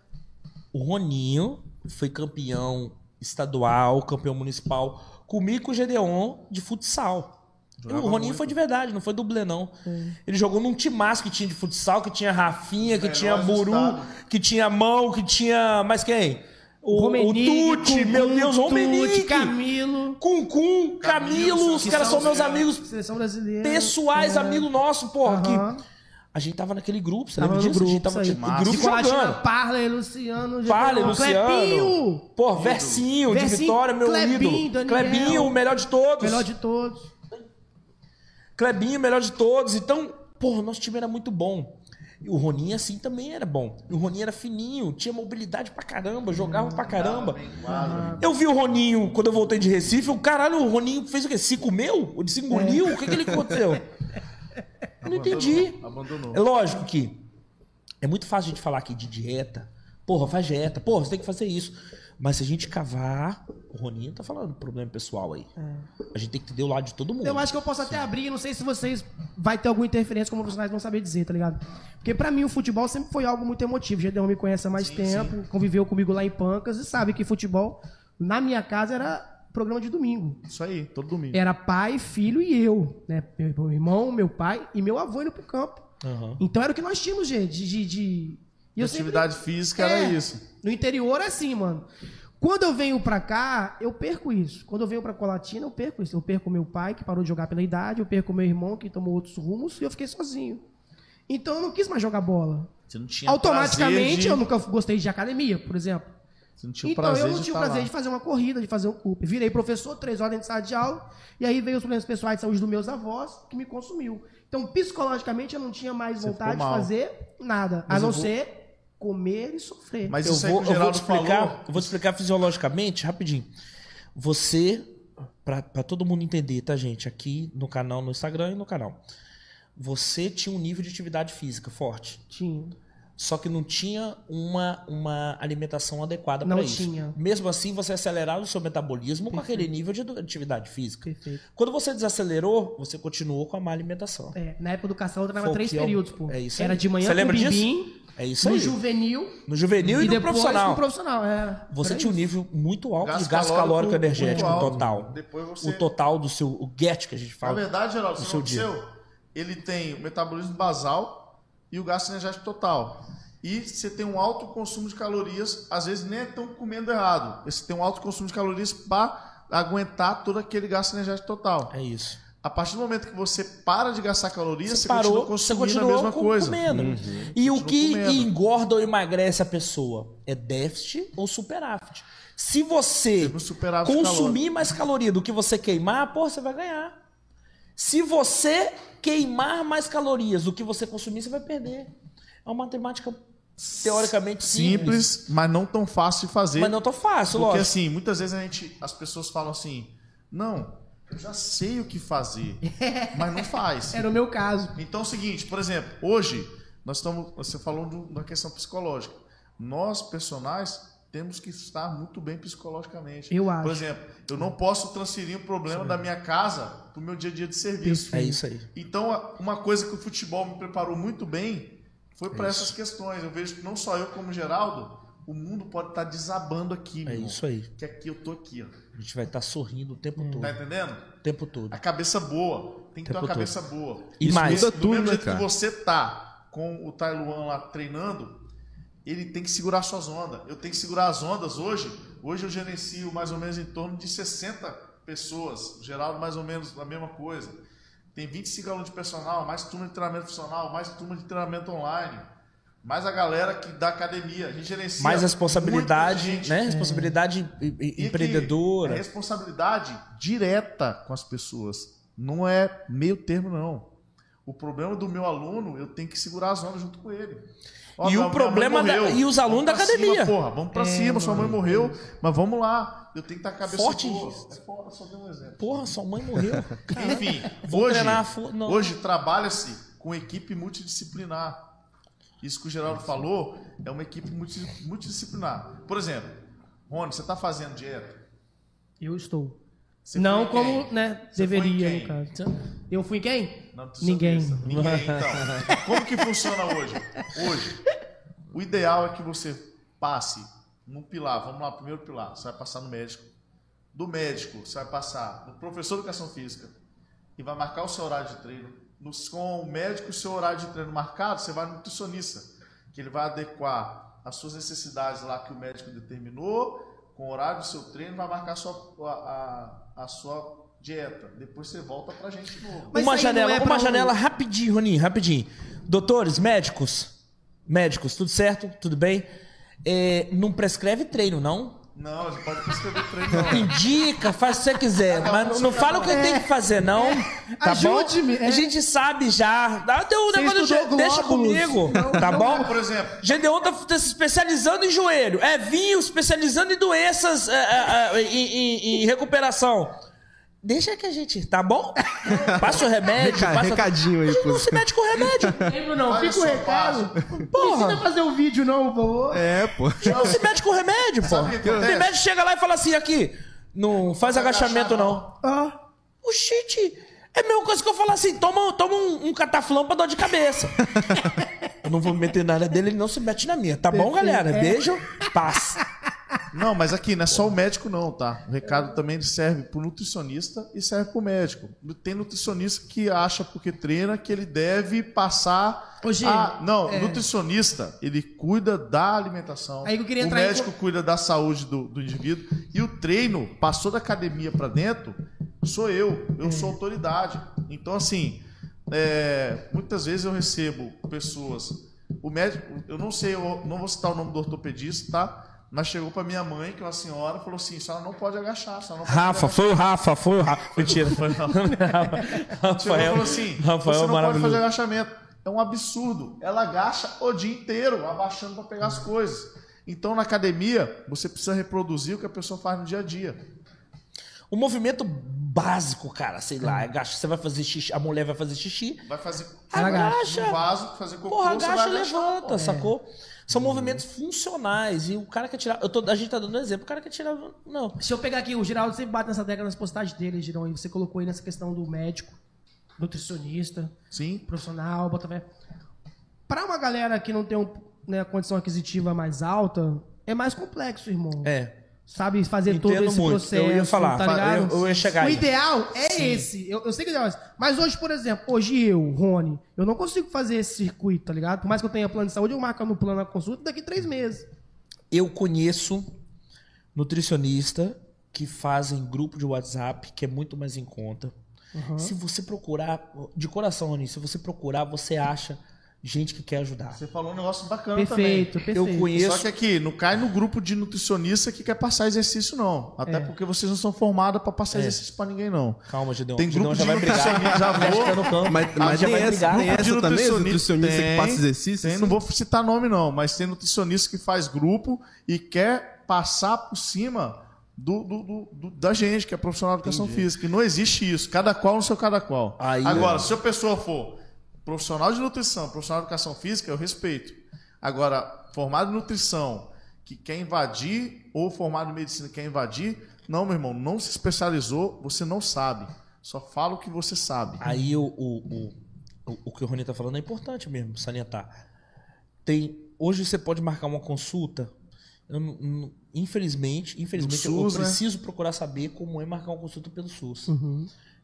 O Roninho foi campeão estadual, campeão municipal, comigo e com o Gedeon de futsal. Jogava o Roninho muito. foi de verdade, não foi dublê, não. É. Ele jogou num timaço que tinha de futsal, que tinha Rafinha, que Menores tinha do Muru, estado. que tinha Mão, que tinha. Mas quem? O, o Romenick, Tuti, Cucu, meu Deus, o Romenick, Tuti, Camilo, Cuncum, Camilo, os que caras são são meus os- amigos seleção brasileira. pessoais, amigo nosso, porra. Uhum. Aham. que- a gente tava naquele grupo, você Tava lembra no disso? a gente grupo, tava isso aí. no grupo Nicolatina jogando. Parla, Luciano, Parle, Gedeon, Luciano. Clepinho, Pô, Versinho, de Versinho, Vitória, meu Clebinho, ídolo. Daniel. Clebinho, o melhor de todos. melhor de todos. Clebinho, o melhor de todos. Então, pô, nosso time era muito bom. E o Roninho, assim, também era bom. E o Roninho era fininho, tinha mobilidade pra caramba, jogava pra caramba. Eu vi o Roninho, quando eu voltei de Recife, o caralho, o Roninho fez o quê? Se comeu? Ou se engoliu? O que que ele aconteceu? Eu não entendi. Abandonou. É lógico que é muito fácil a gente falar aqui de dieta. Porra, faz dieta. Porra, você tem que fazer isso. Mas se a gente cavar, o Roninho tá falando problema pessoal aí. A gente tem que entender o lado de todo mundo. É. Eu acho que eu posso até abrir, eu não sei se vocês vai ter alguma interferência como profissionais vão saber dizer, tá ligado? Porque pra mim o futebol sempre foi algo muito emotivo. O Gedeon me conhece há mais tempo, conviveu comigo lá em Pancas e sabe que futebol na minha casa era programa de domingo. Isso aí, todo domingo. Era pai, filho e eu, né? Meu meu irmão, meu pai e meu avô indo pro campo. Aham. Então era o que nós tínhamos, gente, de, de, de- E E eu sempre atividade física era É. isso. no interior é assim, mano. Quando eu venho pra cá, eu perco isso. Quando eu venho pra Colatina, eu perco isso. Eu perco meu pai, que parou de jogar pela idade, eu perco meu irmão, que tomou outros rumos, e eu fiquei sozinho. Então eu não quis mais jogar bola. Você não tinha Automaticamente, prazer de- eu nunca gostei de academia, por exemplo. Você não tinha o então prazer eu não de tinha o tá prazer lá. de fazer uma corrida, de fazer um culpa. Virei professor, três horas dentro de sala de aula, e aí veio os problemas pessoais de saúde dos meus avós, que me consumiu. Então, psicologicamente, eu não tinha mais Você vontade de ficou mal. fazer nada, a Mas eu não vou- ser comer e sofrer. Mas eu isso aí vou, que o eu vou te Geraldo explicar, falou. eu vou te explicar fisiologicamente, rapidinho. Você, pra, pra todo mundo entender, tá, gente? Aqui no canal, no Instagram e no canal. Você tinha um nível de atividade física forte. Tinha. Só que não tinha uma, uma alimentação adequada Não para isso. tinha. Mesmo assim, você acelerava o seu metabolismo com aquele nível de atividade física. Perfeito. Quando você desacelerou, você continuou com a má alimentação. É, na época do Cação eu trabalhava Foi o três que eu- períodos, pô. é isso aí. Era de manhã Você com o lembra disso? Bibim, É isso no aí. juvenil No juvenil e, no depois profissional. no profissional. É. Você tinha um nível muito alto Gasto de gasto calórico calórico muito energético alto. total. Depois você- O total do seu. O get que a gente Na fala. verdade, Geraldo, no se seu não dia. seu, ele tem o metabolismo basal e o gasto energético total. E você tem um alto consumo de calorias, às vezes nem é tão comendo errado. Você tem um alto consumo de calorias para aguentar todo aquele gasto energético total. É isso. A partir do momento que você para de gastar calorias, você, parou, continua você consumindo continuou a mesma com- coisa. comendo. E o Continua que comendo. engorda ou emagrece a pessoa? É déficit ou superávit. Se você Teve um superávit consumir mais caloria do que você queimar, pô, você vai ganhar. Se você queimar mais calorias do que você consumir, você vai perder. É uma matemática teoricamente é simples, Simples, mas não tão fácil de fazer. mas não tão fácil, Porque é lógico. assim, muitas vezes a gente, as pessoas falam assim, não, Eu já sei o que fazer, mas não faz. Era o meu caso. Então é o seguinte, por exemplo, hoje nós estamos, você falou do- da questão psicológica. Nós personagens temos que estar muito bem psicologicamente. Eu Por acho. exemplo, eu não posso transferir o problema da minha casa para o meu dia a dia de serviço. É isso aí. Então, a- uma coisa que o futebol me preparou muito bem foi É para essas questões. Eu vejo que não só eu como Geraldo, o mundo pode estar desabando aqui, meu É irmão. isso aí. Que aqui eu tô aqui, ó. A gente vai estar sorrindo o tempo todo. Tá entendendo? O tempo todo. A cabeça boa. Tem que Tempo ter uma todo. cabeça boa. E Isso mais. muda Do tudo, mesmo né, jeito que cara? você tá com o Tailuan lá treinando, ele tem que segurar suas ondas. Eu tenho que segurar as ondas hoje. Hoje eu gerencio mais ou menos em torno de 60 pessoas. Geraldo, mais ou menos a mesma coisa. Tem 25 alunos de personal, mais turma de treinamento funcional, mais turma de treinamento online. Mais a galera que da academia. A gente gerencia. Mais Assim, muita responsabilidade, gente. né? Responsabilidade em- em- E que empreendedora. É responsabilidade direta com as pessoas. Não é meio termo, não. O problema do meu aluno, eu tenho que segurar as ondas junto com ele. E o minha mãe problema da- morreu. e os alunos Vamos da pra cima, academia. É. porra, vamos pra cima, sua mãe morreu, mas vamos lá. Eu tenho que estar com a cabeça Forte boa. isso. É foda, só dei um exemplo. Porra, sua mãe morreu. Enfim, Vou hoje, treinar a fu- não. hoje trabalha-se com equipe multidisciplinar. Isso que o Geraldo falou é uma equipe multi- multidisciplinar. Por exemplo, Rony, você está fazendo dieta? Eu estou. Você não foi em quem? como, né, Você foi em deveria, quem? no caso. Eu fui em quem? Não, tu Ninguém. sabe isso. Ninguém, então. Como que funciona hoje? Hoje, o ideal é que você passe no pilar, vamos lá, primeiro pilar, você vai passar no médico. Do médico, você vai passar no professor de educação física e vai marcar o seu horário de treino. Nos- com o médico e o seu horário de treino marcado, você vai no nutricionista, que ele vai adequar as suas necessidades lá que o médico determinou, com o horário do seu treino, vai marcar a sua, a- a- a sua dieta. Depois você volta pra gente de novo. Mas uma isso aí não janela, é pra uma um- janela rapidinho, Roninho, rapidinho. Doutores, médicos, médicos, tudo certo? Tudo bem? É, não prescreve treino, não? Não, você pode prescrever treino. não. Indica, faz o que você quiser, mas não, não fala o que tem que fazer, não. Tá Ajude-me, bom? é. A gente sabe já. Dá até o Você negócio do estudou joelho. Deixa glóbulos. comigo, tá bom? Por exemplo, Gedeon tá, tá se especializando em joelho. É vinho especializando em doenças, é, é, é, em, em- em recuperação. Deixa que a gente, tá bom? Passa o remédio, Reca- passa... recadinho aí, Não pô. se mete com o remédio. Lembro não, Olha fica o só, recado. Não Porra. precisa fazer o vídeo não, por favor. É, pô. Não se mete com o remédio, pô. Sabe o que O acontece? remédio chega lá e fala assim, aqui, não faz agachamento não. Ah, O shit, é a mesma coisa que eu falar assim, toma, toma um, um cataflão pra dor de cabeça. eu não vou me meter na área dele, ele não se mete na minha. Tá bom, galera? É. Beijo, paz. não, mas aqui não é só o médico não, tá? O recado também serve pro nutricionista e serve pro médico. Tem nutricionista que acha porque treina que ele deve passar Ô, Gê, é. a- não, nutricionista, ele cuida da alimentação. Aí que eu queria o entrar em médico cuida da saúde do, do indivíduo e o treino passou da academia pra dentro, sou eu, eu É. sou autoridade. Então assim, É, muitas vezes eu recebo pessoas. O médico, eu não sei, eu não vou citar o nome do ortopedista, tá? Mas chegou pra minha mãe, que é uma senhora, falou assim: a senhora não pode agachar, a senhora não pode Rafa, agachar." foi o Rafa, foi o Rafa. Mentira, foi o Rafa. Chegou e Rafael, falou assim: Rafael você é não pode fazer maravilhoso. agachamento. É um absurdo. Ela agacha o dia inteiro, abaixando pra pegar as coisas. Então, na academia, você precisa reproduzir o que a pessoa faz no dia a dia. O movimento básico, cara, sei lá, agacha, você vai fazer xixi, a mulher vai fazer xixi, Vai fazer agacha. um vaso, fazer cocô, Porra, você agacha vai e agachar, levanta, pô. sacou? São movimentos funcionais. E o cara quer tirar. Eu tô, a gente tá dando um exemplo, o cara quer tirar. Não. Deixa eu pegar aqui, o Geraldo sempre bate nessa década nas postagens dele, Girão, e você colocou aí nessa questão do médico, nutricionista, Sim. profissional, bota fé. Pra uma galera que não tem um, né, condição aquisitiva mais alta, é mais complexo, irmão. É. Sabe, fazer Entendo todo esse muito. processo. Eu ia falar, tá fa- ligado? eu- eu ia chegar O aí. ideal é esse. Eu, eu sei que o ideal é esse. Mas hoje, por exemplo, hoje eu, Rony, eu não consigo fazer esse circuito, tá ligado? Por mais que eu tenha plano de saúde, eu marco no plano a consulta daqui três meses. Eu conheço nutricionista que fazem grupo de WhatsApp, que é muito mais em conta. Hum. Se você procurar, de coração, Rony, se você procurar, você acha gente que quer ajudar. Você falou um negócio bacana também. Perfeito, perfeito. Eu conheço. Só que aqui, não cai no grupo de nutricionista que quer passar exercício, não. Até porque vocês não são formados pra passar exercício pra ninguém, não. Calma, Gideon. Tem Gideon grupo já de vai brigar. nutricionistas, já vou. Mexe no campo. Mas, mas já tem vai essa, brigar. tem Grupo de essa também, os nutricionista- nutricionistas que Tem, passam exercício? Tem, não vou citar nome, não, mas tem nutricionista que faz grupo e quer passar por cima do- do- do- do- da gente, que é profissional de educação física. E não existe isso. Cada qual no seu cada qual. Aí, é. Agora, ó. se a pessoa for profissional de nutrição, profissional de educação física, eu respeito. Agora, formado em nutrição, que quer invadir, ou formado em medicina, que quer invadir, não, meu irmão, não se especializou, você não sabe. Só fala o que você sabe. Aí o, o, o, o- o que o Rony tá falando é importante mesmo, salientar. Tem, hoje você pode marcar uma consulta. Eu não- não- infelizmente, infelizmente No SUS, eu né? preciso procurar saber como é marcar uma consulta pelo SUS.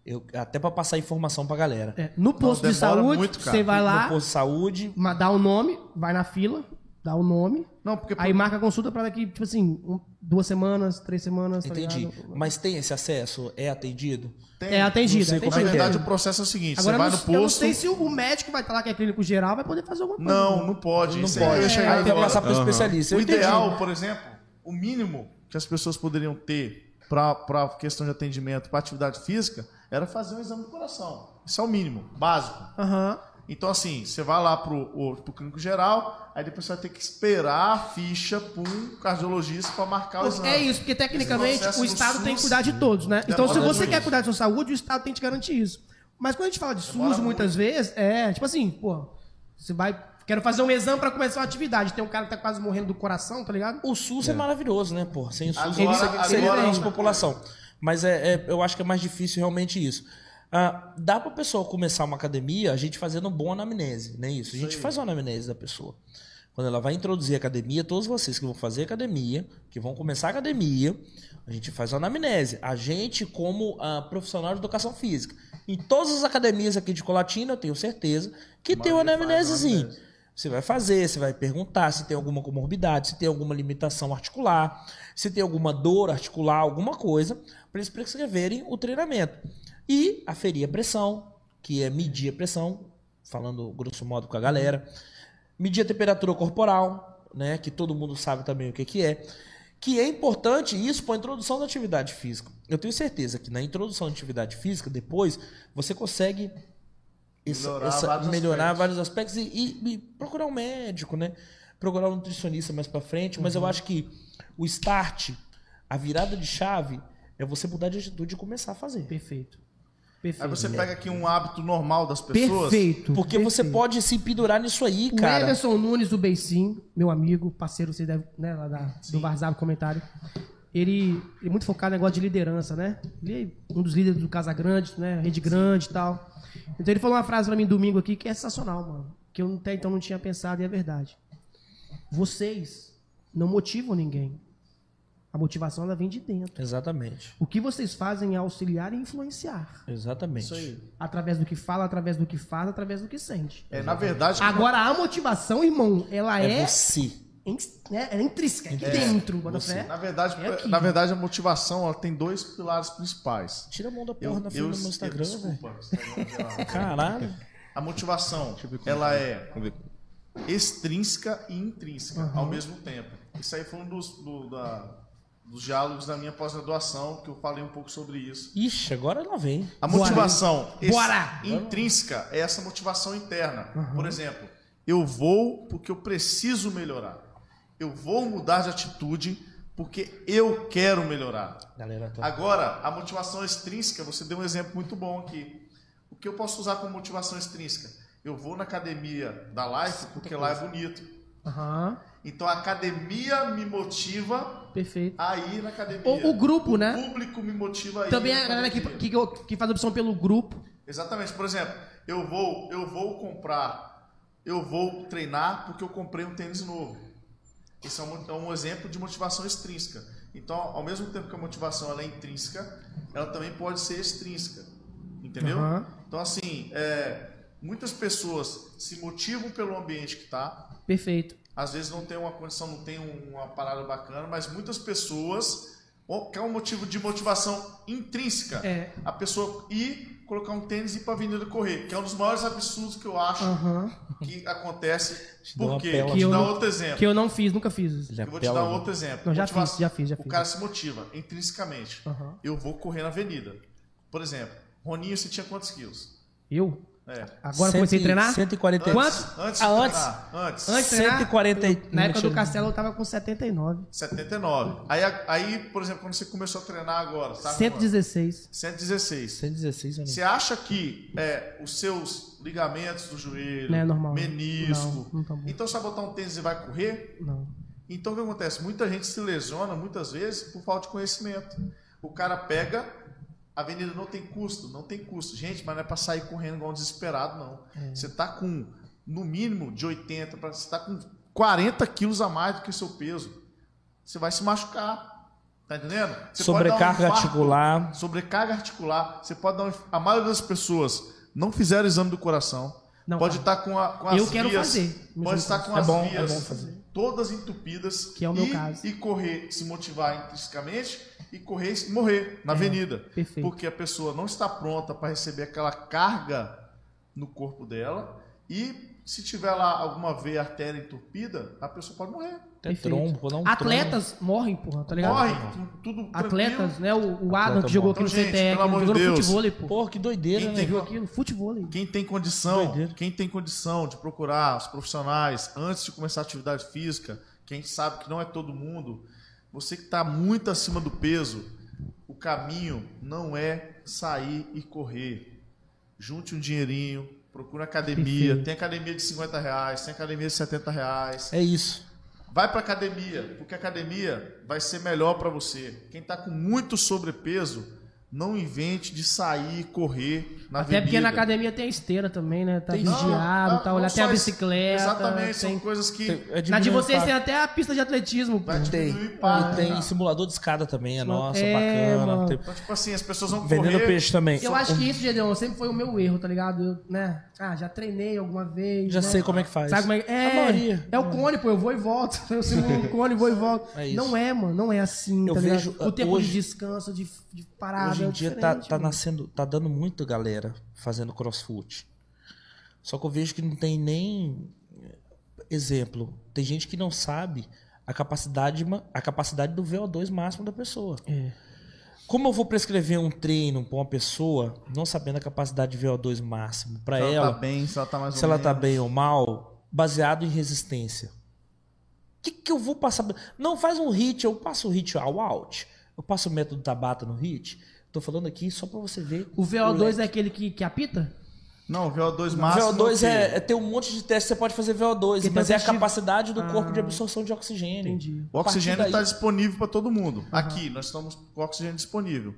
Eu, até pra passar informação pra galera. Uhum. É, no posto de demora saúde, muito, cara. você vai lá, No posto de saúde, ma- dá o nome, vai na fila, dá o nome, Não, porque aí marca a consulta pra daqui, tipo assim, um- duas semanas, três semanas, entendi. tá ligado? Mas tem esse acesso? É atendido? É atendido, é Na atendido. verdade, o processo é o seguinte: Agora, você vai eu no não- eu não posto. sei se o o médico vai estar lá, que é clínico geral, vai poder fazer alguma coisa. né? Não, não pode. Não Isso aí eu pode. ia chegar Aí tem que agora. passar pro especialista. O Eu entendi. ideal, por exemplo, o mínimo que as pessoas poderiam ter para questão de atendimento, para atividade física, era fazer um exame do coração. Isso é o mínimo, básico. Aham. Então, assim, você vai lá pro, o- pro clínico geral, aí depois você vai ter que esperar a ficha para um cardiologista para marcar o exame. É isso, porque Esse tecnicamente processo o do Estado SUS tem que cuidar de todos, né? Então, se você muito. quer cuidar da sua saúde, o Estado tem que te garantir isso. Mas quando a gente fala de SUS, muitas vezes, é tipo assim, pô, você vai. Quero fazer um exame pra começar uma atividade. Tem um cara que tá quase morrendo do coração, tá ligado? O SUS é, maravilhoso, né, pô? Sem o SUS, Agora- não sei o que que seria agora- a nossa população. Mas é, é- eu acho que é mais difícil realmente isso. Ah, dá pra pessoa começar uma academia a gente fazendo um bom anamnese, não é isso? A gente faz uma anamnese da pessoa. Quando ela vai introduzir a academia, todos vocês que vão fazer academia, que vão começar a academia, a gente faz uma anamnese. A gente, como ah, profissional de educação física. Em todas as academias aqui de Colatina, eu tenho certeza que tem uma anamnesezinho. Você vai fazer, você vai perguntar se tem alguma comorbidade, se tem alguma limitação articular, se tem alguma dor articular, alguma coisa, para eles prescreverem o treinamento. E aferir a pressão, que é medir a pressão, falando grosso modo com a galera, medir a temperatura corporal, né, que todo mundo sabe também o que, que é, que é importante isso para a introdução da atividade física. Eu tenho certeza que na introdução da atividade física, depois, você consegue essa- Melhorar essa- vários melhorar aspectos. vários aspectos e, e- e procurar um médico, né? Procurar um nutricionista mais pra frente, mas Uhum. eu acho que o start, a virada de chave, é você mudar de atitude e começar a fazer. Perfeito. Aí Perfeito. você pega aqui um hábito normal das pessoas. Hum, Perfeito. é Porque você pode se pendurar nisso aí, O cara. Everson Nunes do Beicinho, meu amigo, parceiro, você deve, né, lá da, do Varzab comentário. Ele, ele é muito focado no negócio de liderança, né? Ele é um dos líderes do Casa Grande, né? Rede Grande e tal. Então ele falou uma frase pra mim domingo aqui que é sensacional, mano. Que eu até então não tinha pensado e é verdade. Vocês não motivam ninguém. A motivação ela vem de dentro. Exatamente. O que vocês fazem é auxiliar e influenciar. Exatamente. Através do que fala, através do que faz, através do que sente. É, na verdade, Agora, a motivação, irmão, ela É, é, você. in- né, ela é intrínseca, aqui dentro, bota você- fé. assim, na verdade, né? É aqui. na verdade a motivação ela tem dois pilares principais. Tira a mão da porra na frente do meu Instagram, velho. desculpa, tá Instagram geral. Caralho. né? A motivação, ela é extrínseca e intrínseca ao mesmo tempo. Isso aí foi um dos, do- da- dos diálogos da minha pós-graduação, que eu falei um pouco sobre isso. Ixi, agora ela vem. A motivação ex- Bora! intrínseca é essa motivação interna. Por exemplo, eu vou porque eu preciso melhorar. Eu vou mudar de atitude porque eu quero melhorar. Galera, tá. Agora, a motivação extrínseca, você deu um exemplo muito bom aqui. O que eu posso usar como motivação extrínseca? Eu vou na academia da Life porque lá é bonito. Aham, Então a academia me motiva perfeito. a ir na academia. O, o grupo, O né? público me motiva a ir. Também na a galera que, academia. que, que faz opção pelo grupo. Exatamente. Por exemplo, eu vou, eu vou comprar, eu vou treinar porque eu comprei um tênis novo. Esse é um, é um exemplo de motivação extrínseca. Então, ao mesmo tempo que a motivação ela é intrínseca, ela também pode ser extrínseca. Entendeu? Aham. Então, assim, é, muitas pessoas se motivam pelo ambiente que está, Perfeito. às vezes não tem uma condição, não tem um- uma parada bacana, mas muitas pessoas ó, que é um motivo de motivação intrínseca. É. A pessoa ir colocar um tênis e ir pra avenida correr, que é um dos maiores absurdos que eu acho Aham. que acontece. dou Por uma quê? pela. Vou Que te eu dar não- outro exemplo. Que eu não fiz, nunca fiz isso. Já Eu vou te pela- dar outro exemplo. Não, já Motiva- fiz, já fiz, já fiz. O cara se motiva intrinsecamente. Aham. Eu vou correr na avenida. Por exemplo, Roninho, você tinha quantos quilos? É, Eu? Agora eu comecei a treinar? 140. Quanto? Antes Ah, de antes? treinar, antes. Antes de treinar? 140 e- Na época Mentira. do Castelo eu tava com 79. 79. Aí, a- aí, por exemplo, quando você começou a treinar agora, tá? com 116. quanto? 116. 116 ou não? Você acha que é, os seus ligamentos do joelho, Não é normal. menisco. Não, não tá bom. então, se você botar um tênis e vai correr, Não. Então o que acontece? Muita gente se lesiona muitas vezes por falta de conhecimento. O cara pega, a avenida não tem custo, não tem custo. Gente, mas não é para sair correndo igual um desesperado, não. É. Você tá com no mínimo de 80, pra- você tá com 40 quilos a mais do que o seu peso. Você vai se machucar. Tá entendendo? Você pode dar um Sobrecarga infarto, articular. Sobrecarga articular. Você pode dar um, inf- A maioria das pessoas não fizeram exame do coração. Não, pode cara. estar com, a, com as Eu quero vias- fazer, mas não Pode estar faço. com É as bom, é vias bom fazer. todas entupidas. Que é o meu e, caso. E correr, se motivar intrinsecamente e correr e morrer É. na avenida. perfeito. Porque a pessoa não está pronta para receber aquela carga no corpo dela e se tiver lá alguma veia artéria entupida, a pessoa pode morrer. Até trombo, é vou dar um Atletas morrem, porra, tá ligado? Morre, tudo tranquilo. Atletas, né? O, o Adam que jogou aqui no Então, gente, CTE, pelo amor de jogou no Deus. futebol, trombo. pô. Porra, que doideira, né? Quem tem, Jogou aqui no futebol. quem tem condição, Doideira. quem tem condição de procurar os profissionais antes de começar a atividade física, quem sabe que não é todo mundo, você que está muito acima do peso, o caminho não é sair e correr. Junte um dinheirinho, procura academia, tem academia de 50 reais, tem academia de 70 reais. É isso. Vai pra academia, porque a academia vai ser melhor pra você. Quem tá com muito sobrepeso, não invente de sair e correr na Até porque avenida. na academia tem a esteira também, né? Tá Não, vigiado, não, tá não olhando até a só isso. bicicleta. Exatamente, tem- são coisas que É Na de diminuir o vocês impacto. tem até a pista de atletismo, pô. vai Tem. diminuir o E impacto. tem simulador de escada também, é nossa, É, bacana. mano. Tem- Então, tipo assim, as pessoas vão Vendendo correr. peixe também. Eu acho que isso, Gedeon, sempre foi o meu erro, tá ligado? Eu, né? Ah, já treinei alguma vez. Já né? sei como é que faz. Sabe como é que A maioria. é? É o cone, pô, eu vou e volto. Eu simulo o cone, vou e volto. É isso. não é, mano, não é assim. Eu tá ligado? vejo, o tempo hoje- de descanso, de, de parada. Hoje é em dia tá, diferente, tá mano. nascendo, tá dando muito galera fazendo crossfit. Só que eu vejo que não tem nem exemplo. Tem gente que não sabe a capacidade, ma- a capacidade do VO2 máximo da pessoa. É. Como eu vou prescrever um treino pra uma pessoa não sabendo a capacidade de VO2 máximo pra Se ela, ela, tá bem, se ela tá mais se ou ela tá menos. bem ou mal, baseado em resistência. O que, que eu vou passar? Não faz um hit, eu passo o hit ao out, eu passo o método Tabata no hit. Tô falando aqui só pra você ver. O VO2 leque. é aquele que, que apita? Não, VO2 O máximo. VO2 o quê? é, é ter um monte de teste, você pode fazer VO2, Porque mas tem um é teste a de- capacidade do Ah, corpo de absorção de oxigênio. Entendi. O A partir oxigênio daí- está disponível para todo mundo. Aqui, nós estamos com o oxigênio disponível.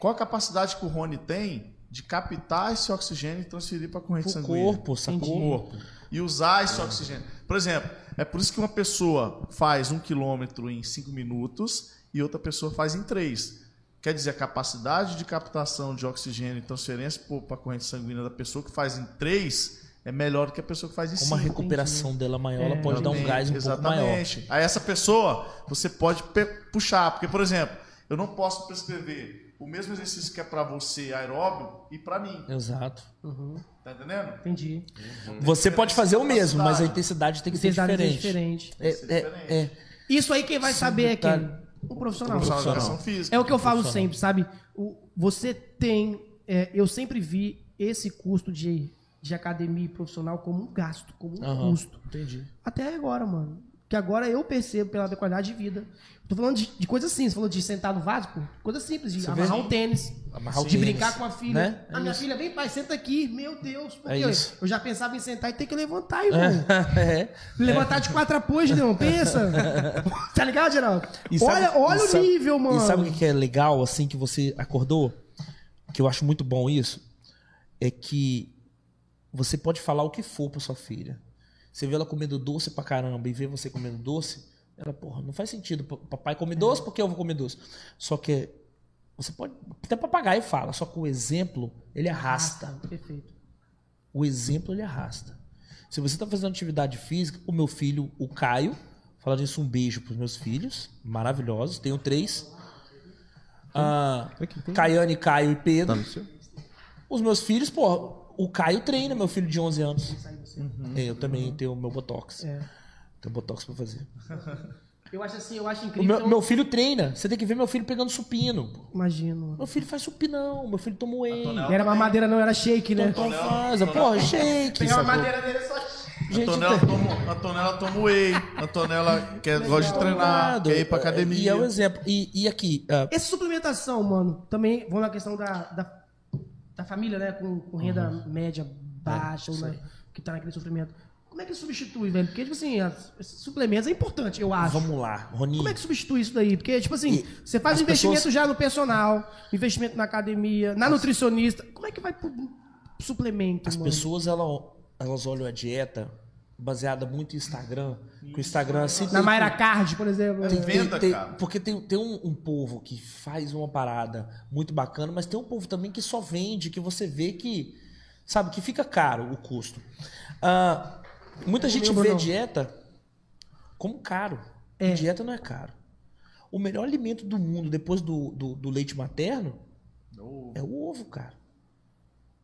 Qual a capacidade que o Rony tem de captar esse oxigênio e transferir para a corrente pro sanguínea? corpo, O sacou? corpo. E usar esse oxigênio. Por exemplo, é por isso que uma pessoa faz um quilômetro em cinco minutos e outra pessoa faz em três. Quer dizer, a capacidade de captação de oxigênio e transferência para a corrente sanguínea da pessoa que faz em três é melhor do que a pessoa que faz em Com uma cinco. recuperação dela maior, ela pode dar um Também, gás um pouco maior. É, Exatamente. Aí essa pessoa, você pode pe- puxar. Porque, por exemplo, eu não posso prescrever o mesmo exercício que é para você aeróbio e para mim. Exato. Tá entendendo? Entendi. Você pode fazer o mesmo, mas a Capacidade. intensidade tem que ser Intensidade diferente. diferente. É, é, é. Isso aí quem vai Sim, saber é detalhe. quem? O profissional. Profissional de Profissional. educação física. É o que eu falo Profissional. sempre, sabe? O, você tem. é, eu sempre vi esse custo de, de academia e profissional como um gasto, como um Aham. custo. Entendi. Até agora, mano. Que agora eu percebo pela minha qualidade de vida. Tô falando de, de coisa simples. Você falou de sentar no vaso, pô. Coisa simples, de Você amarrar vê? um tênis. Amarrar o de tênis, brincar com a filha. né? É a minha isso. filha, vem pai, senta aqui. Meu Deus. Porque É isso. eu já pensava em sentar e ter que levantar, irmão. É. Levantar de quatro apoios, Gideon. Pensa. tá ligado, Geraldo? E sabe- Olha, olha e o sabe- nível, mano. E sabe o que que é legal, assim, que você acordou? Que eu acho muito bom isso? É que você pode falar o que for pra sua filha. Você vê ela comendo doce pra caramba e vê você comendo doce, ela, porra, não faz sentido. pa- Papai come doce, por que eu vou comer doce? Só que você pode. Até papagaio fala, só que o exemplo, ele arrasta. Perfeito. O exemplo ele arrasta. Se você está fazendo atividade física, o meu filho, o Caio, falando isso, um beijo para os meus filhos, maravilhosos, tenho três. Ah, Caiane, Caio e Pedro. Tá Os meus filhos, pô, o Caio treina, meu filho de 11 anos. É, Eu também tenho o meu botox. É. Tenho botox para fazer. Eu acho assim, eu acho O incrível. meu, meu filho treina. Você tem que ver meu filho pegando supino. Imagino. Meu filho faz supinão. Meu filho toma whey. Não era mamadeira, não, era shake, né? Então faz. Porra, é shake. mamadeira dele só shake. Antonella toma, Antonella toma whey. Antonella quer, gosta de treinar, quer ir pra academia. E é o exemplo. E, e aqui, ah, Essa suplementação, mano, também vamos na questão da, da, da família, né? Com, com renda média, baixa, ou né, que tá naquele sofrimento. Como é que substitui, velho? Porque, tipo assim, as- esses suplementos é importante, eu acho. vamos lá, Roninho. Como é que substitui isso daí? Porque, tipo assim, E você faz as investimento pessoas- já no personal, investimento na academia, na nutricionista. Como é que vai pro suplemento, As tá, mano? pessoas ela- elas olham a dieta baseada muito em Instagram. Que o Instagram assim. Na Mayra Card, por exemplo. Inventa, tem- cara. Porque tem, tem um, um povo que faz uma parada muito bacana, mas tem um povo também que só vende, que você vê que. Sabe, que fica caro o custo. Ah, muita gente lembro, vê não. dieta como caro. E Dieta não é caro. O melhor alimento do mundo depois do, do, do leite materno é o ovo, cara.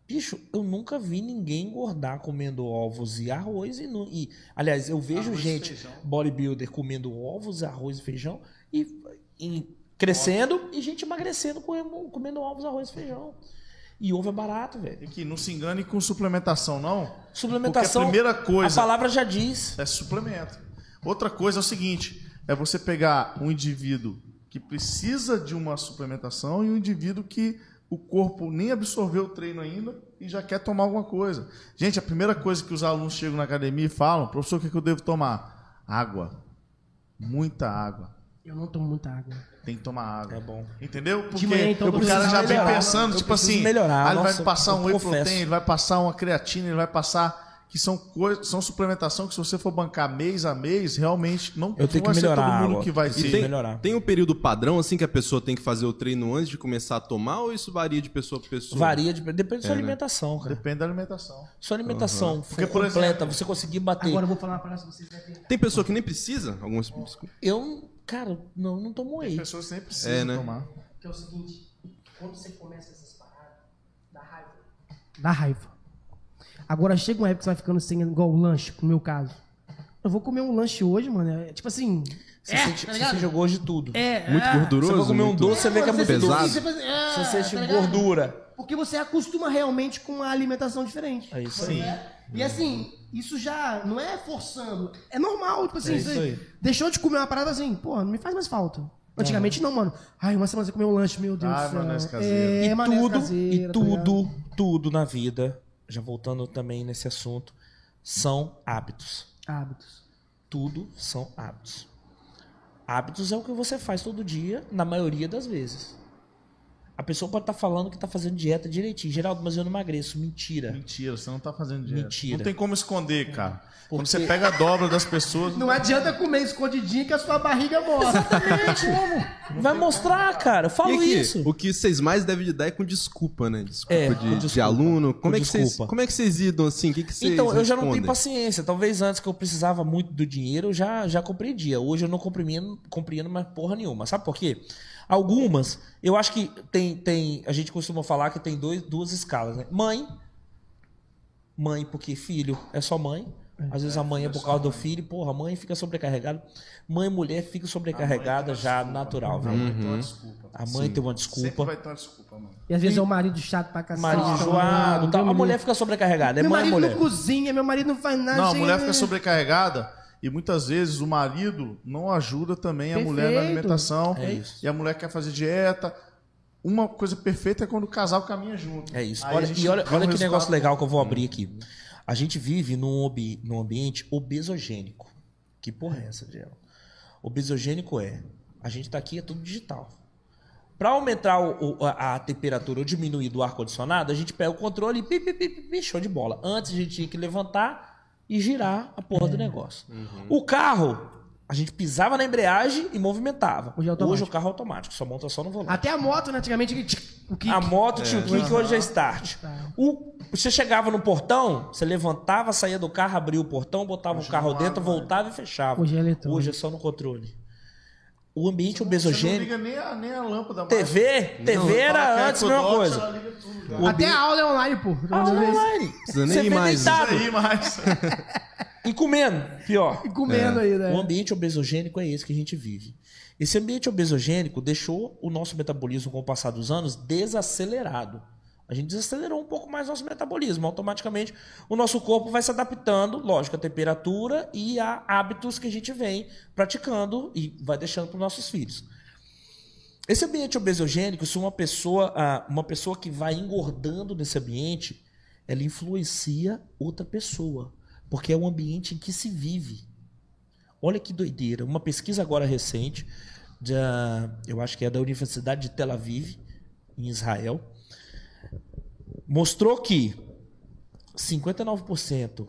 Bicho, eu nunca vi ninguém engordar comendo ovos e arroz e, nu- e- aliás, eu vejo gente bodybuilder comendo ovos, arroz e feijão e, e crescendo e gente emagrecendo comendo, comendo ovos, arroz e feijão. E ovo é barato, velho. E que não se engane com suplementação, não. Suplementação. Porque a primeira coisa- A palavra já diz. É suplemento. Outra coisa é o seguinte: é você pegar um indivíduo que precisa de uma suplementação e um indivíduo que o corpo nem absorveu o treino ainda e já quer tomar alguma coisa. Gente, a primeira coisa que os alunos chegam na academia e falam, professor, o que, que eu devo tomar? Água. Muita água. Eu não tomo muita água. Tem que tomar água. É bom. Entendeu? Porque manhã, então, eu o cara preciso já melhorar. vem pensando, Eu tipo preciso assim, melhorar. ah, ele Nossa, vai passar eu um whey confesso. protein, ele vai passar uma creatina, ele vai passar que são coisas, são suplementação que se você for bancar mês a mês, realmente não, Eu tenho que não vai ser né? melhorar todo a mundo água. que vai Preciso ter. Sim, tem, melhorar. tem um período padrão, assim, que a pessoa tem que fazer o treino antes de começar a tomar, ou isso varia de pessoa para pessoa? Varia de, depende da sua É, né? alimentação, cara. Depende da alimentação. Sua alimentação for Porque, por completa, exemplo- você conseguir bater. Agora eu vou falar uma parada se vocês né, devem. Tem pessoa que nem precisa? Algumas É. Eu, cara, não, não tomo As whey. pessoas nem precisam É, né? tomar. Que é o seguinte: quando você começa essas paradas, dá raiva. Dá raiva. Agora chega uma época que você vai ficando sem, igual o lanche, no meu caso. Eu vou comer um lanche hoje, mano. É, tipo assim. Você, É, sente- tá você jogou de tudo. É, Muito é. gorduroso? Você vai comer um muito... doce, você vê que é muito pesado. doce. Você faz- é, Você sente tá ligado? gordura. Porque você acostuma realmente com uma alimentação diferente. É isso aí. E assim, isso já não é forçando. É normal, tipo assim, É isso você aí. É. deixou de comer uma parada assim, pô, não me faz mais falta. Antigamente não, mano. Ai, uma semana você comeu um lanche, meu Deus Ah, Ai, do céu. maionese caseira. é, e maionese tudo, caseira, e tá tudo, ligado? tudo na vida, já voltando também nesse assunto, são hábitos. Hábitos. Tudo são hábitos. Hábitos é o que você faz todo dia, na maioria das vezes. A pessoa pode estar falando que está fazendo dieta direitinho. Geraldo, mas eu não emagreço. Mentira. Mentira, você não tá fazendo dieta. Mentira. Não tem como esconder, cara. Quando Porque- você pega a dobra das pessoas, Não adianta comer escondidinho que a sua barriga é mostra. Vai mostrar, cara. Eu E falo aqui, isso. o que vocês mais devem de dar é com desculpa, né? Desculpa, É, de, com de desculpa. aluno. Como Com é, que vocês, desculpa. como é que vocês idam assim? O que, que vocês Então, eu já não tenho respondem? paciência. Talvez antes que eu precisava muito do dinheiro, eu já, já compreendia. Hoje eu não compreendo, compreendo mais porra nenhuma. Sabe por quê? Algumas, eu acho que tem. tem a gente costuma falar que tem dois, duas escalas, né? Mãe. Mãe, porque filho é só mãe. Às vezes a mãe é por causa do filho, porra, a mãe fica sobrecarregada. Mãe e mulher fica sobrecarregada já natural, a velho. mãe tem uma desculpa. Uhum. A mãe tem uma Sempre desculpa. vai ter uma desculpa, mano. e às vezes é o marido chato pra cacete. Marido tá enjoado, ligado? tal. A Meu mulher fica sobrecarregada. É Meu mãe e marido mulher. não cozinha, meu marido não faz nada. Não, a chega- mulher fica sobrecarregada e muitas vezes o marido não ajuda também a mulher na Perfeito. alimentação. É isso. E a mulher quer fazer dieta. Uma coisa perfeita é quando o casal caminha junto. É isso. Aí Olha- a gente e olha, vê um olha que resultado. negócio legal que eu vou abrir aqui. A gente vive num, ambi- num ambiente obesogênico. Que porra é essa, Geraldo? Obesogênico é. A gente tá aqui, é tudo digital. Pra aumentar o- o- a, a temperatura ou diminuir do ar-condicionado, a gente pega o controle e pi, pi, pi, pi, pi, show de bola. Antes a gente tinha que levantar e girar a porra do negócio. O carro, a gente pisava na embreagem e movimentava. Hoje Hoje, é automático. o carro é automático, só monta só no volante. Até a moto, né? Antigamente. O que... A moto tinha o kick, hoje é start. Tá. O, você chegava no portão, você levantava, saía do carro, abria o portão, botava o carro dentro, né? voltava e fechava. Hoje é eletrônico. Hoje é só no controle. O ambiente Você não obesogênico. liga nem a, nem a lâmpada mais. TV, TV Fala que era é antes a mesma Ecodoc, coisa. ela liga tudo, já. O Até ambi- a aula é online, pô. Ah, online. Precisa nem Você ir vê mais. deitado. Isso aí, mas- E comendo, pior. E comendo aí, É. O né? ambiente obesogênico é esse que a gente vive. Esse ambiente obesogênico deixou o nosso metabolismo, com o passar dos anos, desacelerado. A gente desacelerou um pouco mais nosso metabolismo. Automaticamente, o nosso corpo vai se adaptando, lógico, à temperatura e a hábitos que a gente vem praticando e vai deixando para os nossos filhos. Esse ambiente obesogênico, se uma pessoa, ah, uma pessoa que vai engordando nesse ambiente, ela influencia outra pessoa, porque é um ambiente em que se vive. Olha que doideira. Uma pesquisa agora recente, da, eu acho que é da Universidade de Tel Aviv, em Israel, mostrou que 59%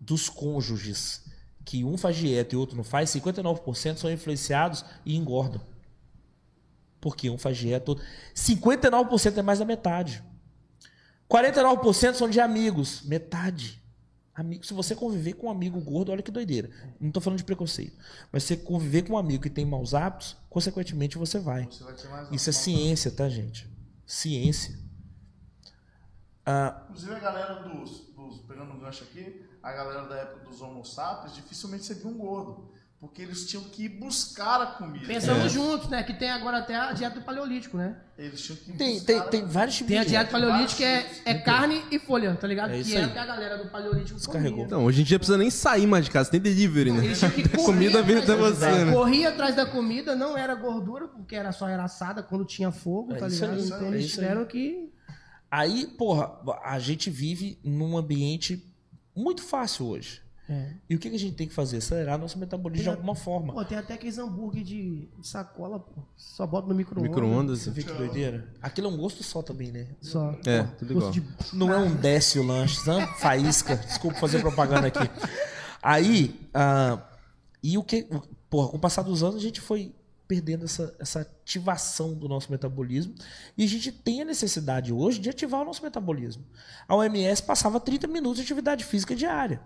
dos cônjuges que um faz dieta e outro não faz, 59% são influenciados e engordam. Porque um faz dieta, outro... 59% é mais da metade. 49% são de amigos, metade. Amigo, se você conviver com um amigo gordo, olha que doideira. Não tô falando de preconceito. Mas se você conviver com um amigo que tem maus hábitos, consequentemente você vai. Isso é ciência, tá, gente? Ciência. Inclusive a galera dos, dos- Pegando um gancho aqui, a galera da época dos Homo sapiens, dificilmente você viu um gordo. Porque eles tinham que ir buscar a comida. É. Pensamos juntos, né? Que tem agora até a dieta do paleolítico, né? Eles tinham que ir Tem, buscar tem, tem vários tipos Tem a de dieta paleolítica que é, é carne e folha, tá ligado? É isso que é aí. o que a galera do paleolítico Descarregou. Então, hoje em dia precisa nem sair mais de casa, tem delivery, né? Eles tinham que correr Comida vem até atrás da- você, né? Corria atrás da comida, não era gordura, porque era só era assada quando tinha fogo, É tá isso ligado? aí, então é eles isso aí. tiveram que. Aí, porra, a gente vive num ambiente muito fácil hoje. É. E o que que a gente tem que fazer? Acelerar nosso metabolismo de alguma forma. Pô, tem até aqueles hambúrguer de sacola, pô. Só bota no micro-ondas. Micro-ondas. Você vê que doideira? Aquilo é um gosto só também, né? Só. É, Pô, tudo gosto igual. de- Não é um desce o lanche, não? faísca. Desculpa fazer propaganda aqui. Aí, ah, e o que. Porra, com o passar dos anos, a gente foi perdendo essa, essa ativação do nosso metabolismo. E a gente tem a necessidade hoje de ativar o nosso metabolismo. A OMS passava 30 minutos de atividade física diária.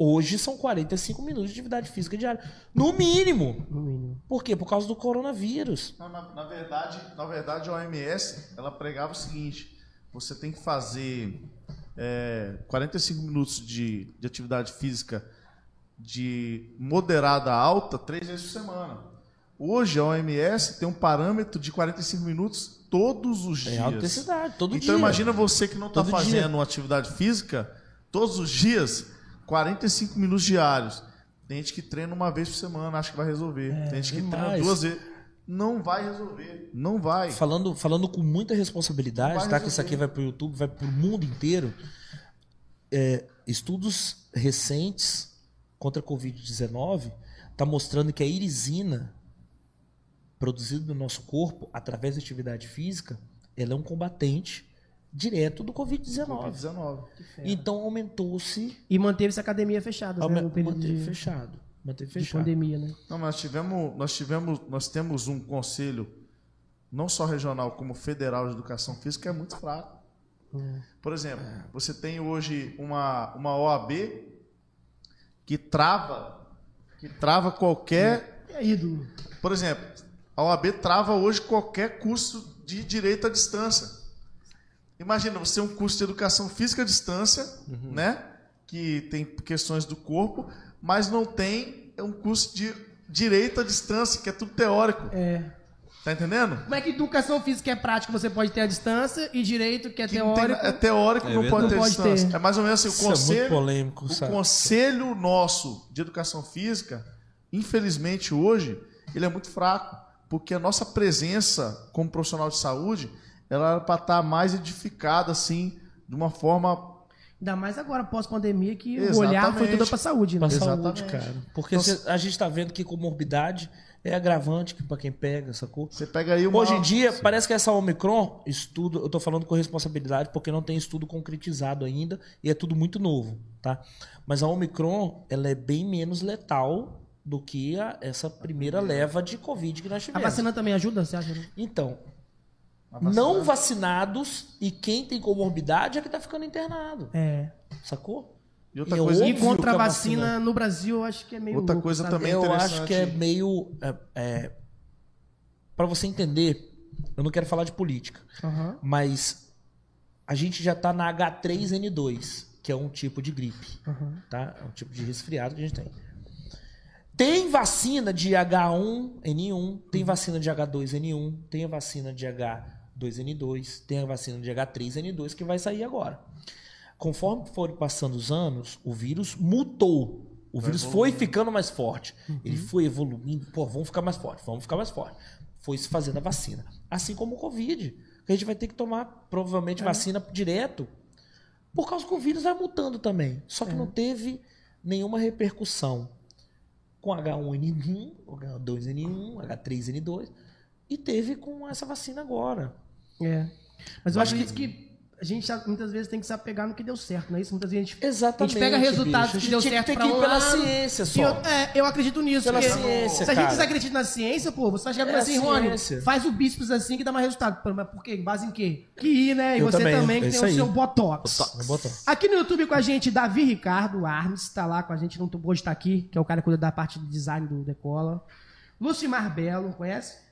Hoje são 45 minutos de atividade física diária. No mínimo. No mínimo. Por quê? Por causa do coronavírus. Não, na, na verdade, na verdade, a OMS ela pregava o seguinte: você tem que fazer é, 45 minutos de, de atividade física de moderada a alta três vezes por semana. Hoje a OMS tem um parâmetro de 45 minutos todos os É dias. alta intensidade, todo então dia. imagina você que não está Todo dia. fazendo uma atividade física todos os dias, 45 minutos diários. Tem gente que treina uma vez por semana, acha que vai resolver. Tem gente que treina É, demais. duas vezes. Não vai resolver. Não vai. Falando, falando com muita responsabilidade, Vai tá? Que isso aqui vai pro YouTube, vai pro mundo inteiro. É, estudos recentes contra a Covid-19 tá mostrando que a irisina produzida no nosso corpo através da atividade física, ela é um combatente direto do Covid-19. 19. Então aumentou-se, E manteve-se a academia fechada, né? No aume- período manteve de, fechado, manteve de fechado. pandemia, né? Não, mas nós tivemos, nós tivemos, nós temos um conselho não só regional como federal de educação física que é muito fraco. É. Por exemplo, É. você tem hoje uma uma OAB que trava que trava qualquer, E aí, Du? por exemplo, a OAB trava hoje qualquer curso de direito à distância. Imagina, você tem um curso de educação física à distância, Uhum. né? Que tem questões do corpo, mas não tem um curso de direito à distância, que é tudo teórico. É. Tá entendendo? Como é que educação física é prática, você pode ter a distância, e direito, que é Que não tem- teórico. é teórico, É não pode verdade. ter Não pode distância. ter. É mais ou menos assim, Isso o é muito conselho, polêmico, o sabe? conselho nosso de educação física, infelizmente hoje, ele é muito fraco, porque a nossa presença como profissional de saúde, ela era para estar mais edificada assim, de uma forma Ainda mais agora, pós-pandemia, que o Exatamente. olhar foi tudo pra saúde, né? Pra Exatamente. saúde, cara. Porque cê- a gente tá vendo que comorbidade é agravante que- pra quem pega, sacou? Você pega aí uma Hoje em dia, parece que essa Omicron, estudo, eu tô falando com responsabilidade porque não tem estudo concretizado ainda e é tudo muito novo, tá? Mas a Omicron, ela é bem menos letal do que a- essa primeira leva de Covid que nós A tivemos. vacina também ajuda, você acha? né? Então, não vacinados e quem tem comorbidade é que tá ficando internado, É. sacou? E outra eu coisa, ouvi E contra a que a vacina vacina- no Brasil, eu acho que é meio. outra louco, coisa sabe? também eu interessante. acho que é meio é, é, para você entender eu não quero falar de política Aham. mas a gente já tá na H3N2 que é um tipo de gripe, tá? É um tipo de resfriado que a gente tem. Tem vacina de H1N1, tem vacina de H2N1, tem a vacina de H2N2, tem a vacina de H3N2 que vai sair agora. Conforme foram passando os anos, o vírus mutou. O vírus foi ficando mais forte. Ele foi evoluindo. Pô, vamos ficar mais forte, vamos ficar mais forte. Foi se fazendo a vacina. Assim como o Covid. que A gente vai ter que tomar, provavelmente, vacina direto. Por causa que o vírus vai mutando também. Só É. que não teve nenhuma repercussão com H1N1, H2N1, H3N2 e teve com essa vacina agora. É. Mas eu acho que, isso que a gente tá- muitas vezes tem que se apegar no que deu certo, não é isso? Muitas vezes a gente. Exatamente. A gente pega resultados bicho. que deu A gente certo tem que pra ir um pela lado, ciência E eu, só. é, eu acredito nisso. Pela porque se ciência, a cara. gente desacredita na ciência, pô, você tá chegando É a assim, Rony, ciência. faz o bíceps assim que dá mais resultado. Pô, Mas por quê? Base em quê? Que ir, né? E Eu você também, também, que é tem isso o aí. seu botox. Não botou. Aqui no YouTube com a gente, Davi Ricardo Armes, tá lá com a gente, não hoje tá aqui, que é o cara que cuida da parte de design do Decola. Lucimar Belo, conhece?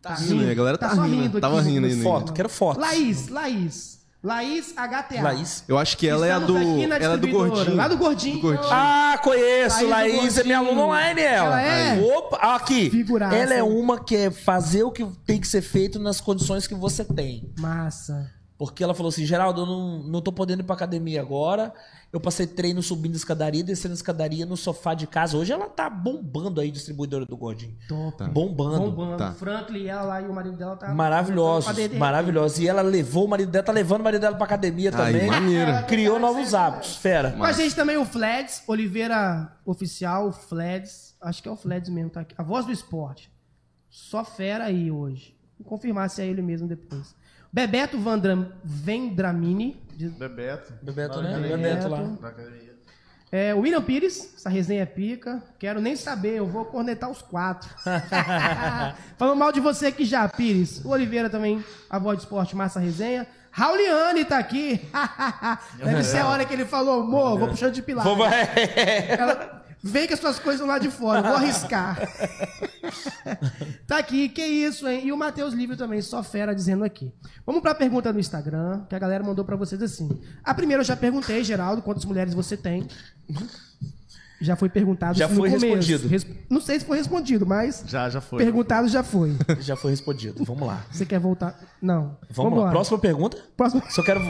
Tá rindo, a galera tá, só rindo. rindo Tava aqui, rindo ainda. Foto, quero foto. Laís, Laís. Laís HTA. Laís. Eu acho que ela é a do. Estamos aqui na Ela é do distribuidora, gordinho. lá do Gordinho. Ah, conheço. Laís Laís, do é Gordinho. minha aluna online, ela. Ela é? Opa, aqui. Figuraça. Ela é uma que é fazer o que tem que ser feito nas condições que você tem. Massa. Porque ela falou assim, Geraldo, eu não, não tô podendo ir pra academia agora. Eu passei treino subindo escadaria, descendo escadaria no sofá de casa. Hoje ela tá bombando aí, distribuidora do Gordinho. Top. Bombando. Bombando. Tá. Franklin, ela lá e o marido dela tá. Maravilhosos, Cadê ele? maravilhosos. E ela levou o marido dela, tá levando o marido dela pra academia Aí, também. maneiro. Criou novos hábitos, fera. Com a gente também o Fleds, Oliveira Oficial, Fleds. Acho que é o Fleds mesmo, tá aqui. A voz do esporte. Só fera aí hoje. Vou confirmar se é ele mesmo depois. Bebeto Vandram, Vendramini. diz- Bebeto. Bebeto, Da né? academia. Bebeto lá. Da academia. É, William Pires, essa resenha é pica. Quero nem saber, eu vou cornetar os quatro. Falando mal de você aqui já, Pires. O Oliveira também, a voz do esporte, massa resenha. Rauliane tá aqui. Deve ser a hora que ele falou, amor, vou puxando de pilar. Vamos vai. Ela, vem com as suas coisas lá de fora, eu vou arriscar. tá aqui, que isso, hein? E o Matheus Livre também, só fera, dizendo aqui. Vamos pra pergunta no Instagram, que a galera mandou pra vocês assim. A primeira eu já perguntei, Geraldo, quantas mulheres você tem. Já foi perguntado Já isso no foi começo. respondido. Res- Não sei se foi respondido, mas Já, já foi. perguntado já foi. Já foi respondido. Vamos lá. Você quer voltar? Não. Vamos lá. Vambora. Próxima pergunta? Próximo. Só quero.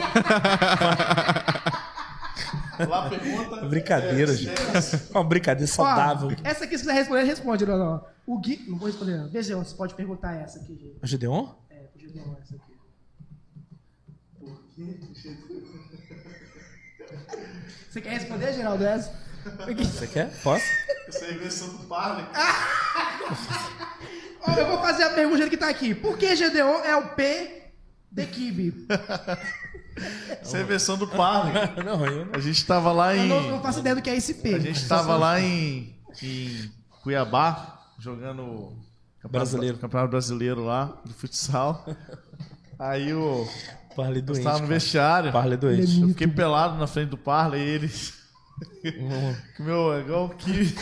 Lá pergunta. brincadeira, gente. É uma brincadeira Ó, saudável. essa aqui, se quiser responder, responde. Não, não. O Gui... Não vou responder, não. Veja, você pode perguntar essa aqui, gente. Gedeon? É, podia não, essa aqui. Você quer responder, Geraldo? Essa? Você quer? Posso? Essa é a invenção do Parley. Olha, eu vou fazer a pergunta do jeito que tá aqui. Por que Gedeon é o P de Kibe? Essa é a invenção do Parley. Não, eu não. A gente tava lá Eu em. não, não faço ideia do que é esse P. A gente tava lá em, em Cuiabá, jogando campeonato- Brasileiro. campeonato brasileiro lá, do futsal. Aí o Parley eu doente. estava no cara. vestiário. Parley doente. Eu fiquei pelado na frente do Parla e ele. Que Uhum. Meu, é igual o que.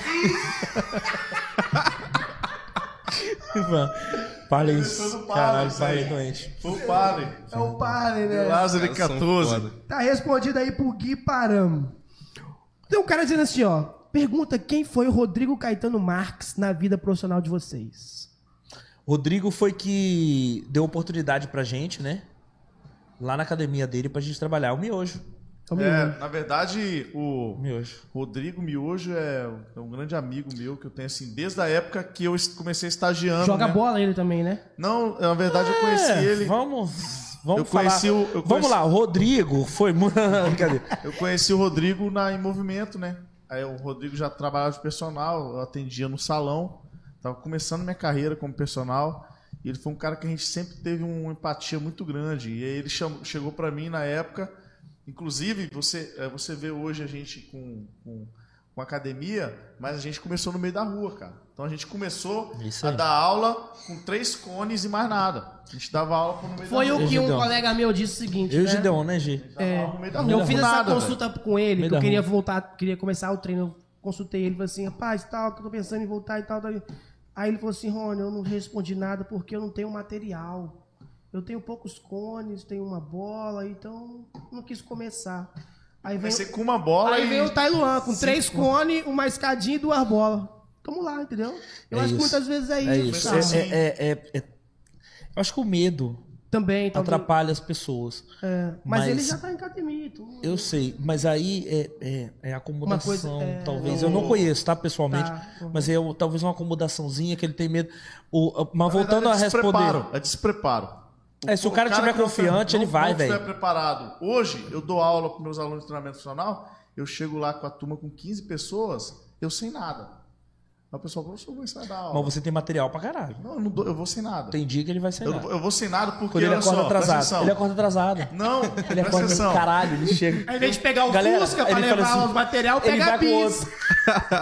Parley. Todo Parley, Caralho, isso aí. Parley doente. Foi o Parley. É o Parley, né? Lázaro de Os caras são 14. foda. Tá respondido aí pro Gui Paramo. Tem um cara dizendo assim, ó. Pergunta quem foi o Rodrigo Caetano Marques na vida profissional de vocês. Rodrigo foi que deu oportunidade pra gente, né? Lá na academia dele pra gente trabalhar o miojo. É o É, menino. na verdade, o Miojo. Rodrigo Miojo é é um grande amigo meu que eu tenho assim, desde a época que eu est- comecei estagiando. Joga né? bola ele também, né? Não, na verdade eu conheci É, ele. Vamos. Vamos Eu conheci falar. o- eu Vamos conheci- lá, o Rodrigo foi muito. Brincadeira. Eu conheci o Rodrigo na Em Movimento, né? Aí o Rodrigo já trabalhava de personal, eu atendia no salão, tava começando minha carreira como personal. E ele foi um cara que a gente sempre teve uma empatia muito grande. E aí ele cham- chegou para mim na época, inclusive você, eh, você vê hoje a gente com, com, com academia, mas a gente começou no meio da rua, cara. Então a gente começou Isso a aí. dar aula com três cones e mais nada. A gente dava aula pro no meio Foi da o rua. que um Gideon. colega meu disse o seguinte, Eu e o né? Gideon, né, G? Dava aula no meio da rua. Eu fiz essa do Tá nada, velho. consulta com ele, Meio que da eu queria rua. voltar, queria começar o treino, eu consultei ele, falei assim, rapaz, tal, que eu tô pensando em voltar e tal, tal. Aí ele falou assim, Rony, eu não respondi nada porque eu não tenho material. Eu tenho poucos cones, tenho uma bola, então não quis começar. Aí vem, Vai ser com uma bola aí e... vem o Tailuan com três cones, uma escadinha e duas bolas. Tamo lá, entendeu? Eu É acho que isso. muitas vezes é É isso. isso. sabe? É- é- é- é- Eu acho que o medo Também, talvez. atrapalha as pessoas. É, mas, Mas- ele já tá em academia e tudo. Eu sei, mas aí é, é, é acomodação, Uma coisa- é, talvez. Eu não conheço, tá, pessoalmente. Tá. Mas é o- talvez uma acomodaçãozinha que ele tem medo. O- mas Na verdade, voltando a é responder. despreparo, É despreparo. É, se o cara tiver que não confiante, tá- ele não- vai, não tiver velho. preparado. Hoje, eu dou aula para meus alunos de treinamento funcional, eu chego lá com a turma com 15 pessoas, eu sem nada. Aí o pessoal, professor, eu vou ensinar a dar aula. Mas você tem material pra caralho. Não, eu, não dou, eu vou sem nada. Tem dia que ele vai sair. Eu, não vou- eu vou sem nada porque, Quando ele olha acorda só, presta atrasado. atenção. Ele acorda atrasado. Não, Ele presta acorda atenção. caralho, ele chega. Ao invés de pegar o Galera, Fusca pra ele fala levar assim, os material, Ele pega a vai com o bis. outro.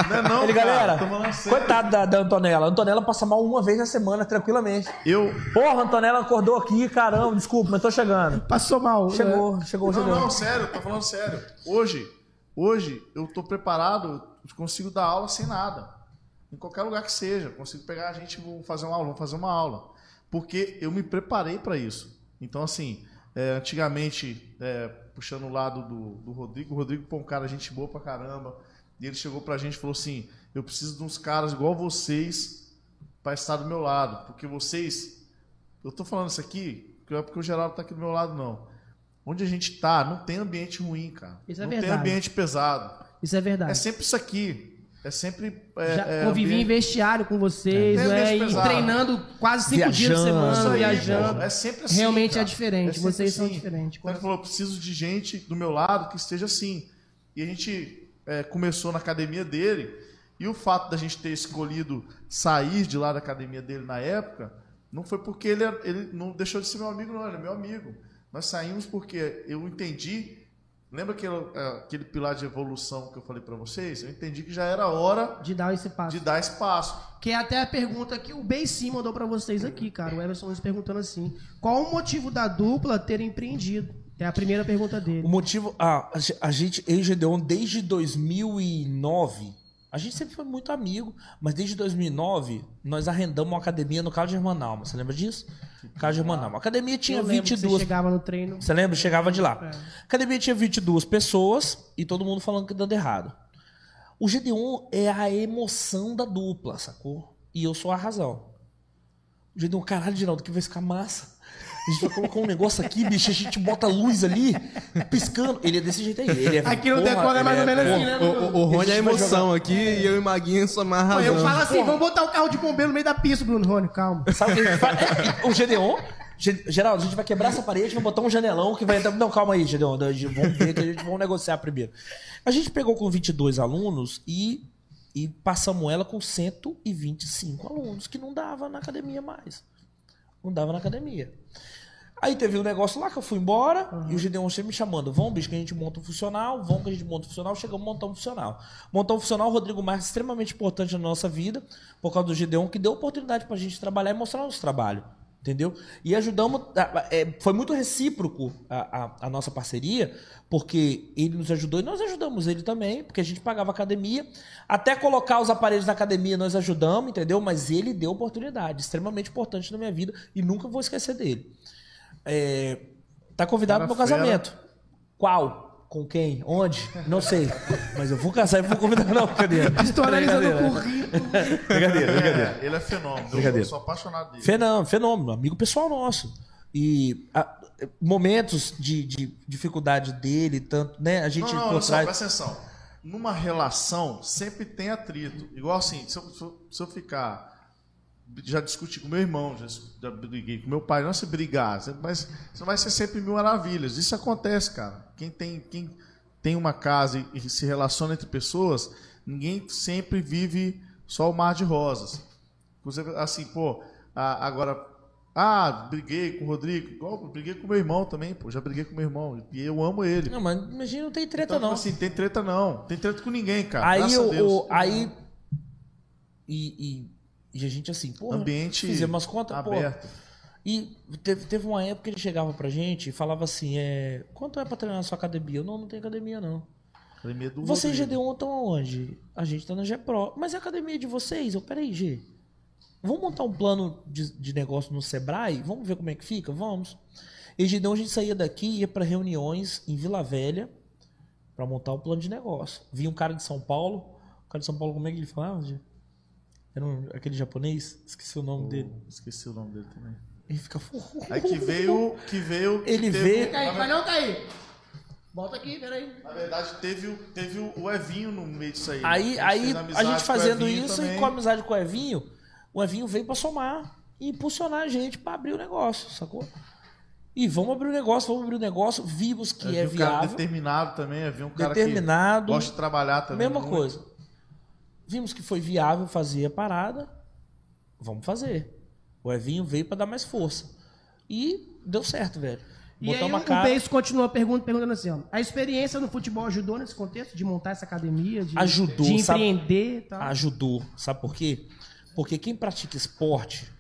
Não é não, Ele, cara, galera, tô falando sério. coitado da, da Antonella. A Antonella passa mal uma vez na semana, tranquilamente. Eu... Porra, Antonella acordou aqui, caramba, desculpa, mas tô chegando. Passou mal. né? Chegou, chegou, Não, chegou. não, sério, tô falando sério. Hoje, hoje, eu tô preparado, eu consigo dar aula sem nada. Em qualquer lugar que seja, eu consigo pegar a gente, vou fazer uma aula, vamos fazer uma aula. Porque eu me preparei para isso. Então, assim, é, antigamente, é, puxando o lado do, do Rodrigo, o Rodrigo pô, um cara, gente boa pra caramba. E ele chegou pra gente e falou assim: Eu preciso de uns caras igual vocês pra estar do meu lado. Porque vocês. Eu tô falando isso aqui, não é porque o Geraldo tá aqui do meu lado, não. Onde a gente tá, não tem ambiente ruim, cara. Isso é não verdade. tem ambiente pesado. Isso é verdade. É sempre isso aqui. É sempre. É, Já é, convivi em ambiente- vestiário com vocês, É. Tem né? ambiente E pesado. treinando quase cinco dias por Viajando. Isso semana, aí, viajando. pô, É sempre assim. Realmente cara. é diferente, sempre vocês são diferentes. Então ele falou: eu preciso de gente do meu lado que esteja assim. E a gente é, começou na academia dele. E o fato da gente ter escolhido sair de lá da academia dele na época, não foi porque ele, era- ele não deixou de ser meu amigo, não, ele é meu amigo. Nós saímos porque eu entendi. Lembra aquele, é, aquele pilar de evolução que eu falei pra vocês? Eu entendi que já era hora De dar esse passo. de dar espaço. Que é até a pergunta que o Ben Sim mandou pra vocês aqui, cara. O Everson nos perguntando assim: qual o motivo da dupla ter empreendido? É a primeira pergunta O dele. motivo. ah, A, a ge- a gente, eu e o Gedeon, desde 2009, a gente sempre foi muito amigo, mas desde 2009, nós arrendamos uma academia no Carlos de Hermanalma. Você lembra disso? Carlos de Hermanalma. A academia tinha Eu lembro que Você 22 chegava no treino. Você lembra? Chegava de É. lá. Academia tinha 22 pessoas e todo mundo falando que dando errado. O GD1 é a emoção da dupla, sacou? E eu sou a razão. O GD1, caralho, Geraldo, que vai ficar massa. A gente vai colocar um negócio aqui, bicho, a gente bota a luz ali, piscando. Ele é desse jeito aí. Ele é, Aqui no porra, Decora é mais ou ele menos porra. assim, né? O, o, o Rony é Ele vai emoção aqui e eu e Maguinha somos a razão. É. Eu falo assim: vamos botar o carro de bombeiro no meio da pista, Bruno Rony, calma. Sabe o que a gente faz? É, O Gedeon. Ge- Geraldo, a gente vai quebrar essa parede, vai botar um janelão que vai entrar. Não, calma aí, Gedeon. nós Vamos ver que a gente vamos negociar primeiro. A gente pegou com 22 alunos e, e passamos ela com 125 alunos, que não dava na academia mais. Não dava na academia. Aí teve um negócio lá que eu fui embora e o Gedeon sempre me chamando. Vamos, bicho, que a gente monta um funcional, vamos que a gente monta um funcional, chegamos a montar um funcional. Montar um funcional, o Rodrigo Marques, extremamente importante na nossa vida, por causa do Gedeon, que deu oportunidade pra gente trabalhar e mostrar nosso trabalho. Entendeu? E ajudamos. a- a- é, foi muito recíproco a, a- a nossa parceria, porque ele nos ajudou e nós ajudamos ele também, porque a gente pagava academia. Até colocar os aparelhos na academia nós ajudamos, entendeu? Mas ele deu oportunidade, extremamente importante na minha vida e nunca vou esquecer dele. É, tá convidado Cara pro meu casamento. Qual? Com quem? Onde? Não sei. Mas eu vou casar e não vou convidar, não, brincadeira. Estou analisando o Brincadeira. currículo. Brincadeira, brincadeira. É, ele é fenômeno. Eu Brincadeira. sou apaixonado dele. Fenômeno, fenômeno, amigo pessoal nosso. E a- momentos de, de dificuldade dele, tanto, né? A gente Não, não, olha só, encontrar. presta atenção. Numa relação sempre tem atrito. Igual assim, se eu, se eu- se eu ficar. Já discuti com meu irmão, já, dis- já briguei com meu pai, não é se brigar, você- mas isso vai ser sempre mil maravilhas. Isso acontece, cara. Quem tem, quem tem uma casa e, e se relaciona entre pessoas, ninguém sempre vive só o mar de rosas. Inclusive, assim, pô, a- agora. Ah, briguei com o Rodrigo, igual eu briguei com meu irmão também, pô, já briguei com meu irmão, e eu amo ele. Não, mas imagina, não tem treta, Então, não. assim, tem treta não. Tem treta com ninguém, cara. aí Graças a Deus. o, o- aí e, e- e a gente assim, pô, Ambiente fizemos umas contas, pô. aberto. E teve, teve uma época que ele chegava pra gente e falava assim, é, quanto é pra treinar na sua academia? Eu não, não tenho academia não. Academia do Vocês Rodrigo. GD1 estão aonde? A gente tá na GPRO. Mas é a academia de vocês? Eu, peraí, G. Vamos montar um plano de, de negócio no Sebrae? Vamos ver como é que então, fica? Vamos. E GD1 a gente saía daqui e ia pra reuniões em Vila Velha, Pra montar um plano de negócio. Vinha um cara de São Paulo. O cara de São Paulo, como é que ele falava? Gi? Era um- aquele japonês? Esqueci o nome dele. Esqueci o nome dele também. Ele fica. Aí que veio. Que veio Ele teve- veio. Tá aí, vai não, tá aí. Volta aqui, peraí. Na verdade, teve, o- teve o- o Evinho no meio disso aí. né? Aí, a aí gente, fez a amizade gente com o fazendo Evinho isso também. e com a amizade com o Evinho, o Evinho veio pra somar e impulsionar a gente pra abrir o negócio, sacou? E vamos abrir o negócio, vamos abrir o negócio, vimos que é Evinho, um cara viável, determinado também. Evinho, um cara que determinado, gosta de trabalhar também. mesma muito. coisa. Vimos que foi viável fazer a parada, vamos fazer. O Evinho veio pra dar mais força. E deu certo, velho. E aí Botar o uma cara. Peixe continua perguntando, perguntando assim, ó, a experiência no futebol ajudou nesse contexto de montar essa academia, de, Ajudou, de sabe? empreender e Então, tal? ajudou. Sabe por quê? Porque quem pratica esporte,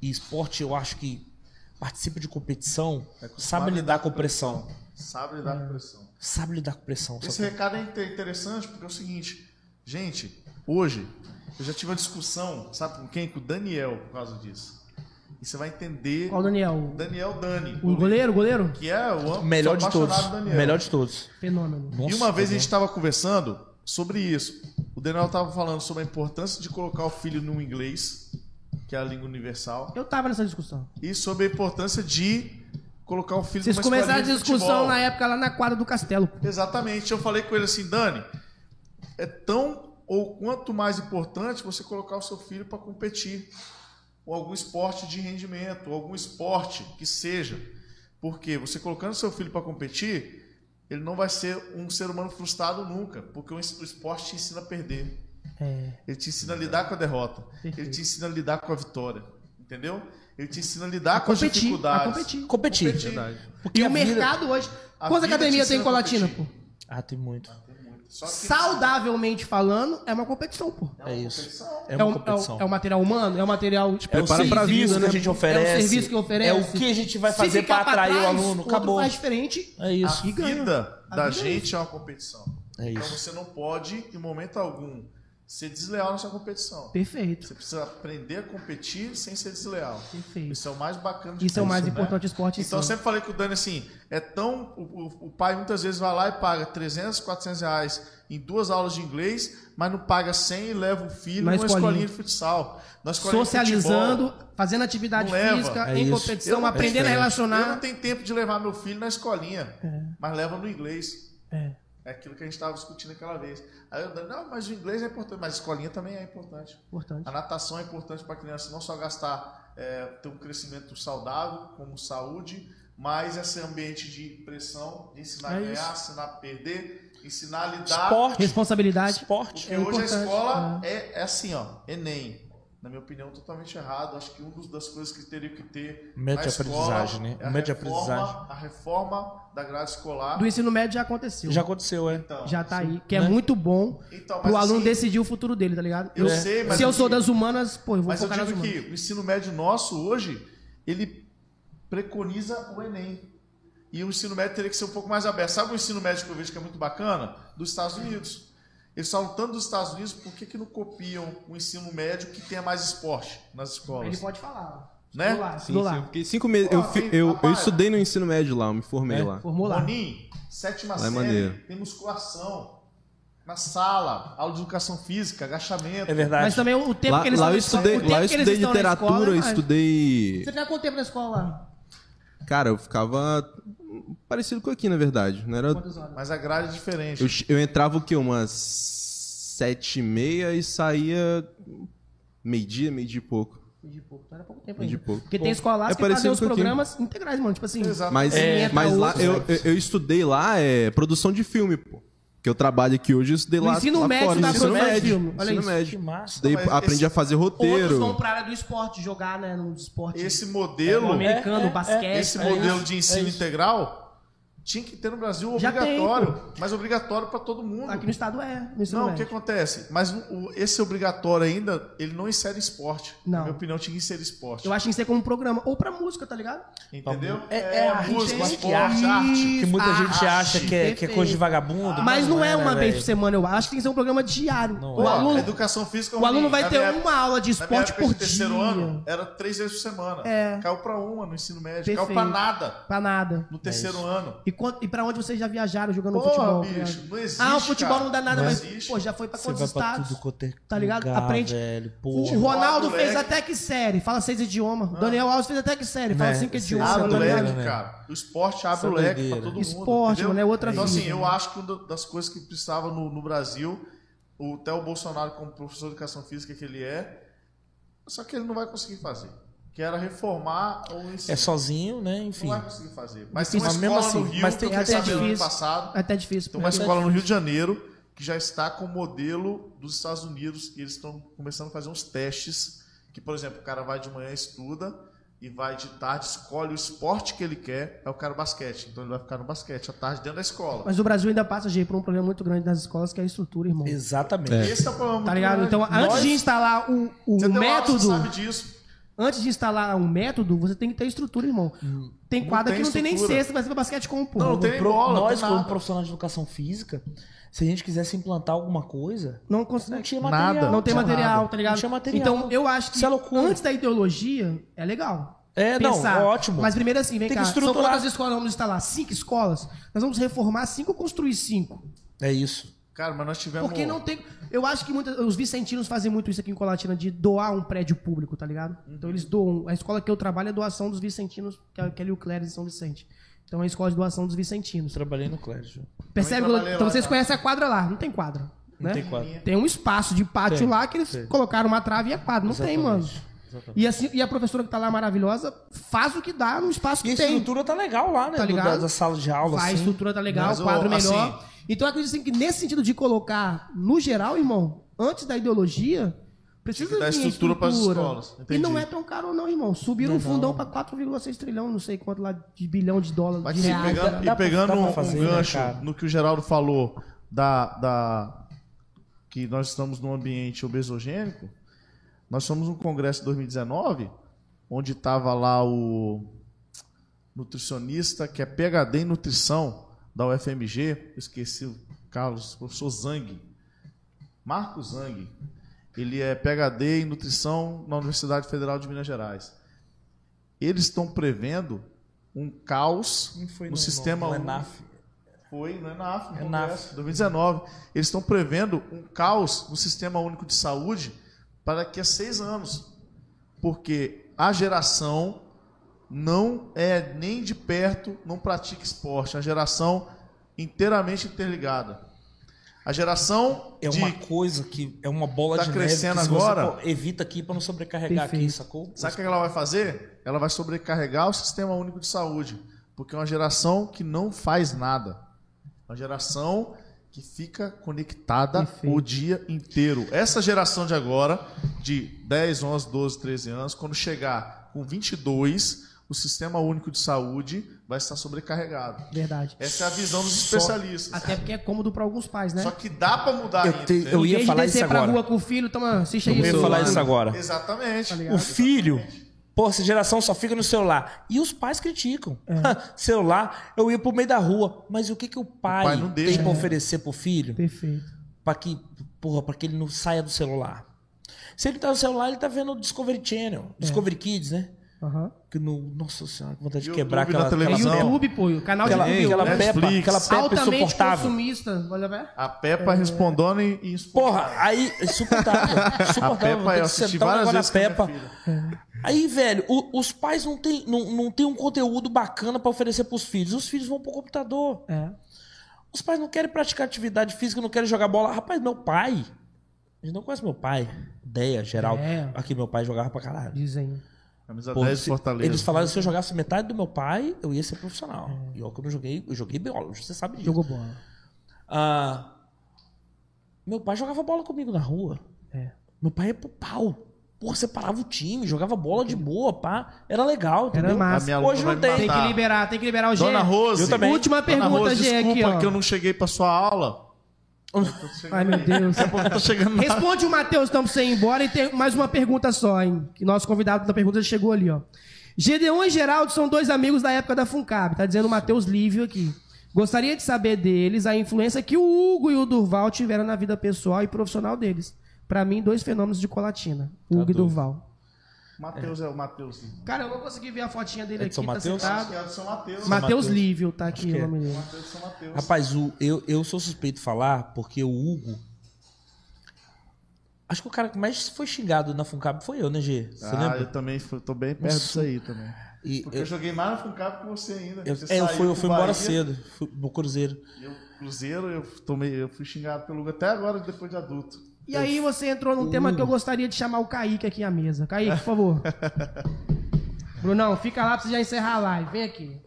e esporte eu acho que participa de competição, É sabe lidar né? com pressão. Sabe lidar com pressão. Sabe lidar com pressão. Esse sacou? recado é inte- interessante porque é o seguinte, gente, hoje eu já tive uma discussão, sabe com quem? Com o Daniel por causa disso. E você vai entender. Qual o Daniel? Daniel Dani, O goleiro, o goleiro? que é o O Melhor de apaixonado todos. Daniel. Melhor de todos. tá Fenômeno. E uma vez a gente estava conversando sobre isso. O Daniel estava falando sobre a importância de colocar o filho no inglês, que é a língua universal, Eu tava nessa discussão. e sobre a importância de colocar o filho Vocês numa começaram a escolinha de discussão futebol. na época lá na quadra do Castelo. pô. Exatamente. Eu falei com ele assim, Dani, é tão ou quanto mais importante você colocar o seu filho para competir ou algum esporte de rendimento, ou algum esporte que seja. Porque você colocando seu filho para competir, ele não vai ser um ser humano frustrado nunca, porque o es- o esporte te ensina a perder. É. Ele te ensina a lidar com a derrota. Ele te ensina a lidar com a vitória. Entendeu? Ele te ensina a lidar com as Competir, a dificuldades. competir. Competir. Competir. Porque E a o vida- mercado hoje... a Quantas vida te academias ensina tem em a Colatina, pô? competir. Ah, tem muito. Só que- Saudavelmente falando, é uma competição, pô. É isso. É É, uma um, é, competição. um, é um material humano, é um material... É o Prepara pra serviço vida, que né? a gente É um oferece. serviço que oferece. É o que a gente vai Se fazer ficar pra atrair o trás, aluno. outro Acabou. faz diferente. É A isso. vida vida da é gente é uma competição. É Então isso. você não pode, em momento algum, ser desleal na sua competição. Perfeito, Você precisa aprender a competir sem ser desleal. perfeito. Isso é o mais bacana de Isso é o tudo, mais né? importante do esporte. Então eu sim. sempre falei com o Dani assim: é tão. O, o- o pai muitas vezes vai lá e paga 300, 400 reais em duas aulas de inglês, mas não paga 100 e leva o filho Na numa escolinha. escolinha de futsal. Na escolinha de socializando, futebol. fazendo atividade Não leva. física, É em isso. Eu competição, não tenho- aprendendo a Eu não relacionar. tenho tempo de levar meu filho na escolinha, mas leva no inglês. É. É aquilo que a gente estava discutindo aquela vez. Aí eu dando, não, mas o inglês é importante, mas a escolinha também é importante. Importante. A natação é importante para a criança não só gastar, é, ter um crescimento saudável, como saúde, mas esse ambiente de pressão, de ensinar a É ganhar, isso. ensinar a perder, ensinar a lidar. Esporte. Responsabilidade. Esporte. Porque é hoje a importante, escola é, é assim, ó, Enem. Na minha opinião, totalmente errado. Acho que uma das coisas que teria que ter Método na de aprendizagem, né? é a Método de reforma- aprendizagem. A reforma da grade escolar. Do ensino médio já aconteceu. Já Já, aconteceu, é. Então, tá aí. Que é Né? muito bom Então, mas pro aluno assim, decidir o futuro dele, tá ligado? Eu sei, mas assim, Se eu eu sou digo- das humanas, pô, eu vou Mas eu focar nas digo humanas. que o ensino médio nosso hoje, ele preconiza o Enem. E o ensino médio teria que ser um pouco mais aberto. Sabe o ensino médio que eu vejo que é muito bacana? Dos Estados Unidos. Eles falam tanto dos Estados Unidos, por que, que não copiam o ensino médio que tenha mais esporte nas Ele escolas? pode falar. ó. Né? Do lá, Sim, do sim, eu lá. fiquei cinco meses. Eu, Ó, fi- tem- eu, eu rapaz. estudei no ensino médio lá, eu me formei É? lá. Formou lá. Boninho, sétima Lá é série, maneiro. tem musculação. Na sala, aula de educação física, agachamento. É verdade. Mas também o tempo Lá, que eles lá estão eu na escola- estudei, o tempo lá eu que eles estudei estão na escola literatura, eu é mais. estudei. Você fica quanto tempo na escola lá? Cara, eu ficava parecido com aqui, na verdade. Não era... Quantas horas? Mas a grade é diferente. eu, che- eu entrava o quê? Umas sete e meia e saía meio-dia, meio-dia e pouco. Meio de pouco. Então era pouco tempo Meio de ainda. pouco. Porque tem escola lá É que fazem parecido os com aqui. programas integrais, mano. Tipo assim, Exato. Mas, É, mas tá lá outro, eu, certo. eu, eu estudei lá é produção de filme, pô. Que eu trabalho aqui hoje, eu estudei No lá. ensino lá médio fora, dá no ensino produção de médio. filme, olha ensino isso. Que médio. massa. Daí, Mas aprendi esse- a fazer outros roteiro. vão pra área do esporte, jogar, né? No esporte. Esse O modelo. americano, É, é, basquete. Esse tá modelo ligado? de ensino integral tinha que ter no Brasil Já obrigatório, mas obrigatório para todo mundo. Aqui no estado é. No ensino Não, o que médio. acontece? Mas o- o- esse obrigatório ainda, ele não insere esporte. Não. Na minha opinião, tinha que inserir esporte. Eu acho que isso é como um programa. Ou pra música, tá ligado? Entendeu? É- é arte, eu acho que é arte. Que muita gente acha que é, que é coisa de vagabundo. Mas não é uma né, vez velho? por semana, eu acho. Tem que ser um programa diário. Não o, é. Ó, aluno, educação física é o aluno ruim. vai Na ter minha- uma aula de na minha esporte época por de terceiro dia. ano, era três vezes por semana. É. Caiu para uma no ensino médio. Caiu Perfeito. É para nada Pra nada. no terceiro ano. E quant- e pra onde vocês já viajaram jogando Porra, futebol? bicho, cara? não existe, ah, o futebol cara. não dá nada, Não mas, existe. pô, já foi pra Você quantos vai pra estados? tudo quanto é tá ligado? lugar, Aprende. Velho, O porra. Ronaldo Abre o fez leque. até que série, fala seis idiomas. Daniel Alves fez até que série, fala É, cinco sim. idiomas. Abre o tá ligado? leque, né? cara. O esporte abre Essa o leque pra doideira. todo mundo. Esporte, entendeu? mano, é outra Então, vida, assim, eu né? acho que uma das coisas que precisava no, no Brasil, o Theo Bolsonaro, como professor de educação física que ele é, só que ele não vai conseguir fazer. Que era reformar o ensino. É sozinho, né? Enfim. Não vai conseguir fazer. Mas tem Difícil. uma Mas mesmo escola no assim, mas Rio, mas tem- tem é que até sabendo ano difícil. passado, É até difícil. Então, tem uma né? escola no Rio de Janeiro que já está com o modelo dos Estados Unidos e eles estão começando a fazer uns testes que, por exemplo, o cara vai de manhã, estuda e vai de tarde, escolhe o esporte que ele quer, é o cara basquete. Então ele vai ficar no basquete à tarde dentro da escola. Mas o Brasil ainda passa, gente, por um problema muito grande das escolas, que é a estrutura, irmão. Exatamente. Esse é o problema Tá muito ligado? grande. Então, antes Nós- de instalar o, o Você deu aula, método, você sabe disso. antes de instalar um método, você tem que ter estrutura, irmão. Hum. Tem Não quadra tem que não tem nem estrutura. cesta, mas vai basquete com um Não, não tem nem Pro- bola, não nós, tem como nada. profissionais de educação física, se a gente quisesse implantar alguma coisa, Não não consegue. tinha Nada. material. Não Não tem tinha material, nada. tá ligado? Não tinha material. Então, eu acho que Isso é loucura. antes da ideologia, é legal. É, não, ótimo. Mas primeiro assim, vem Tem cá. que São estruturar. quantas escolas vamos instalar? Cinco escolas? Nós vamos reformar cinco ou construir cinco? É isso. Cara, mas nós tivemos. Porque não tem. Eu acho que muitas, os vicentinos fazem muito isso aqui em Colatina, de doar um prédio público, tá ligado? Uhum. Então eles doam. A escola que eu trabalho é doação dos vicentinos, que é, que é ali o Cléris em São Vicente. Então é a escola de doação dos vicentinos. Trabalhei no Clérigio. Percebe? Também quando- trabalhei Então lá, vocês tá? conhecem a quadra lá. Não tem quadra. Não Né? tem quadro. Tem um espaço de pátio Tem, lá que eles tem. colocaram uma trave e é quadra. Não tem, mano. Exatamente. E, assim, e a professora que tá lá maravilhosa faz o que dá no espaço E a que tem. estrutura tá legal lá, né? Tá Do- ligado? Da, da sala de aula, Vai, a assim. estrutura tá legal, Mas, o ô, quadro assim- melhor. Então eu acredito assim, que nesse sentido de colocar, no geral, irmão, antes da ideologia, precisa Tem que dar vir a estrutura pras escolas, E entendi. não é tão caro não, irmão. Subiram um fundão pra 4,6 trilhão, não sei quanto lá, de bilhão de dólar, Mas de se reais. pegando, dá e pra- pegando dá pra um, fazer, um né, gancho cara? no que o Geraldo falou da, da que nós estamos num ambiente obesogênico, nós fomos num congresso em 2019 onde estava lá o nutricionista que é PhD em nutrição da UFMG, eu esqueci o Carlos, professor Zang, Marco Zang. Ele é PhD em nutrição na Universidade Federal de Minas Gerais. Eles estão prevendo um caos Não foi no no- sistema um no UNAF. ENAF. Foi no ENAF, no ENAF. Congresso, 2019. Eles estão prevendo um caos no Sistema Único de Saúde para daqui a seis anos. Porque a geração não é nem de perto, não pratica esporte. É uma geração inteiramente interligada. A geração É de... uma coisa que é uma bola Tá de crescendo neve que se você agora? for- evita aqui pra não sobrecarregar aqui, Perfeito. sacou? Sabe o que ela vai fazer? Ela vai sobrecarregar o sistema único de saúde. Porque é uma geração que não faz nada. É uma geração que fica conectada o dia inteiro. Essa geração de agora, de 10, 11, 12, 13 anos, quando chegar com 22, o sistema único de saúde vai estar sobrecarregado. Verdade. Essa é a visão dos Só- especialistas. Até porque é cômodo pra alguns pais, né? Só que dá pra mudar Eu, ainda, te- entendeu? eu Em vez ia de falar descer isso pra agora. rua com o filho, toma, assiste aí. Eu ia isso. falar Mano. isso agora. Exatamente. Tá O filho, pô, essa geração só fica no celular. E os pais criticam. celular, eu ia pro meio da rua. Mas o que, que o pai, pai não deixa, tem pra né? oferecer pro filho Perfeito. pra que, porra, pra que ele não saia do celular? Se ele tá no celular, ele tá vendo o Discovery Channel, Discovery Kids, né? Aham. Que no, nossa senhora, que vontade YouTube de quebrar na aquela, aquela, É televisão. pepa, YouTube, pô. Canal de aquela, YouTube. aquela Netflix. pepa, aquela pepa altamente insuportável. consumista. Olha, velho. A Peppa É. respondendo e, e Porra, aí insuportável. A insuportável. vou Peppa, ter eu que assisti sentar um várias negócio na vezes com a minha Peppa. filha. Aí, velho, o- os pais não têm não, não tem um conteúdo bacana pra oferecer pros filhos. Os filhos vão pro computador. É. Os pais não querem praticar atividade física, não querem jogar bola. Rapaz, meu pai. A gente não conhece meu pai. Ideia geral. É. Aqui, meu pai jogava pra caralho. Dizem. Camisa Pô, 10 se- Fortaleza. eles falaram que se eu jogasse metade do meu pai, eu ia ser profissional. E olha que eu não joguei, eu joguei bola, você sabe disso. Jogou bola. Ah, meu pai jogava bola comigo na rua. É. Meu pai ia pro pau. Porra, separava o time, jogava bola de boa, pá. Era legal, entendeu? massa. A minha Hoje não aluna vai me Tem tem. matar. que liberar, tem que liberar o Gê. Tá. Dona Rose, Eu também. Última Dona pergunta, Rose, Gê, aqui, desculpa ó. que eu não cheguei pra sua aula. Ai, meu Deus. Não tô chegando na... Responde o Matheus, então, pra você ir embora. E tem mais uma pergunta só, hein? Que nosso convidado da pergunta chegou ali, ó. Gedeon e Geraldo são dois amigos da época da Funcab. Tá dizendo o Matheus Lívio aqui. Gostaria de saber deles a influência que o Hugo e o Durval tiveram Tá na vida pessoal e profissional deles. Pra mim, dois fenômenos de colatina. Hugo e Durval. Matheus é o Matheus. Lívio. Cara, eu não consegui ver a fotinha dele Edson aqui, Mateus? tá Acho que sentado. é o de São Mateus. Matheus Mateus. Lívio tá aqui que o é. nome dele. Matheus de São Mateus. Rapaz, o, eu, eu sou suspeito de falar porque o Hugo. Acho que o cara que mais foi xingado na Funcab foi eu, né, Gê? Você ah, lembra? eu também fui- tô bem perto disso aí também. E Porque eu, eu, joguei mais no Funcap que você ainda. eu, Você é, eu saiu fui, eu pro fui embora Bahia, cedo, fui no Cruzeiro. Eu, Cruzeiro, eu, tomei, eu fui xingado pelo Hugo até agora, depois de adulto. E aí você entrou num tema que eu gostaria de chamar o Kaique aqui à mesa. Kaique, por favor. Brunão, fica lá pra você já encerrar a live. Vem aqui.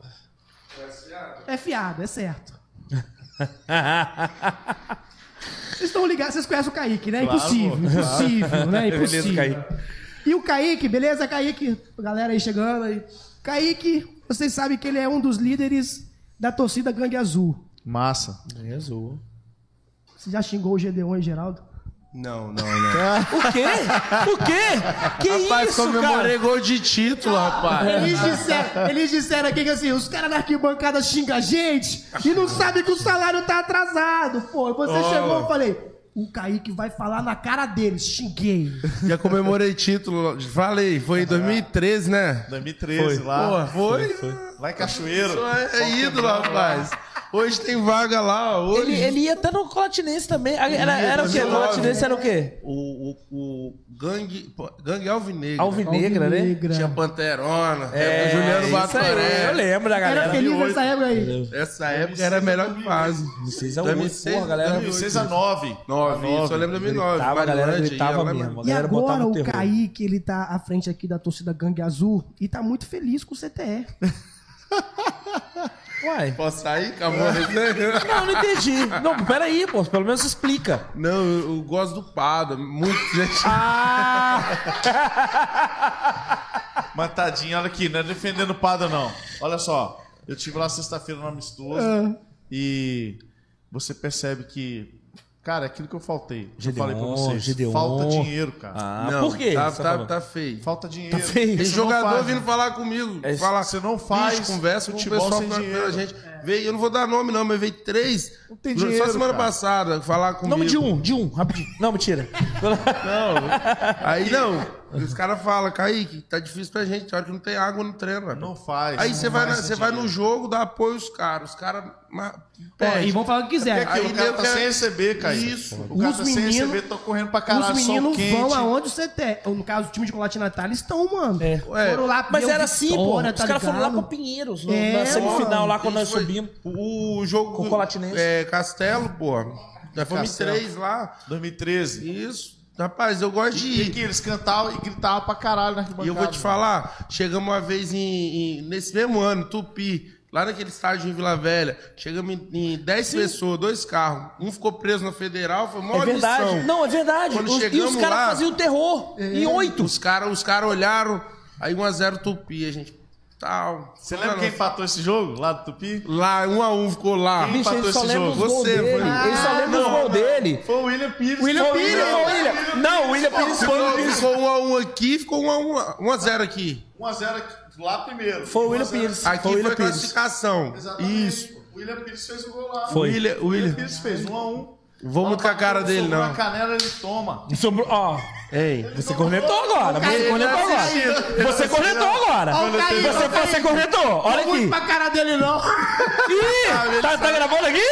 É fiado, é certo. Vocês estão ligados, vocês conhecem o Kaique, né? Claro, impossível, pô. impossível, né? Beleza, Impossível. Kaique. E o Kaique, beleza, Kaique? Galera aí chegando aí. Kaique, vocês sabem que ele é um dos líderes da torcida Gangue Azul. Massa. Azul. Você já xingou o Gedeon e Geraldo? Não, não, não. O quê? O quê? Que Rapaz, isso, cara? comemorei gol de título, rapaz. Eles disseram, eles disseram aqui que assim, os caras na arquibancada xingam a gente e não sabem que o salário tá atrasado, pô. Você chegou, eu falei, o Kaique vai falar na cara deles, xinguei. Já comemorei título. Falei, foi em 2013, né? 2013 lá. Porra, foi? Lá em Cachoeiro. Isso É, é ídolo, rapaz. Hoje tem vaga lá, ó. hoje. Ele, ele ia até no Colatinense também. Era, era, era o quê? O né? Colatinense era o quê? O, o, o gangue, pô, gangue Alvinegro. Alvinegra, né? Tinha Panterona, É, o Juliano isso aí, Eu Batoré. lembro da Era galera. feliz nessa época aí. É, Essa época era a melhor que fase. 2006 a 2006, 2008, pô, a galera 2006 a 9. 9, isso eu lembro de 2009. gritava, a galera Marulândia, gritava eu lembro. mesmo. A E galera botava agora o terror. Kaique, ele tá à frente aqui da torcida Gangue Azul e tá muito feliz com o CTE. Uai. Posso sair? Tá Acabou. né? Não, não entendi. Não, peraí, pô. Pelo menos explica. Não, eu, eu gosto do Pada. Muito gente. Ah! Matadinha, olha aqui, não é defendendo o Pada, não. Olha só, eu tive lá sexta-feira no Amistoso É. e você percebe que, cara, é aquilo que eu faltei. eu Gedeon, falei pra vocês, Gedeon. falta dinheiro, cara. Ah, por quê? Tá, Você tá, falou? tá feio. Falta dinheiro. Tá feio. Tem Você não jogador faz, vindo né? falar comigo. É isso, falar, você não faz bicho, conversa com o futebol pessoal sem pra- dinheiro. pra gente. Veio, eu não vou dar nome, não, mas veio três. Não tem só dinheiro, semana cara. passada, falar comigo. Nome de um, de um, rapidinho. Não, mentira. um Aí não. Os caras falam, Kaique, tá difícil pra gente. Tem hora que não tem água no treino, rapaz. Não faz. Aí não você vai, faz na- esse você vai no dinheiro. jogo, dá apoio aos caras. Os caras. ma- Ó, perde. e vão falar o que É quiser. aquilo, Aí o cara eu tá quero- sem receber, cara. Isso. O cara Os tá sem menino- receber, tô correndo pra Os caralho, sol meninos quente. vão aonde o CTE. ou No caso, o time de Colatina estão, mano. É. Foram lá pra Mas ver o era assim, pô. Vitória, Os tá caras foram lá ligado? pro Pinheiros, no- É, na semifinal, lá quando nós Isso foi- subimos. O jogo. Com o Colatinense. É, Castelo, pô. Nós fomos em Castelo. três lá. 2013. Isso. Rapaz, eu gosto de E, ir. que eles cantavam e gritavam pra caralho na arquibancada. E eu vou te falar, chegamos uma vez em, em- nesse mesmo ano, Tupi, lá naquele estádio em Vila Velha, chegamos em- em 10 pessoas, dois carros. Um ficou preso na federal, foi É maior verdade. lição. Não, é verdade. Quando Os- e chegamos os caras lá- faziam terror. E oito. Os caras os cara olharam, aí 1x0 Tupi, a gente. Tal. Você lembra quem Não, empatou esse jogo lá do Tupi? Lá, 1 a 1 ficou lá. Quem Bicho, ele empatou só esse lembra os jogo? gols Você, dele. foi. Ah, Ele só lembra os gols dele. Foi o William Pires. William Foi o Pires, foi o William. Não, o William Pires foi o Ficou, William. ficou 1 a 1 aqui, ficou 1 a 1 lá, 1 a 0 aqui. 1x0 lá primeiro. Foi o William 1 a 0. Pires. Aqui Foi o foi, William Pires. classificação. Exatamente. Isso. O William Pires fez o gol lá. Foi. O William, William William. Pires fez 1x1. Vou muito com a cara dele, não. Na canela ele toma. Sobrou, ó. Ei. Você cornetou agora. Você cornetou agora. Você cornetou agora. Você, você cornetou. Olha aqui. pra cara dele, não. Ih, tá, tá gravando aqui?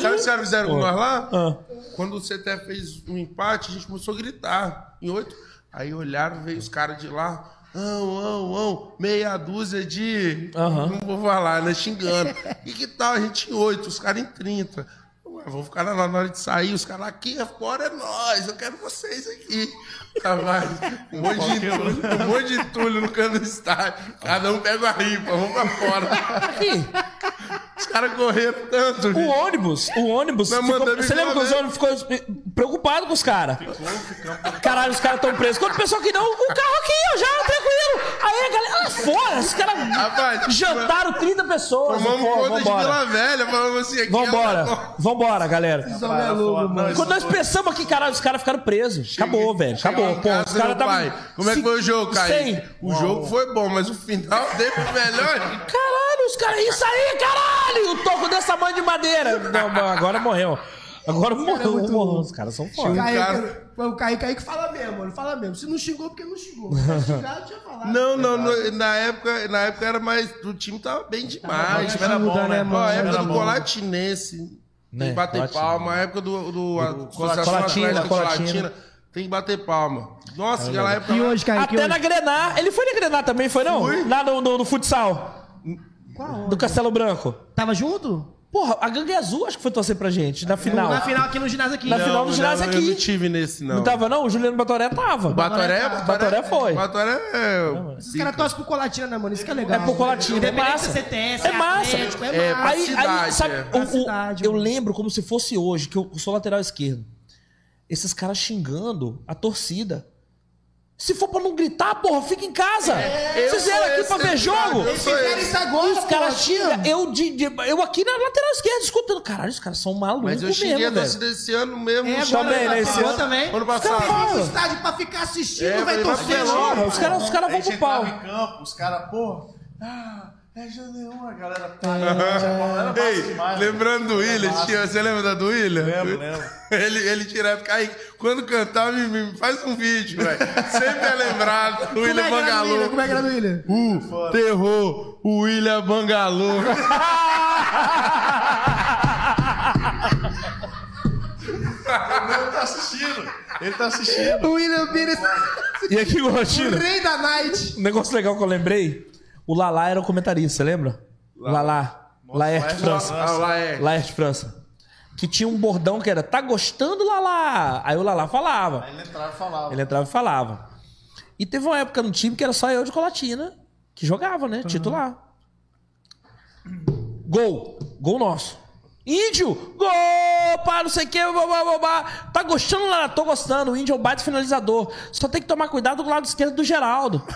Sabe o que os caras fizeram com nós lá? Ah. Quando o CTF fez um empate, a gente começou a gritar. Em oito. Aí olharam, veio os caras de lá. Ão, ão, ão, meia dúzia de. Aham. Não vou falar, né? Xingando. E que tal? A gente em oito, os caras em trinta. Ué, vamos ficar lá na hora de sair, os caras aqui fora é nós, eu quero vocês aqui. Rapaz, um monte de entulho, um monte de entulho no canto do estádio. Cada um pega a ripa, vamos pra fora. Aqui. Os caras correram tanto. O gente. ônibus. O ônibus. Nós ficou- mandamos você lembra que embora, né? os ônibus ficou preocupado com os caras? Caralho, os caras estão presos. Quando o pessoal que não, o carro aqui, ó, já, tranquilo. Aí a galera, ah, fora, os caras Rapaz, jantaram 30 pessoas. Tomamos Pô, conta de vambora. Vila Velha, falamos assim aqui. Vambora, ó, ó. vambora, galera. Cara, fora. Não, isso Quando nós pensamos aqui, caralho, os caras ficaram presos. Acabou, velho. Acabou. Em Pô, casa, os tá caras meu estavam. pai, Como é que foi o jogo, Caio? Sem. O jogo foi bom, mas o final teve o melhor. Caralho, os caras. Isso aí, caralho! O toco dessa mãe de madeira. Não, mano, agora morreu. Agora o Cara, é Morrão, muito o Morrão, bom. os caras são O foda. Kaique, cara- o Kaique, Kaique fala mesmo, mano. Fala mesmo. Se não xingou, porque não xingou. Se xingar, tinha falado. Não, não, no- na época, na época era mais. O time tava bem demais. era bom, Ajuda, né? né, Ó, a mano? época Era do bom. Colatinense. Tem Né, que bater Colatina. palma. A época do, do a Associação Colatina, Atlética Colatina. É Colatina. Tem que bater palma. Nossa, aquela época. E hoje, Kaique? Até hoje? na Grenar. Ele foi na Grenar também, foi não? Lá no, no- no futsal. Do Castelo Branco. Tava junto? Porra, a Gangue Azul acho que foi torcer pra gente, na final. Na final aqui no ginásio aqui. Na final do ginásio Eu não aqui. tive nesse, não. Não tava não? O Juliano Batoré tava. Batoré, Batoré foi. Batoré é Esses caras torcem pro Colatina, né, mano? Isso que é legal. É por Colatina, é Independente massa. se você tem, se É massa. atlético, é É, massa. pra Aí, cidade, aí, sabe, é. o- Pra o- cidade, eu mano. lembro como se fosse hoje, que eu sou lateral esquerdo. Esses caras xingando a torcida. Se for pra não gritar, porra, fica em casa. Vocês sou vieram aqui esse pra ver cara, jogo? eu sou esse. isso agora, Os porra, caras xingam. Eu, de- de- eu aqui na lateral esquerda escutando. Caralho, os caras são malucos Mas eu mesmo, xinguei né? a velho. torcida esse ano mesmo. É, agora Também, né, esse falou ano. também. Ano Tá Vai passado. pro estádio pra ficar assistindo, vai É, vai torcer. pra junto. Porra, os caras os caras Aí vão pro pau. entrava em campo, os caras, pô, ah, é janeirão, a galera tá. Era massa Ei, demais, lembrando do William, tinha- você lembra da do William? Lembro, lembro. Ele, ele direto, Kaique, quando cantar, me, me faz um vídeo, velho. Sempre é lembrado. O Como é William que era do William? Como Bangalô. é que era do William? Uh, terror, o William Bangalô. Ah, Ele tá assistindo. Ele tá assistindo. O William Pires, E aqui, Gordinho, rei da night. um negócio legal que eu lembrei: o Lalá era o comentarista, você lembra? Lalá. Laerte Laerte França. Ah, lá é. Laerte França. Que tinha um bordão que era, tá gostando, Lalá? Aí o Lalá falava. Ele entrava e falava. Ele entrava e falava. E teve uma época no time que era só eu de Colatina, que jogava, né? Titular. Gol. Gol nosso. Índio! Gol! Pá, não sei o que, babá, babá. Tá gostando lá? Tô gostando. O índio é o baita finalizador. Só tem que tomar cuidado do lado esquerdo do Geraldo.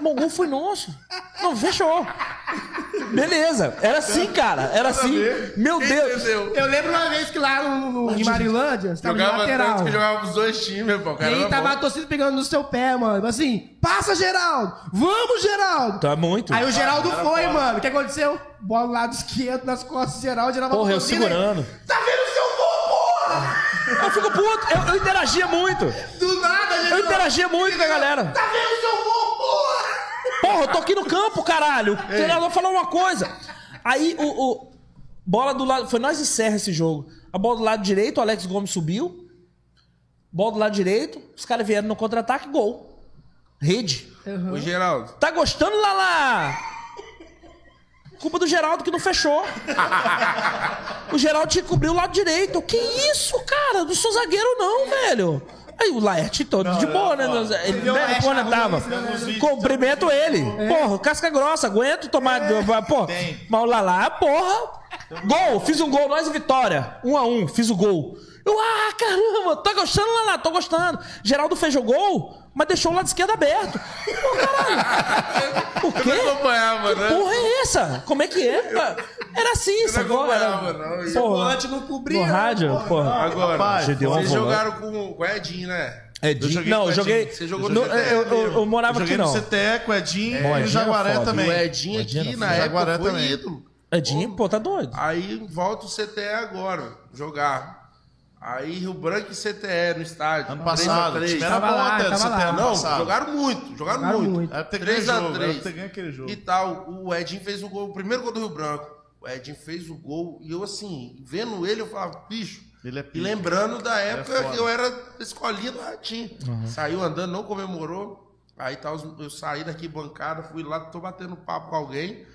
Bom, o gol foi nosso. Não, fechou. Beleza. Era assim, cara. Era assim. Meu Deus. Entendeu? Eu lembro uma vez que lá no, no- em Marilândia, você tava de Jogava lateral. tanto que jogava pros dois times, pô. E Cara, aí era tava a bom. torcida pegando no seu pé, mano. Assim, passa, Geraldo! Vamos, Geraldo! Tá muito. Aí o Geraldo foi, mano. O que aconteceu? Bola do lado esquerdo, nas costas do Geraldo. Geraldo Porra, eu torcida, segurando. Tá vendo seu gol, Eu fico puto. Eu- eu interagia muito. porra? Do nada, Eu Geraldo. interagia muito com a galera. Tá vendo seu gol, porra? Porra, eu tô aqui no campo, caralho. O treinador falou uma coisa. Aí o, o- Bola do lado. Foi nós e Serra esse jogo. A bola do lado direito, o Alex Gomes subiu. Bola do lado direito, os caras vieram no contra-ataque, gol. Rede. Ô, Geraldo. Tá gostando, Lala? Culpa do Geraldo que não fechou. O Geraldo tinha que cobrir o lado direito. Que isso, cara? Não sou zagueiro, não, velho. Aí o Laerte todo de boa, né? Ele né, quando tava. Cumprimento ele. Porra, casca grossa, aguento tomar. Pô, mas o Lala, porra. Gol, fiz um gol, nós e vitória. Um a um, fiz o gol. Eu, ah, caramba, tá gostando, Lala? Tô gostando. Geraldo fez o gol, mas deixou o lado esquerdo aberto. Pô, caralho. O quê? Eu não acompanhava, né? Que porra é essa? Como é que é? Era assim, Eu não sacou? Era... acompanhava, não. Porra. O volante não cobria. No né, rádio, porra? porra. Agora, rapaz, vocês deu uma volante. jogaram com, com o Edinho, né? Edinho. joguei não, com eu Edinho. joguei. Você jogou no- no CTE, eu, eu- eu morava eu aqui joguei não. no CTE com o Edinho o e Edinho no é Jaguaré foda. também. O Edinho aqui, na época, Jaguaré foi também. ídolo. Edinho, pô, tá doido. Aí volta o CTE agora, jogar. Aí Rio Branco e CTE no estádio. Ano Três a passado. três. O time era Tava bom lá, até do tava CTE lá. ano Não, passado. jogaram muito, jogaram, Jogaram muito. muito. Era pra ter ganho 3 a jogo, era pra ter 3 ganho aquele jogo. E tal, o Edinho fez o gol, o primeiro gol do Rio Branco. O Edinho fez o gol e eu assim, vendo ele, eu falava, bicho. Ele é e pica. lembrando da época foda. que eu era escolinha do Ratinho. Saiu andando, não comemorou. Aí tá, os- eu saí daqui bancada, fui lá, tô batendo papo com alguém.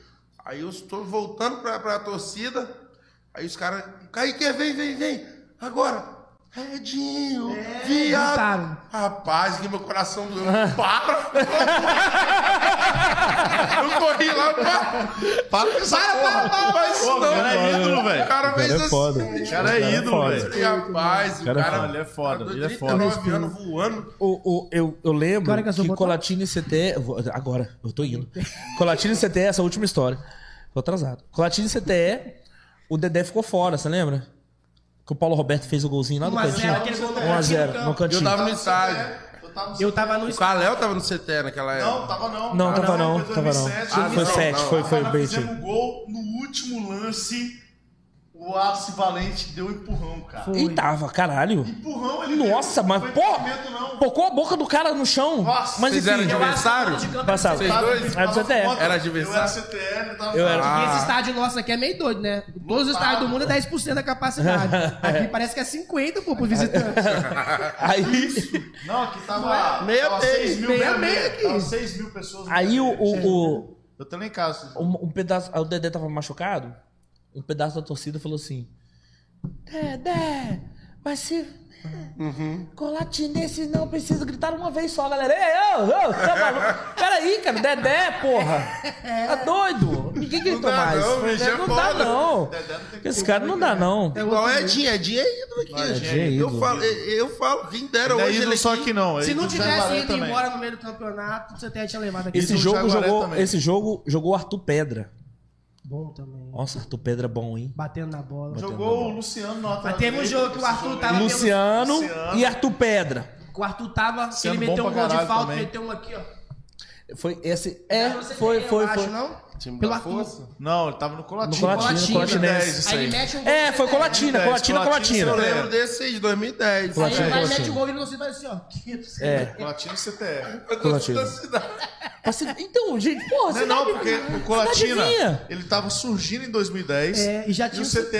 Aí eu estou voltando pra, pra torcida. Aí os caras, Kaique, vem, vem, vem. Agora. Edinho, viado. gritaram. Rapaz, que meu coração doeu. Para! Eu corri lá, para! Para com essa porra. Para, para, para! Mas Pô, não, o cara é ídolo, O velho. cara fez assim. O cara é ídolo, velho. E, rapaz, o Cara cara, é foda, ele é foda, cara, ele é 39 foda. anos voando. O, o, eu, eu lembro hora que eu sou que botar? Colatina e CTE. eu vou- Agora, eu tô indo. Colatina e CTE, essa é última história. Tô atrasado. Colatina e CTE, o Dedé ficou fora, você lembra? Que o Paulo Roberto fez o golzinho lá no 1x0, cantinho. aquele gol do 1x0, no é, então. Eu cantinho. tava no estádio. Eu tava no O Caléo tava no CT naquela Não, época. tava não. Não, tava não, foi tava não. 2007, Ah, foi 2009. sete, foi- foi Nós bem fizemos um gol no último lance. o ápice valente deu um empurrão, cara. Foi. E tava, caralho. Empurrão ele Nossa, deu. Não mas foi impedimento, pô, não. pocou a boca do cara no chão. Nossa, mas Vocês enfim, eram adversário? passava. Vocês dois? Era do CTF. Era Eu adversário? era CTL, tava... Eu era- Ah. E esse estádio nosso aqui é meio doido, né? Todos os estádios do mundo é 10% da capacidade. Aqui parece que é 50, pô, pro visitante. Aí, Não, aqui tava... Meia tava meia, seis mil, meia meia meia aqui. Tava 6 mil pessoas. no aí o, CTL. o, o- Eu tô lá em casa. um, um pedaço. aí O Dedé tava machucado. Um pedaço da torcida falou assim: Dedé, mas se. Uhum. Colatinense não precisa gritar uma vez só, galera. Ei, ô, ô, tá maluco? Peraí, cara, Dedé, porra. Tá doido? Ninguém gritou dá mais. não, bicho, é não dá, foda. não. Esse cara não dá, não. É igual é Edinho, Edinho é ídolo aqui. Edinho é Eu, ídolo. falo, eu falo, quem dera Não é hoje ídolo ele só aqui. aqui, não. é Se não ídolo tivesse Jaguaré ido também. embora no meio do campeonato, você até tinha levado aqui. Esse do jogo, Jaguaré jogou, também. esse jogo jogou Arthur Pedra. Bom também. Nossa, Arthur Pedra é bom, hein? Batendo na bola. Jogou o Luciano na Mas lateral teve um direita, jogo que o esse Arthur jogo tava. Luciano, Luciano. e Arthur Pedra. Pelo... O Arthur tava, Sendo ele bom meteu um pra gol de caralho falta, também. meteu um aqui, ó. Foi esse. É, Não sei foi, quem, eu foi, acho, foi. não? Time Pelo da Arthur. força. Não, ele tava no Colatina. né, No Colatina, Colatina, Colatinense. Isso Aí aí. ele mete um gol. É, foi pro CTR. Colatina, Colatina, Colatina. Eu Colatina, lembro desse aí, de 2010. Aí ele vai e Colatina. mete o gol e ele não se faz assim, ó. Que isso? É. Colatina e CTR. Eu tô Colatina. da cidade. Mas se- Então, gente, porra, Não, você não, tá- porque o cidade Colatina, vinha. ele tava surgindo em 2010. É, e já E tinha o o CTR